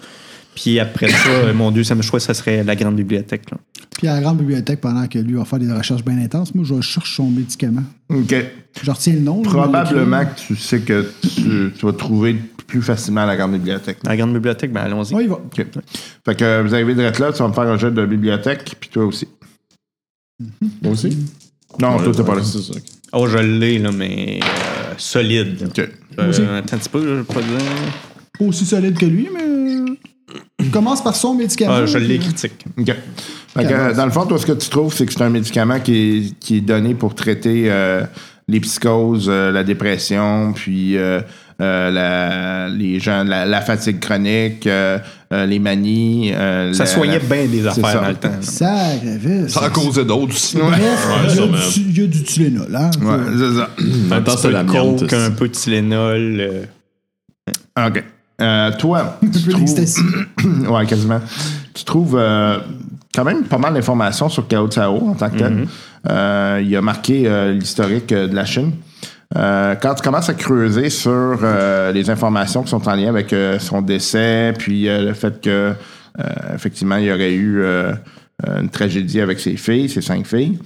S5: Puis après ça, euh, mon deuxième choix, ça serait la grande bibliothèque. là.
S6: Puis à la grande bibliothèque, pendant que lui va faire des recherches bien intenses, moi, je cherche son médicament.
S4: OK.
S6: Je retiens le nom. là,
S4: Probablement que tu sais que tu, tu vas trouver plus facilement à la grande bibliothèque.
S5: La grande bibliothèque, ben allons-y.
S6: Oui, il va.
S4: OK. Fait que euh, vous arrivez d'être là, tu vas me faire un jet de bibliothèque, puis toi aussi.
S1: Moi aussi?
S4: Non, toi, t'es pas là.
S1: C'est ça.
S5: Oh, je l'ai, là, mais euh, solide. là.
S4: OK.
S5: Euh, attends un petit peu, là, je vais pas dire.
S6: Pas aussi solide que lui, mais. Je commence par son médicament.
S5: Ah, je l'ai
S6: puis-
S5: critique.
S4: OK. Fait que, euh, dans le fond, toi, ce que tu trouves, c'est que c'est un médicament qui est, qui est donné pour traiter euh, les psychoses, euh, la dépression, puis euh, euh, la, les gens, la, la fatigue chronique, euh, euh, les manies. euh,
S5: Ça
S4: la-
S5: soignait
S4: la-
S5: bien des
S4: C'est
S5: affaires
S4: ça.
S5: dans
S4: *laughs*
S5: le temps. là.
S6: Ça révèle.
S3: Ça en causait d'autres aussi.
S6: Bref, il y a
S1: sûrement.
S6: du- il y a du Tylenol, hein?
S4: Ouais, c'est ça.
S1: En même temps, c'est la miante.
S5: Coke, un peu de Tylenol. euh,
S4: OK. Euh, toi,
S6: Un
S4: tu
S6: peu
S4: trouves...
S6: d'ecstasy.
S4: Mm-hmm. ouais, quasiment. Tu trouves euh, quand même pas mal d'informations sur Cao Cao en tant que tel. Euh, il a marqué euh, l'historique euh, de la Chine. Euh, quand tu commences à creuser sur euh, les informations qui sont en lien avec euh, son décès, puis euh, le fait que euh, effectivement il y aurait eu euh, une tragédie avec ses filles, ses cinq filles,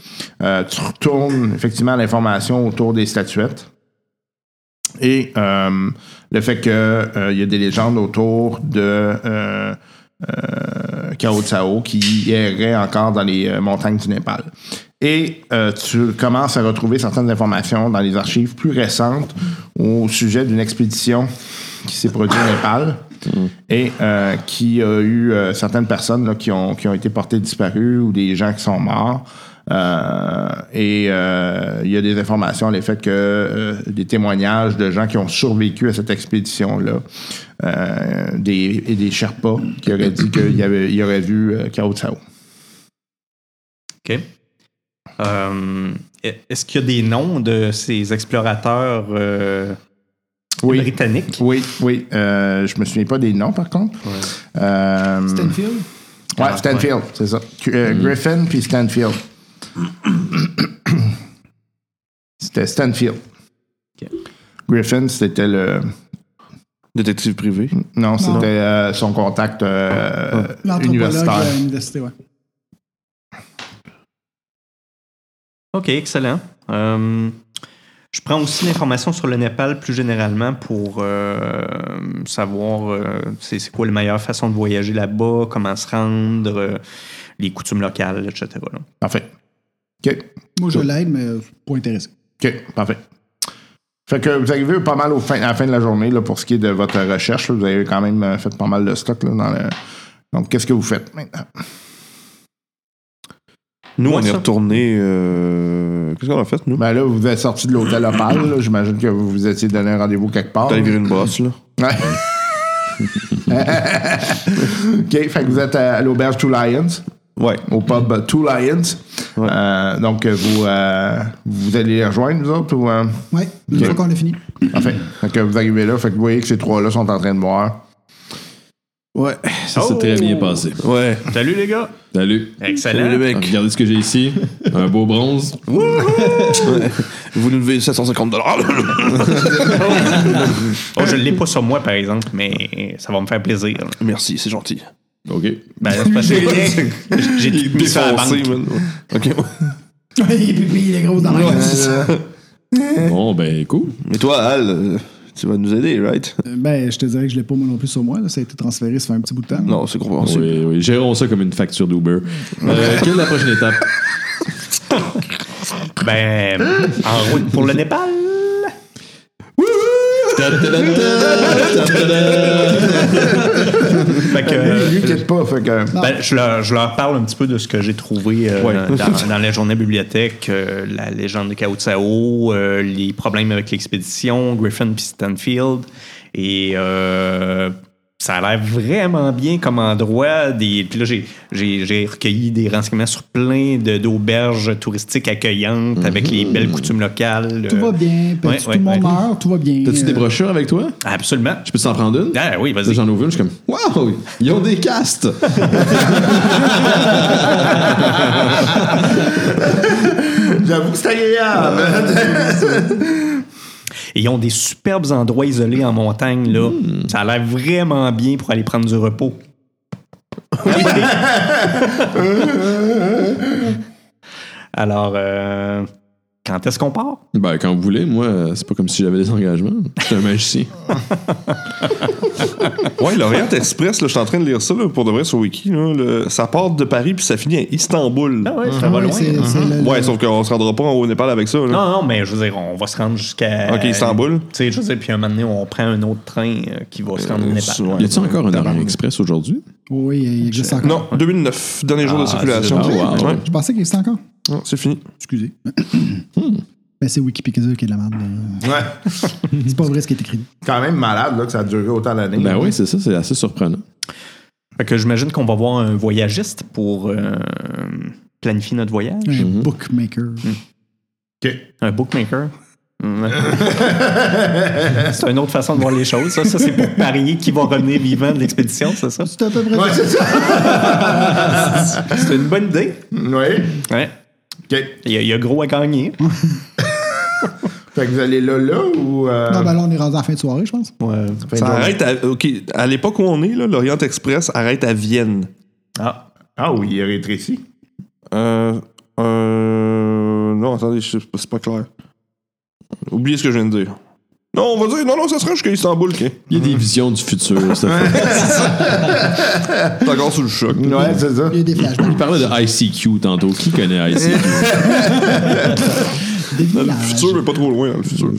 S4: euh, tu retournes effectivement l'information autour des statuettes. Et euh, le fait qu'il y a des légendes autour de euh, euh, Khao Tsao qui errait encore dans les euh, montagnes du Népal. Et euh, tu commences à retrouver certaines informations dans les archives plus récentes au sujet d'une expédition qui s'est produite au Népal et euh, qui a eu euh, certaines personnes là, qui, ont, qui ont été portées disparues ou des gens qui sont morts. Euh, et euh, il y a des informations à l'effet que euh, des témoignages de gens qui ont survécu à cette expédition-là, euh, des, et des Sherpas qui auraient dit qu'il y avait, il aurait vu euh, Khao Tsao.
S5: OK. Euh, Est-ce qu'il y a des noms de ces explorateurs euh,
S4: Oui,
S5: britanniques?
S4: oui, oui. Euh, je me souviens pas des noms par contre. Euh,
S6: Stanfield?
S4: ouais, Stanfield, c'est ça. Euh, Griffin puis Stanfield. *coughs* C'était Stanfield. Griffin, c'était le.
S14: Détective privé.
S4: Non, c'était euh, son contact euh,
S6: L'anthropologue euh,
S4: universitaire.
S6: à l'université, ouais.
S5: OK, excellent. Euh, je prends aussi l'information sur le Népal plus généralement pour euh, savoir euh, c'est c'est quoi la meilleure façon de voyager là-bas, comment se rendre, euh, les coutumes locales, etc. là.
S4: Parfait. OK.
S6: Moi, je l'aide, mais euh, pas intéressé.
S4: OK, parfait. Fait que vous arrivez pas mal au fin, à la fin de la journée là, pour ce qui est de votre recherche. là. vous avez quand même euh, fait pas mal de stock là, dans le. Donc, qu'est-ce que vous faites maintenant?
S14: Nous,
S5: Moi,
S14: on est
S5: ça.
S14: retourné. euh, Qu'est-ce qu'on a fait, nous?
S4: Ben là, vous êtes sorti de l'hôtel Opal. là. J'imagine que vous vous étiez donné un rendez-vous quelque part.
S14: T'as allé virer une brosse, là.
S4: Ouais. OK, fait que vous êtes à, à l'auberge Two Lions,
S14: Ouais.
S4: au pub Two Lions. Euh, donc, vous, euh, vous allez les rejoindre, vous autres? Ou, euh?
S6: Ouais, une
S4: Ok.
S6: fois qu'on a fini. *laughs*
S4: Parfait. Fait que vous arrivez là, fait que vous voyez que ces trois-là sont en train de boire.
S14: Ouais.
S1: Ça s'est très
S5: Oh!
S1: bien passé.
S14: Ouais.
S5: Salut les gars!
S1: Salut.
S14: Salut, les
S5: Excellent!
S3: Ah,
S14: mecs.
S1: Regardez ce que j'ai ici. Un beau bronze.
S14: Vous nous devez 750
S5: Oh, je ne l'ai pas sur moi par exemple, mais ça va me faire plaisir. là.
S14: *laughs* Merci, c'est gentil.
S1: OK.
S5: Ben, c'est parce que j'ai tout mis ça à la
S14: Défoncé,
S5: banque.
S14: man. Ok.
S6: il est gros dans la gueule.
S1: Bon, ben, cool.
S14: Mais toi, Al, euh, tu vas nous aider, right?
S6: Euh, Ben, je te dirais que je l'ai pas moi non plus sur moi. là. Ça a été transféré, ça fait un petit bout de temps.
S14: Non, c'est compréhensible.
S1: Oui, oui. Gérons ça comme une facture d'Uber.
S14: *laughs*
S1: Euh, quelle est la prochaine étape?
S5: Ben, en route pour le Népal. Fait que,
S4: Lui,
S5: euh,
S4: lui, quitte pas, fait que...
S5: ben, je, leur, je leur parle un petit peu de ce que j'ai trouvé euh, dans, dans la journée bibliothèque, euh, la légende de Cao Tsao, euh, les problèmes avec l'expédition, Griffin puis Stanfield. Et euh, Ça a l'air vraiment bien comme endroit. Des... Puis là, j'ai- j'ai j'ai recueilli des renseignements sur plein de- d'auberges touristiques accueillantes avec les belles coutumes locales.
S6: Tout
S5: euh,
S6: va bien, puis
S5: ouais,
S6: tout
S5: ouais,
S6: le monde
S5: ouais.
S6: meurt, tout va bien.
S1: T'as-tu des
S6: Euh,
S1: brochures avec toi?
S5: Absolument.
S1: Je peux t'en prendre une?
S5: Ah oui,
S1: Là,
S5: vas-y.
S1: J'en ouvre une, je suis comme Wow! Ils ont des castes!
S4: J'avoue que c'est agréable.
S5: Et ils ont des superbes endroits isolés en montagne, là. Ça a l'air vraiment bien pour aller prendre du repos. *laughs* Alors, euh, quand est-ce qu'on part?
S1: ben, quand vous voulez, moi, euh, c'est pas comme si j'avais des engagements. J'étais un magicien.
S3: Ouais, l'Orient Express, là, je suis en train de lire ça là, pour de vrai sur Wiki. là, le- ça part de Paris puis ça finit à Istanbul.
S5: Ah ouais, ça va
S6: ouais,
S5: loin.
S6: c'est-
S5: hein?
S6: c'est le-
S3: Ouais, sauf qu'on se rendra pas au Népal avec ça. là.
S5: Non, non, mais je veux dire, on va se rendre jusqu'à.
S3: Ok, Istanbul.
S5: Tu sais, je veux dire, puis un moment donné, on prend un autre train euh, qui va se rendre au Népal.
S3: ouais.
S1: Y a-tu encore un Orient Express aujourd'hui?
S6: Oui, il existe encore.
S3: Non, 2009, dernier jour de
S1: Ah,
S3: circulation.
S1: c'est- ah, wow.
S3: Ouais,
S6: Je pensais qu'il existait encore.
S3: non, c'est fini.
S6: Excusez. Ben, c'est Wikipédia qui est de la merde.
S3: Mhm.
S6: là.
S4: ouais.
S6: C'est pas vrai ce qui est écrit.
S4: Quand même malade là, que ça a duré autant d'années.
S1: Ben oui, c'est ça, c'est assez surprenant.
S5: Fait que j'imagine qu'on va voir un voyagiste pour euh, planifier notre voyage.
S6: Un bookmaker.
S5: Mhm. Un bookmaker. Hmm. *laughs* c'est une autre façon de voir les choses. Ça, ça c'est pour parier qui va revenir vivant de l'expédition, c'est ça?
S6: C'est à peu près
S4: Ouais,
S6: ça.
S4: c'est ça.
S5: C'est une bonne idée.
S4: Oui.
S5: Ouais.
S4: OK.
S5: Il y, a- il y a gros à gagner.
S4: Fait que vous allez là, là ou. euh,
S6: Non, ben là, on est rendu à la fin de soirée, je pense.
S4: fin de
S3: Ça
S4: journée?
S3: arrête à, ok, à l'époque où on est, là, l'Orient Express arrête à Vienne.
S5: Ah.
S4: Ah oui, il est rétréci.
S3: Euh, euh, non, attendez, je sais pas- c'est pas clair. Oubliez ce que je viens de dire. Non, on va dire, non, non, ça sera jusqu'à Istanbul. ok.
S1: Il y a des visions du futur, ça fait.
S3: T'es encore sous le choc.
S4: Ouais, c'est ça.
S6: Il y a des flashbacks.
S5: *laughs*
S1: Il parlait de ICQ tantôt. Qui connaît ICQ?
S6: Des
S3: Le
S6: villages.
S3: futur, mais pas trop loin dans le futur.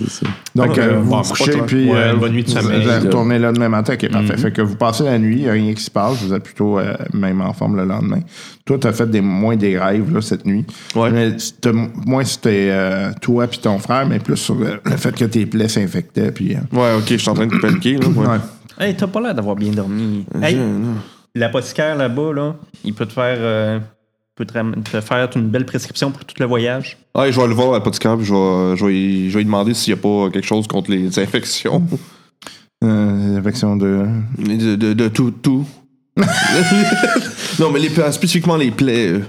S4: Donc, euh, vous vous
S5: bon, c'est pas
S4: couchez,
S5: clair.
S4: puis
S5: Ouais,
S4: euh,
S5: bonne nuit de
S4: vous-
S5: sommeil.
S4: vous allez retourner là demain matin. OK, parfait. Fait que vous passez la nuit, il n'y a rien qui se passe. Vous êtes plutôt euh, même en forme le lendemain. Toi, tu as fait des, moins des rêves là, cette nuit.
S3: Ouais.
S4: Mais c'était- moins c'était euh, toi puis ton frère, mais plus sur euh, le, le fait que tes plaies s'infectaient. Puis, euh,
S3: Ouais, ok, je suis en train de paniquer. Là, ouais.
S4: ouais.
S5: Hey, t'as pas l'air d'avoir bien dormi. Hey, l'apothicaire là-bas, là, il peut te faire. euh, peut te, ram- te faire une belle prescription pour tout le voyage.
S3: Ouais, je vais aller voir à l'apothicaire, puis je vais, je, vais, y- je vais lui demander s'il n'y a pas quelque chose contre les infections.
S4: Euh, infection de.
S3: De, de- de tout, tout. *laughs* non, mais les, pla- spécifiquement les plaies.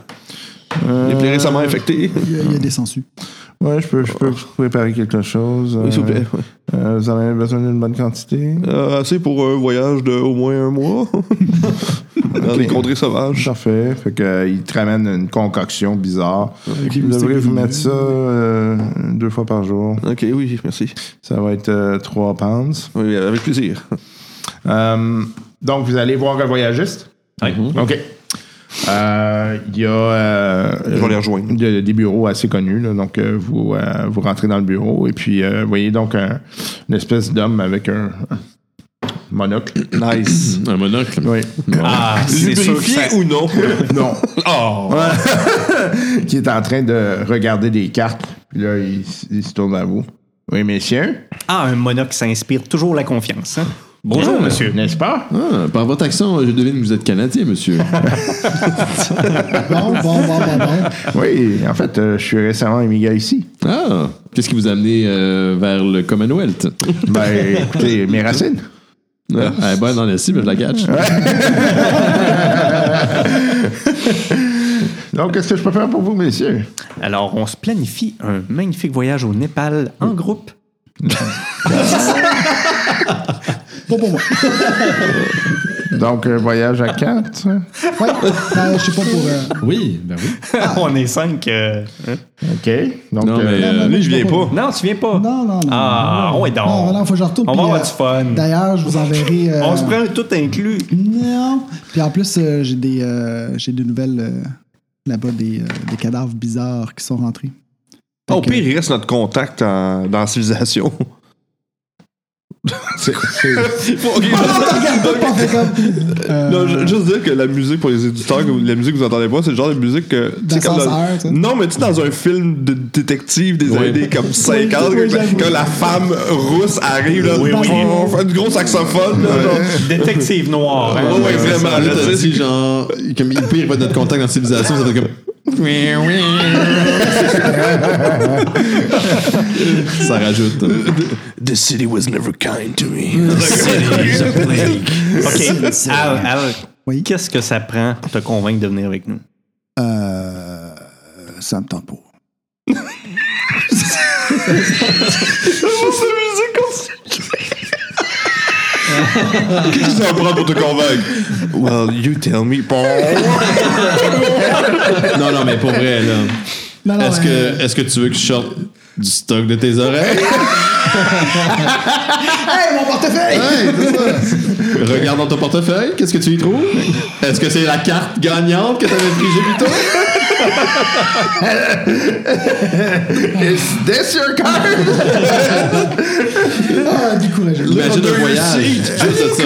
S3: euh, Les plaies récemment infectées.
S6: Il y a- il y a des sensus.
S4: Ouais, je peux, je peux vous préparer quelque chose.
S3: S'il vous plaît.
S4: Euh, euh, vous en avez besoin d'une bonne quantité.
S3: Euh, assez pour un voyage de au moins un *laughs* mois. Dans les contrées sauvages.
S4: Parfait. Fait que, euh, il te ramène une concoction bizarre. Vous devrez vous mettre ça euh, deux fois par jour.
S3: Ok, oui, merci.
S4: Ça va être euh, trois pounds.
S3: Oui, avec plaisir.
S4: Euh, donc, vous allez voir un voyagiste? Mm-hmm. OK. Euh, Il y a. euh,
S3: Je vais les rejoindre.
S4: il y a des bureaux assez connus. là. donc, euh, vous, euh, vous rentrez dans le bureau et puis euh, vous voyez donc un- une espèce d'homme avec un, un monocle.
S3: Nice.
S1: Un monocle.
S4: Oui.
S5: Ah, c'est sûr que ça-
S3: Lubrifié ou non?
S4: Non.
S5: *laughs* Oh!
S4: *laughs* qui est en train de regarder des cartes. Puis là, il, s- il se tourne à vous. Oui, messieurs.
S5: Ah, un monocle, ça inspire toujours la confiance. hein. Bonjour, monsieur.
S4: N'est-ce pas?
S1: Ah, par votre accent, je devine que vous êtes Canadien, monsieur.
S6: Bon, bon, bon, bon, bon.
S4: Oui, en fait, euh, je suis récemment immigré ici.
S1: Ah! Qu'est-ce qui vous a amené euh, vers le Commonwealth?
S5: *laughs*
S4: Ben, écoutez, mes racines.
S1: Ah, Elle est bonne en esti, mais je la catch.
S4: Donc, qu'est-ce que je peux faire pour vous, messieurs?
S5: Alors, on se planifie un magnifique voyage au Népal en groupe.
S6: Pas pour moi.
S4: Donc, un voyage à quatre. hein?
S6: Ouais. Ben, je sais pas pour. euh,
S11: Oui, ben oui.
S5: *laughs* on est cinq. euh,
S4: OK. Donc,
S1: Non,
S4: euh,
S1: mais euh,
S6: non,
S3: Lui, je viens pas.
S5: Non, tu viens pas.
S6: Non, non, non.
S5: Ah,
S6: non,
S5: ouais, donc.
S6: Non, non, faut que je retourne.
S5: On
S6: puis,
S5: va avoir
S6: euh,
S5: du fun.
S6: D'ailleurs, je vous enverrai. euh,
S5: *laughs* On se prend tout inclus.
S6: Non. Puis en plus, euh, j'ai des, euh, j'ai des nouvelles euh, là-bas, des, euh, des cadavres bizarres qui sont rentrés.
S3: Au pire, il reste notre contact en- dans la civilisation.
S4: C'est- c'est-
S3: *laughs* Faut- ok,
S6: Ah non,
S8: *laughs*
S6: t'as regardé pas, fait comme. euh,
S3: Non, ju- juste dire que la musique pour les éditeurs, que vous- la musique que vous entendez pas, c'est le genre de musique que. tu sais, comme
S6: D'ascenseur, tu sais.
S3: Non, mais tu sais, dans un film de détective des années comme
S6: *laughs*
S3: 50,
S6: oui,
S3: quand,
S6: j'avoue.
S3: quand la femme rousse arrive, là, on fait du gros saxophone, là, genre.
S5: Détective noir. hein.
S3: Ouais, ouais, vraiment,
S1: Là,
S3: là,
S1: t'as
S3: tu sais,
S1: dit, genre, comme il pire va être notre contact dans Civilisation, ça fait comme. *laughs* ça rajoute.
S14: The city was never kind to
S6: Mm.
S14: me.
S5: OK. Al, Al, qu'est-ce que ça prend pour te convaincre de venir avec nous?
S6: euh, ça me tente pas.
S3: qu'est-ce que ça prend pour te convaincre? Well, you tell me.
S1: Non, non, mais pour vrai, là.
S6: Non, non,
S1: Est-ce
S6: euh,
S1: que, est-ce que tu veux que je sorte du stock de tes oreilles?
S6: Hey, mon portefeuille!
S1: Regarde dans ton portefeuille, qu'est-ce que tu y trouves? Est-ce que c'est la carte gagnante que t'avais pris plus tôt?
S4: Is this your *laughs* car?
S6: Ah, découragé.
S1: Imagine un voyage. Juste ça.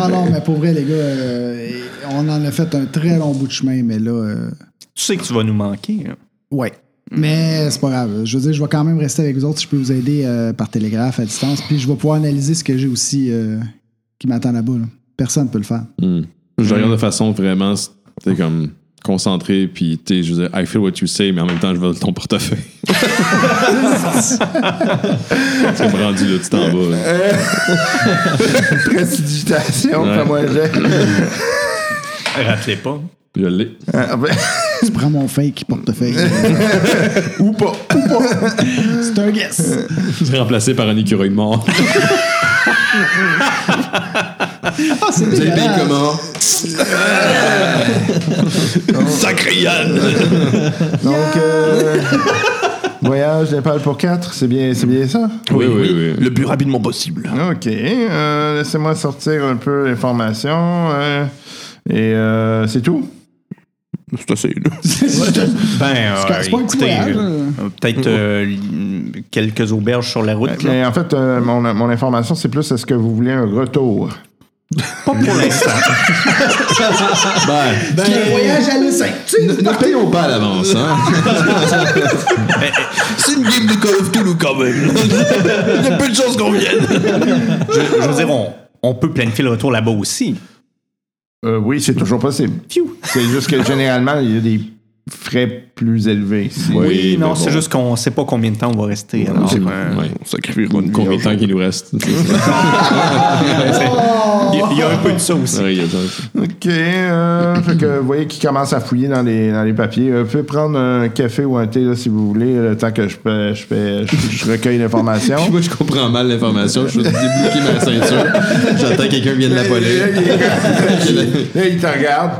S6: Ah non, mais pour vrai, les gars, euh, on en a fait un très long bout de chemin, mais là. euh,
S5: Tu sais que tu vas nous manquer. hein.
S6: Ouais. Mais c'est pas grave. Je veux dire, je vais quand même rester avec vous autres. Je peux vous aider euh, par télégraphe à distance. Puis je vais pouvoir analyser ce que j'ai aussi euh, qui m'attend là-bas. là. Personne ne peut le faire.
S1: Je regarde de façon vraiment, t'es comme concentré, puis t'es, je veux dire, I feel what you say, mais en même temps, je vole ton portefeuille. c'est comme rendu là, tu t'en vas. là.
S4: Prestidigitation,
S1: Ouais.
S4: fais-moi un
S5: *laughs*
S4: jet.
S5: Rappelez pas.
S1: Je l'ai.
S4: Ah, ben,
S6: Tu prends mon fake
S8: *laughs*
S6: portefeuille.
S4: Ou pas.
S6: c'est un guess.
S1: Je suis remplacé par un écureuil mort.
S6: Ah, c'est
S8: Vous avez payé
S6: dégueulasse.
S8: comment?
S14: Sacré Yann!
S4: Donc,
S5: *laughs*
S4: euh, voyage Népal pour 4, c'est bien, c'est bien ça?
S1: Oui, oui, oui.
S14: Le plus rapidement possible.
S4: OK. euh, Laissez-moi sortir un peu l'information. euh, et euh, c'est tout?
S14: C'est assez, là.
S5: Ben,
S6: C'est pas-
S5: euh,
S6: c'est pas un petit
S5: écoutez,
S6: voyage,
S5: euh, peut-être euh, li- quelques auberges sur la route. là.
S4: Mais en fait, euh, mon, mon information, c'est plus est-ce que vous voulez un retour?
S5: Pas pour l'instant.
S6: Le voyage à l'Essin.
S8: Ben- Ne, ne payons pas à l'avance, hein?
S14: C'est une game de Call of Cthulhu quand même. Il y a peu de chances qu'on vienne.
S5: je, je veux dire, on, on peut planifier le retour là-bas aussi.
S4: Euh, oui, c'est toujours possible.
S5: Pfiou.
S4: C'est juste que généralement, il y a des frais plus élevés. ici.
S1: Oui,
S5: Oui, non,
S1: mais
S5: c'est
S1: bon.
S5: juste qu'on sait pas combien de temps on va rester. alors, euh,
S1: Ouais.
S14: On sacrifiera une
S1: Combien de temps qu'il nous reste?
S5: Il y a- il y, a un peu de ça aussi.
S1: Ouais, il y a ça.
S4: OK. euh, fait que vous voyez qui commence à fouiller dans les, dans les papiers. Euh, vous pouvez prendre un café ou un thé là, si vous voulez, le temps que je, fais- je, fais- je, je recueille l'information.
S8: Moi, je comprends mal l'information. Je vais débloquer ma ceinture. J'attends quelqu'un vienne la polir.
S4: Là, il te regarde.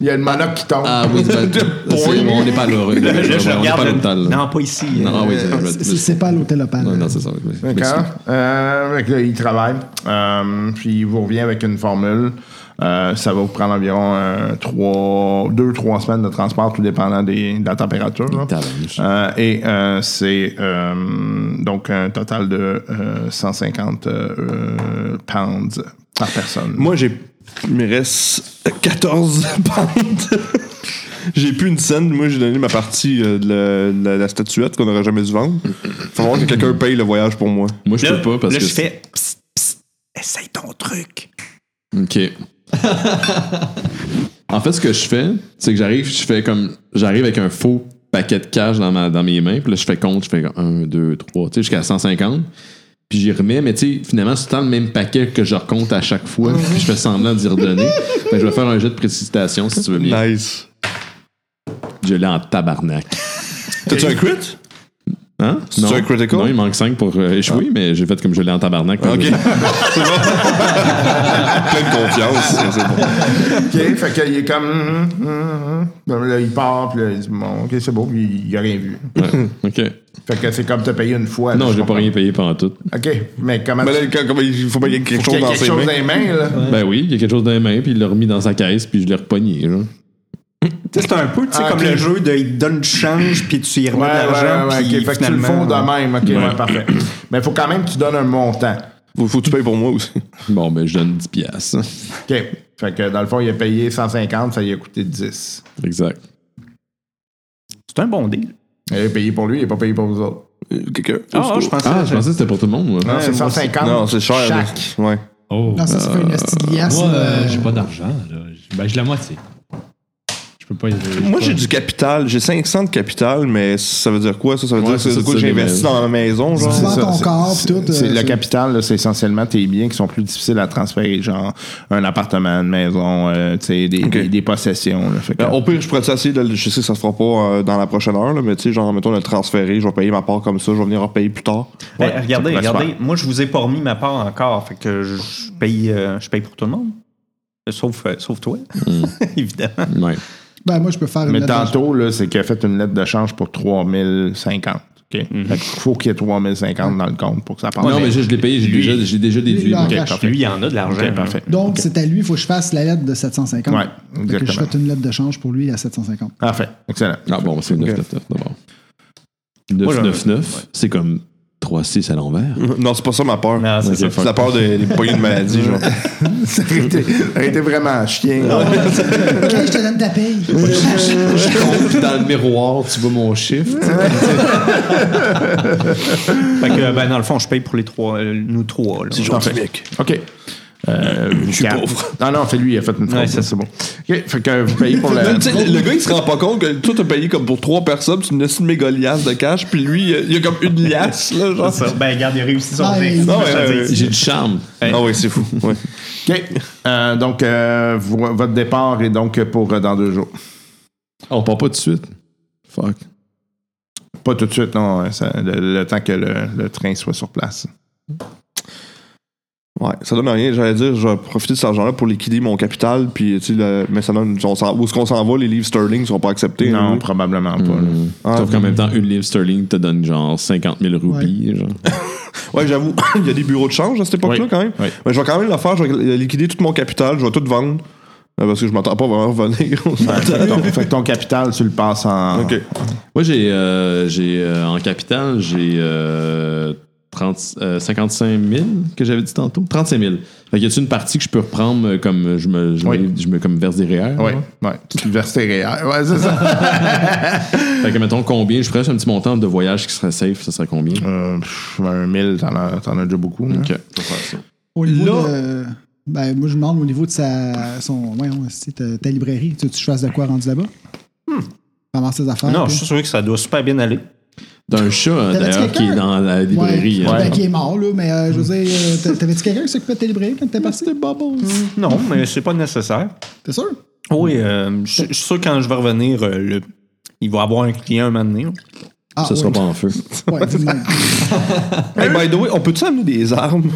S4: Il y a une monocle qui tombe.
S8: Ah oui, ben, c'est- on n'est pas là. on
S5: Là, je
S8: n'est
S5: regarde
S8: pas à
S5: le-
S8: l'hôpital. là.
S5: Non, pas ici.
S8: Non,
S5: euh,
S8: ah oui, c'est-
S6: C'est- C'est c'est pas à l'hôtel Opal.
S8: Non, non, c'est ça. oui, oui.
S4: D'accord. Euh, fait que là, il travaille. Euh, puis il vous revient avec une formule. Euh, ça va vous prendre environ euh, trois, deux, trois semaines de transport, tout dépendant des, de la température. là.
S8: Tabarnouche.
S1: Ah.
S4: Euh, et euh, c'est euh, donc un total de euh, 150 euh, euh, pounds par personne.
S3: Moi, j'ai. Il me reste *laughs* 14 bandes. J'ai plus une scène. Moi, j'ai donné ma partie euh, de la, de la- la statuette qu'on n'aurait jamais dû vendre. Faut voir que quelqu'un paye le voyage pour moi.
S1: Moi, je
S5: Là,
S1: peux pas parce
S5: là,
S1: que.
S5: je fais Psst, psst, essaye ton truc.
S1: OK. en fait, ce que je fais, c'est que j'arrive, je fais comme. J'arrive avec un faux paquet de cash dans, ma, dans mes mains, puis là, je fais compte, je fais 1, 2, 3, tu sais, jusqu'à 150. Puis j'y remets, mais tu sais, finalement, c'est tout le temps le même paquet que je recompte à chaque fois,
S3: Mhm.
S1: puis je fais semblant d'y redonner. fait que je vais faire un jet de précipitation si tu veux bien.
S3: Nice.
S1: Je l'ai en tabarnak.
S3: T'as-tu un crit?
S1: Hein?
S3: C'est un critical? Ah.
S1: Non, il manque 5 pour euh, échouer, mais j'ai fait comme je l'ai en tabarnak. fait que
S3: Ok.
S1: je-
S3: *laughs* C'est bon. Plein de confiance. C'est bon.
S4: OK, fait qu'il est comme... hum, hum, hum, hum. Là, il part, puis là, il dit, bon, OK, c'est beau, puis il il a rien vu.
S1: Ouais, OK.
S4: Fait que c'est comme te payer une fois.
S1: Non,
S4: là, je
S1: j'ai pas
S4: comprends.
S1: rien payé pendant tout.
S4: OK, mais comment...
S3: Mais
S4: tu-
S3: là, quand- comment il faut pas qu'il y ait quelque
S4: faut qu'il y ait
S3: chose dans
S4: quelque
S3: ses
S4: chose
S3: mains.
S4: dans les mains, là.
S1: Ben oui, il y a quelque chose dans les mains, puis il l'a remis dans sa caisse, puis je l'ai repogné. Là.
S5: Tu sais, C'est un peu tu sais,
S4: Ah,
S5: comme
S4: ok.
S5: le jeu de il te donne du change, puis tu y remets
S4: Ouais,
S5: de l'argent.
S4: ouais, ouais,
S5: puis
S4: ok. Fait que tu le
S5: finalement,
S4: fonds de même. Ok, ouais, parfait. Mais il faut quand même que tu donnes un montant.
S3: Faut, faut que tu payes pour moi aussi.
S1: Bon, ben, je donne 10 piastres. *laughs*
S4: OK. Fait que dans le fond, il a payé 150, ça lui a coûté 10.
S1: Exact.
S5: C'est un bon deal.
S4: Il a payé pour lui, il n'est pas payé pour vous autres.
S3: Euh, Quelqu'un.
S5: Ah, ah, je pensais.
S1: Ah, je pensais que c'était pour tout le monde, moi.
S4: Non,
S3: Ouais,
S4: c'est
S3: moi aussi.
S4: 150
S3: Non, c'est cher. là.
S4: chaque.
S3: Ouais.
S11: Oh.
S6: Non, ça, ça fait une astillasse.
S11: Moi, euh,
S6: là.
S11: j'ai pas d'argent. là. J'ai- Ben, j'ai la moitié. Je peux pas. je-
S3: Moi,
S11: je
S3: j'ai
S11: peux-
S3: du capital. J'ai 500 de capital, mais ça veut dire quoi, ça? Ça veut
S1: Ouais,
S3: dire que
S1: c'est
S3: c'est
S1: ça,
S3: du coup
S1: tu
S3: que
S1: sais,
S3: j'ai
S1: les
S3: investi
S1: maisons.
S3: dans la maison, genre?
S6: Tu vends
S4: C'est
S6: ton
S4: c'est-
S6: corps, puis tout,
S4: c'est- c'est-
S6: euh,
S4: le
S6: c'est-
S4: capital, là, c'est essentiellement tes biens qui sont plus difficiles à transférer, genre un appartement, une maison, euh, tu sais, des, des- des possessions. là. Fait que-
S3: Ben, au pire, je pourrais essayer de le- Je sais que ça se fera pas euh, dans la prochaine heure, là, mais tu sais, genre, mettons, de le transférer, je vais payer ma part comme ça, je vais venir repayer plus *laughs* tard.
S5: Ben,
S4: Ouais,
S5: regardez,
S4: ça pourrait se
S5: regardez. Moi, je vous ai pas remis ma part encore. Fait que je- je paye, euh, je paye pour tout le monde. Euh, Sauf, euh, sauf
S4: Hmm.
S5: toi, *laughs* évidemment.
S1: Ouais.
S6: Ben, moi, je peux faire une
S4: Mais
S6: lettre de-
S4: tantôt, là, c'est qu'il a fait une lettre de change pour 3050. OK? Fait qu'il faut qu'il y ait 3050 dans le compte pour que ça parte.
S1: non, mais je, je l'ai payé, j'ai déjà, j'ai déjà déduit.
S6: là,
S1: moi.
S6: cash.
S4: parfait.
S5: Lui, il en a de l'argent.
S4: OK,
S5: hein.
S4: parfait.
S6: Donc, c'est à lui, il faut que je fasse la lettre de 750.
S4: Ouais,
S6: Fait que je
S4: exactement.
S6: fais une lettre de change pour lui à 750.
S4: Parfait. Excellent.
S1: Ah bon, c'est 999 d'abord. 999, c'est comme 3-6 à l'envers.
S3: Non, c'est pas ça ma peur.
S5: Non, c'est ça.
S1: Ok,
S3: C'est la peur des, des poignées de maladie, genre.
S4: ça aurait été, ça aurait été vraiment chien.
S6: OK, je te donne ta paye.
S1: Je compte, puis dans le miroir, tu vois mon chiffre. tu sais.
S5: Fait que, ben, dans le fond, je paye pour les trois, euh, nous trois. là.
S4: Parfait. *laughs* OK. Euh, je suis pauvre. Non, non, c'est lui, il a fait une
S5: Ouais,
S4: faute.
S5: ça,
S4: c'est bon. OK, fait que vous payez pour la.
S3: Tu sais, le gars, il se rend pas compte que toi, t'as payé comme pour trois personnes, tu me laisses une méga liasse de cash, puis lui, il y a- il y a comme une liasse, là, genre.
S5: Ça, Ben, regarde, il a réussi son
S6: Ouais.
S5: deal.
S6: Non,
S5: Je
S3: ouais,
S5: te
S4: euh,
S3: ouais.
S5: dis.
S1: J'ai du charme.
S3: Ah oui, c'est fou. Ouais.
S4: OK. Euh, donc, euh, vo- votre départ est donc pour euh, dans deux jours.
S1: Ah, on part pas tout de suite. Fuck.
S4: Pas tout de suite, non. hein, ça- le, le temps que le, le train soit sur place.
S3: Ouais, ça donne rien. J'allais dire, je vais profiter de cet argent-là pour liquider mon capital, puis tu sais, le- mais ça donne. on s'en- où est-ce qu'on s'en va, les livres sterling seront pas acceptés.
S4: non,
S3: hein,
S4: probablement pas. là.
S3: Ah,
S1: Sauf qu'en même temps, une livre sterling te donne genre 50 000 roupies. Genre.
S3: Ouais, j'avoue, *coughs* il y a des bureaux de change à cette époque-là,
S4: Oui,
S3: quand même.
S4: oui.
S3: Mais je vais quand même le faire, je vais liquider tout mon capital, je vais tout vendre. euh, Parce que je m'attends pas vraiment à revenir. *laughs* on
S4: Ouais,
S3: s'entend.
S4: fait, que ton, fait que ton capital, tu le passes en.
S3: ok.
S1: Moi, j'ai euh, j'ai, euh, en capital, j'ai euh, 30, euh, 55 000 que j'avais dit tantôt. 35 000. Fait qu'il y a une partie que je peux reprendre euh, comme euh, je me, je
S4: Oui.
S1: me- je me comme verse des REER,
S4: Oui,
S1: genre?
S4: ouais. Tu le verses tes réels. Ouais, c'est ça.
S1: Fait que mettons combien, je ferais un petit montant de voyage qui serait safe, ça serait combien?
S4: Euh, pff, un 1000, t'en as, t'en as déjà beaucoup. là.
S1: Ok.
S6: Au niveau de- Ben, moi, je demande au niveau de sa, son, voyons, si ta, ta librairie, tu veux que je fasse de quoi rendu là-bas? Pendant ses affaires.
S5: Non, je
S6: puis-
S5: suis sûr que ça doit super bien aller.
S1: D'un chat,
S6: T'avais-tu
S1: d'ailleurs, qui est
S6: quelqu'un?
S1: dans la librairie.
S6: Ouais,
S1: hein.
S6: ben, qui est mort, là, mais euh, je veux dire, euh, t'a- t'avais-tu quelqu'un qui s'occupait de tes librairies quand t'étais parti?
S5: Non, mais c'est pas nécessaire.
S6: T'es sûr?
S5: Oui, euh, je je suis sûr que quand je vais revenir, euh, le- il va avoir un client un moment donné. là.
S6: Ah,
S1: Ça
S6: ouais.
S1: sera pas en feu.
S6: Ouais, dis-moi.
S3: Hey, by the way, on peut-tu amener des armes?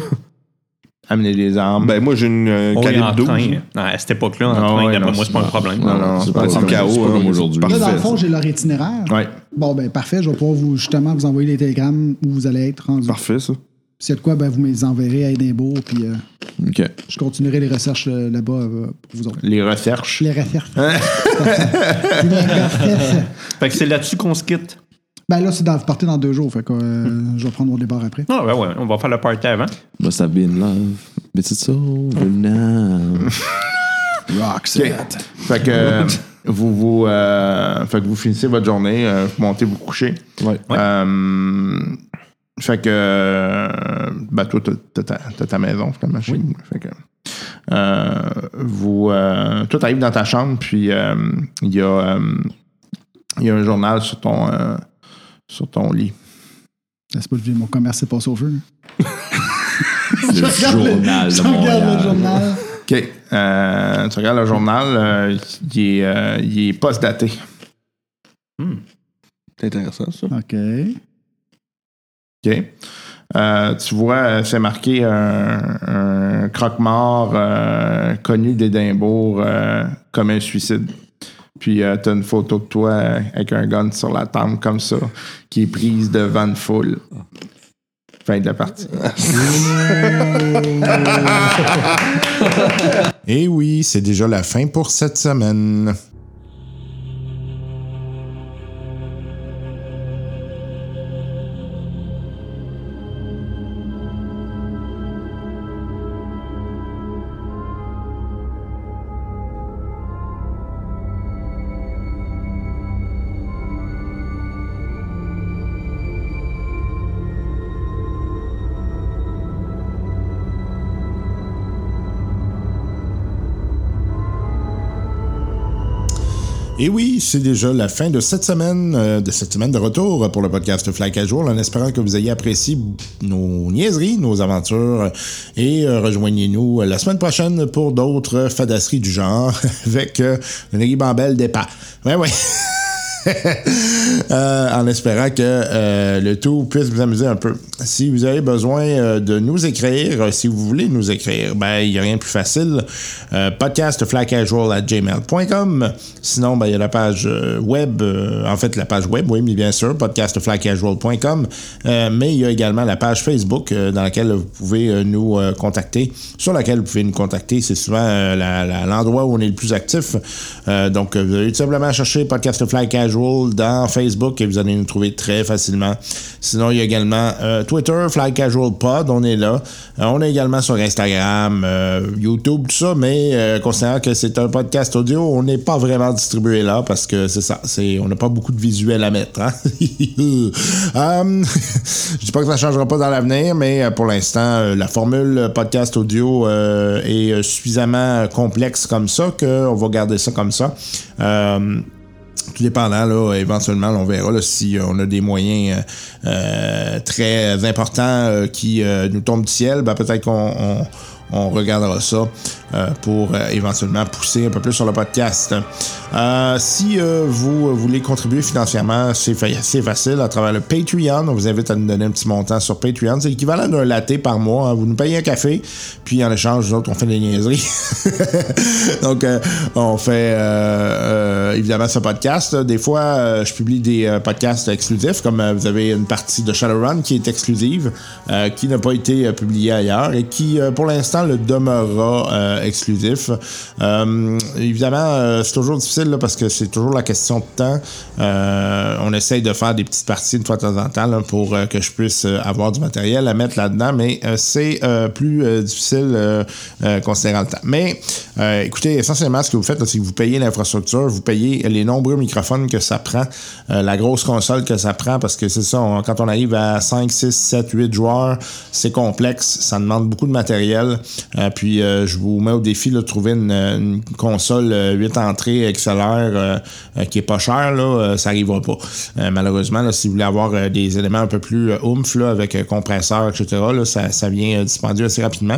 S4: Amener des armes.
S3: Ben, moi, j'ai une euh,
S5: On est
S3: calibre
S5: en
S3: 12.
S5: train. Non, à cette époque-là, en
S4: Ah
S5: train,
S4: ouais,
S5: d'après
S4: non,
S5: moi, c'est pas un problème.
S4: non, non,
S1: c'est
S4: c'est
S1: pas,
S4: pas
S1: comme-
S3: comme
S1: c'est pas
S3: KO,
S1: comme
S3: hein,
S1: aujourd'hui.
S6: là, dans
S3: Parfait,
S6: le fond, j'ai leur itinéraire.
S4: ouais.
S6: Bon, ben, parfait, je vais pouvoir vous, justement vous envoyer les télégrammes où vous allez être rendu.
S3: Parfait, ça.
S6: S'il y a de quoi, ben, vous me les enverrez à Edinburgh, puis euh,
S1: Ok.
S6: je continuerai les recherches euh, là-bas euh, pour vous autres.
S4: Les recherches.
S6: Je les recherches. *laughs* Les recherches.
S5: Fait que c'est là-dessus qu'on se quitte.
S6: Ben là, c'est dans, vous partez dans deux jours, fait que euh, je vais prendre mon départ après.
S5: Non, ben ouais, on va faire le party avant.
S1: Must have been love. But it's
S4: *laughs*
S1: over now.
S6: Rock,
S4: OK. Fait que, euh, vous, vous, euh, fait que vous finissez votre journée, euh, vous montez vous coucher.
S1: Ouais.
S4: Euh, fait que, euh, ben, toi, t'as- t'as ta, t'as ta maison, finalement, chez vous. Fait que, euh, vous, euh, toi, t'arrives dans ta chambre, puis euh, il y, a, euh, il y a un journal sur ton, euh, sur ton lit.
S6: C'est pas le vieux, mon commerce s'est passé au feu.
S1: Le journal de
S6: Je regarde le
S1: Montréal.
S6: journal.
S4: OK. Euh, tu regardes le journal, euh, il est, euh, il est post-daté.
S3: C'est intéressant, ça.
S6: OK.
S4: OK. Euh, tu vois, euh, c'est marqué un, un croque-mort euh, connu d'Édimbourg euh, comme un suicide. Puis euh, t'as une photo de toi euh, avec un gun sur la tempe comme ça, qui est prise devant une foule. Fin de la partie.
S2: Et oui, c'est déjà la fin pour cette semaine. Et oui, c'est déjà la fin de cette semaine, euh, de cette semaine de retour pour le podcast Flac à jour, en espérant que vous ayez apprécié nos niaiseries, nos aventures, et euh, rejoignez-nous la semaine prochaine pour d'autres fadasseries du genre *laughs* avec euh, une ribambelle des pas. Ouais, ouais. *laughs* Euh, en espérant que euh, le tout puisse vous amuser un peu. Si vous avez besoin euh, de nous écrire, euh, si vous voulez nous écrire, ben il n'y a rien de plus facile. Euh, podcastflycasual@gmail.com. Sinon, ben il y a la page euh, web, euh, en fait la page web, oui, mais bien sûr, podcastflycasual.com. Euh, mais il y a également la page Facebook euh, dans laquelle vous pouvez euh, nous euh, contacter, sur laquelle vous pouvez nous contacter. C'est souvent euh, la- la- l'endroit où on est le plus actif. Euh, donc, euh, vous allez tout simplement chercher Podcast Fly Casual dans Facebook et vous allez nous trouver très facilement. Sinon, il y a également euh, Twitter, Fly Casual Pod, on est là. Euh, on est également sur Instagram, euh, YouTube, tout ça, mais euh, considérant que c'est un podcast audio, on n'est pas vraiment distribué là parce que c'est ça, c'est, on n'a pas beaucoup de visuel à mettre. hein. *laughs* Hum, *laughs* je dis pas que ça changera pas dans l'avenir, mais euh, pour l'instant, euh, la formule podcast audio euh, est euh, suffisamment complexe comme ça qu'on va garder ça comme ça. Hum, tout dépendant, là, éventuellement, là, on verra là, si euh, on a des moyens euh, euh, très importants euh, qui euh, nous tombent du ciel, ben, peut-être qu'on on- on regardera ça euh, pour euh, éventuellement pousser un peu plus sur le podcast. Euh, si euh, vous voulez contribuer financièrement, c'est fa- c'est facile à travers le Patreon. On vous invite à nous donner un petit montant sur Patreon. C'est l'équivalent d'un latte par mois. hein. Vous nous payez un café, puis en échange, nous autres, on fait des niaiseries. *laughs* Donc, euh, on fait euh, euh, évidemment ce podcast. Des fois, euh, je publie des euh, podcasts exclusifs, comme euh, vous avez une partie de Shadowrun qui est exclusive, euh, qui n'a pas été euh, publiée ailleurs et qui, euh, pour l'instant, le demeurera euh, exclusif. Euh, évidemment, euh, c'est toujours difficile là, parce que c'est toujours la question de temps. Euh, on essaye de faire des petites parties une fois de temps en temps là, pour euh, que je puisse euh, avoir du matériel à mettre là-dedans, mais euh, c'est euh, plus euh, difficile euh, euh, considérant le temps. Mais euh, écoutez, essentiellement, ce que vous faites, là, c'est que vous payez l'infrastructure, vous payez les nombreux microphones que ça prend, euh, la grosse console que ça prend, parce que c'est ça, on- quand on arrive à 5, 6, 7, 8 joueurs, c'est complexe, ça demande beaucoup de matériel. Euh, puis euh, je vous mets au défi là, de trouver une, une console euh, 8 entrées XLR euh, euh, qui est pas chère, là, euh, ça arrivera pas. Euh, malheureusement, là, si vous voulez avoir euh, des éléments un peu plus euh, oomph là, avec euh, compresseur, etc., là, ça, ça vient euh, dispendieux assez rapidement.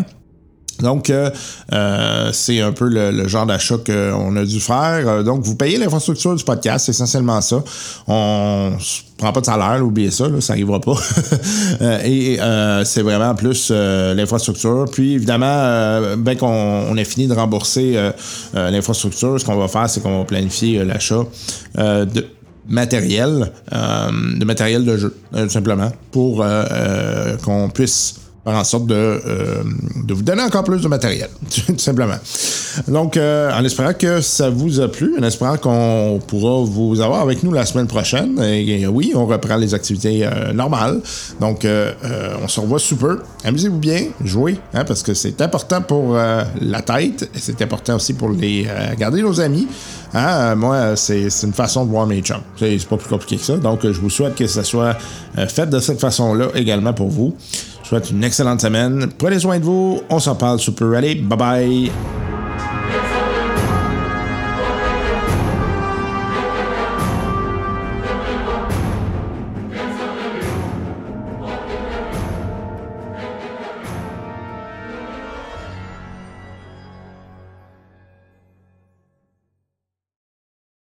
S2: Donc, euh, euh, c'est un peu le, le genre d'achat qu'on a dû faire. Euh, Donc, vous payez l'infrastructure du podcast, c'est essentiellement ça. On s- prend pas de salaire, là, oubliez ça, là, ça n'arrivera pas. *laughs* Euh, et euh, c'est vraiment plus euh, l'infrastructure. Puis, évidemment, euh, ben qu'on on ait fini de rembourser euh, euh, l'infrastructure, ce qu'on va faire, c'est qu'on va planifier euh, l'achat euh, de matériel, euh, de matériel de jeu, euh, tout simplement, pour euh, euh, qu'on puisse faire en sorte de, euh, de vous donner encore plus de matériel, *laughs* tout simplement. Donc, euh, en espérant que ça vous a plu, en espérant qu'on pourra vous avoir avec nous la semaine prochaine. Et, euh, oui, on reprend les activités euh, normales. Donc, euh, euh, on se revoit sous peu. Amusez-vous bien, jouez, hein, parce que c'est important pour euh, la tête, et c'est important aussi pour les euh, garder nos amis. Hein, euh, moi, euh, c'est c'est une façon de voir mes chums. C'est c'est pas plus compliqué que ça. Donc, euh, je vous souhaite que ça soit euh, fait de cette façon-là également pour vous. Je vous souhaite une excellente semaine. Prenez soin de vous. On s'en parle super. Allez, bye bye.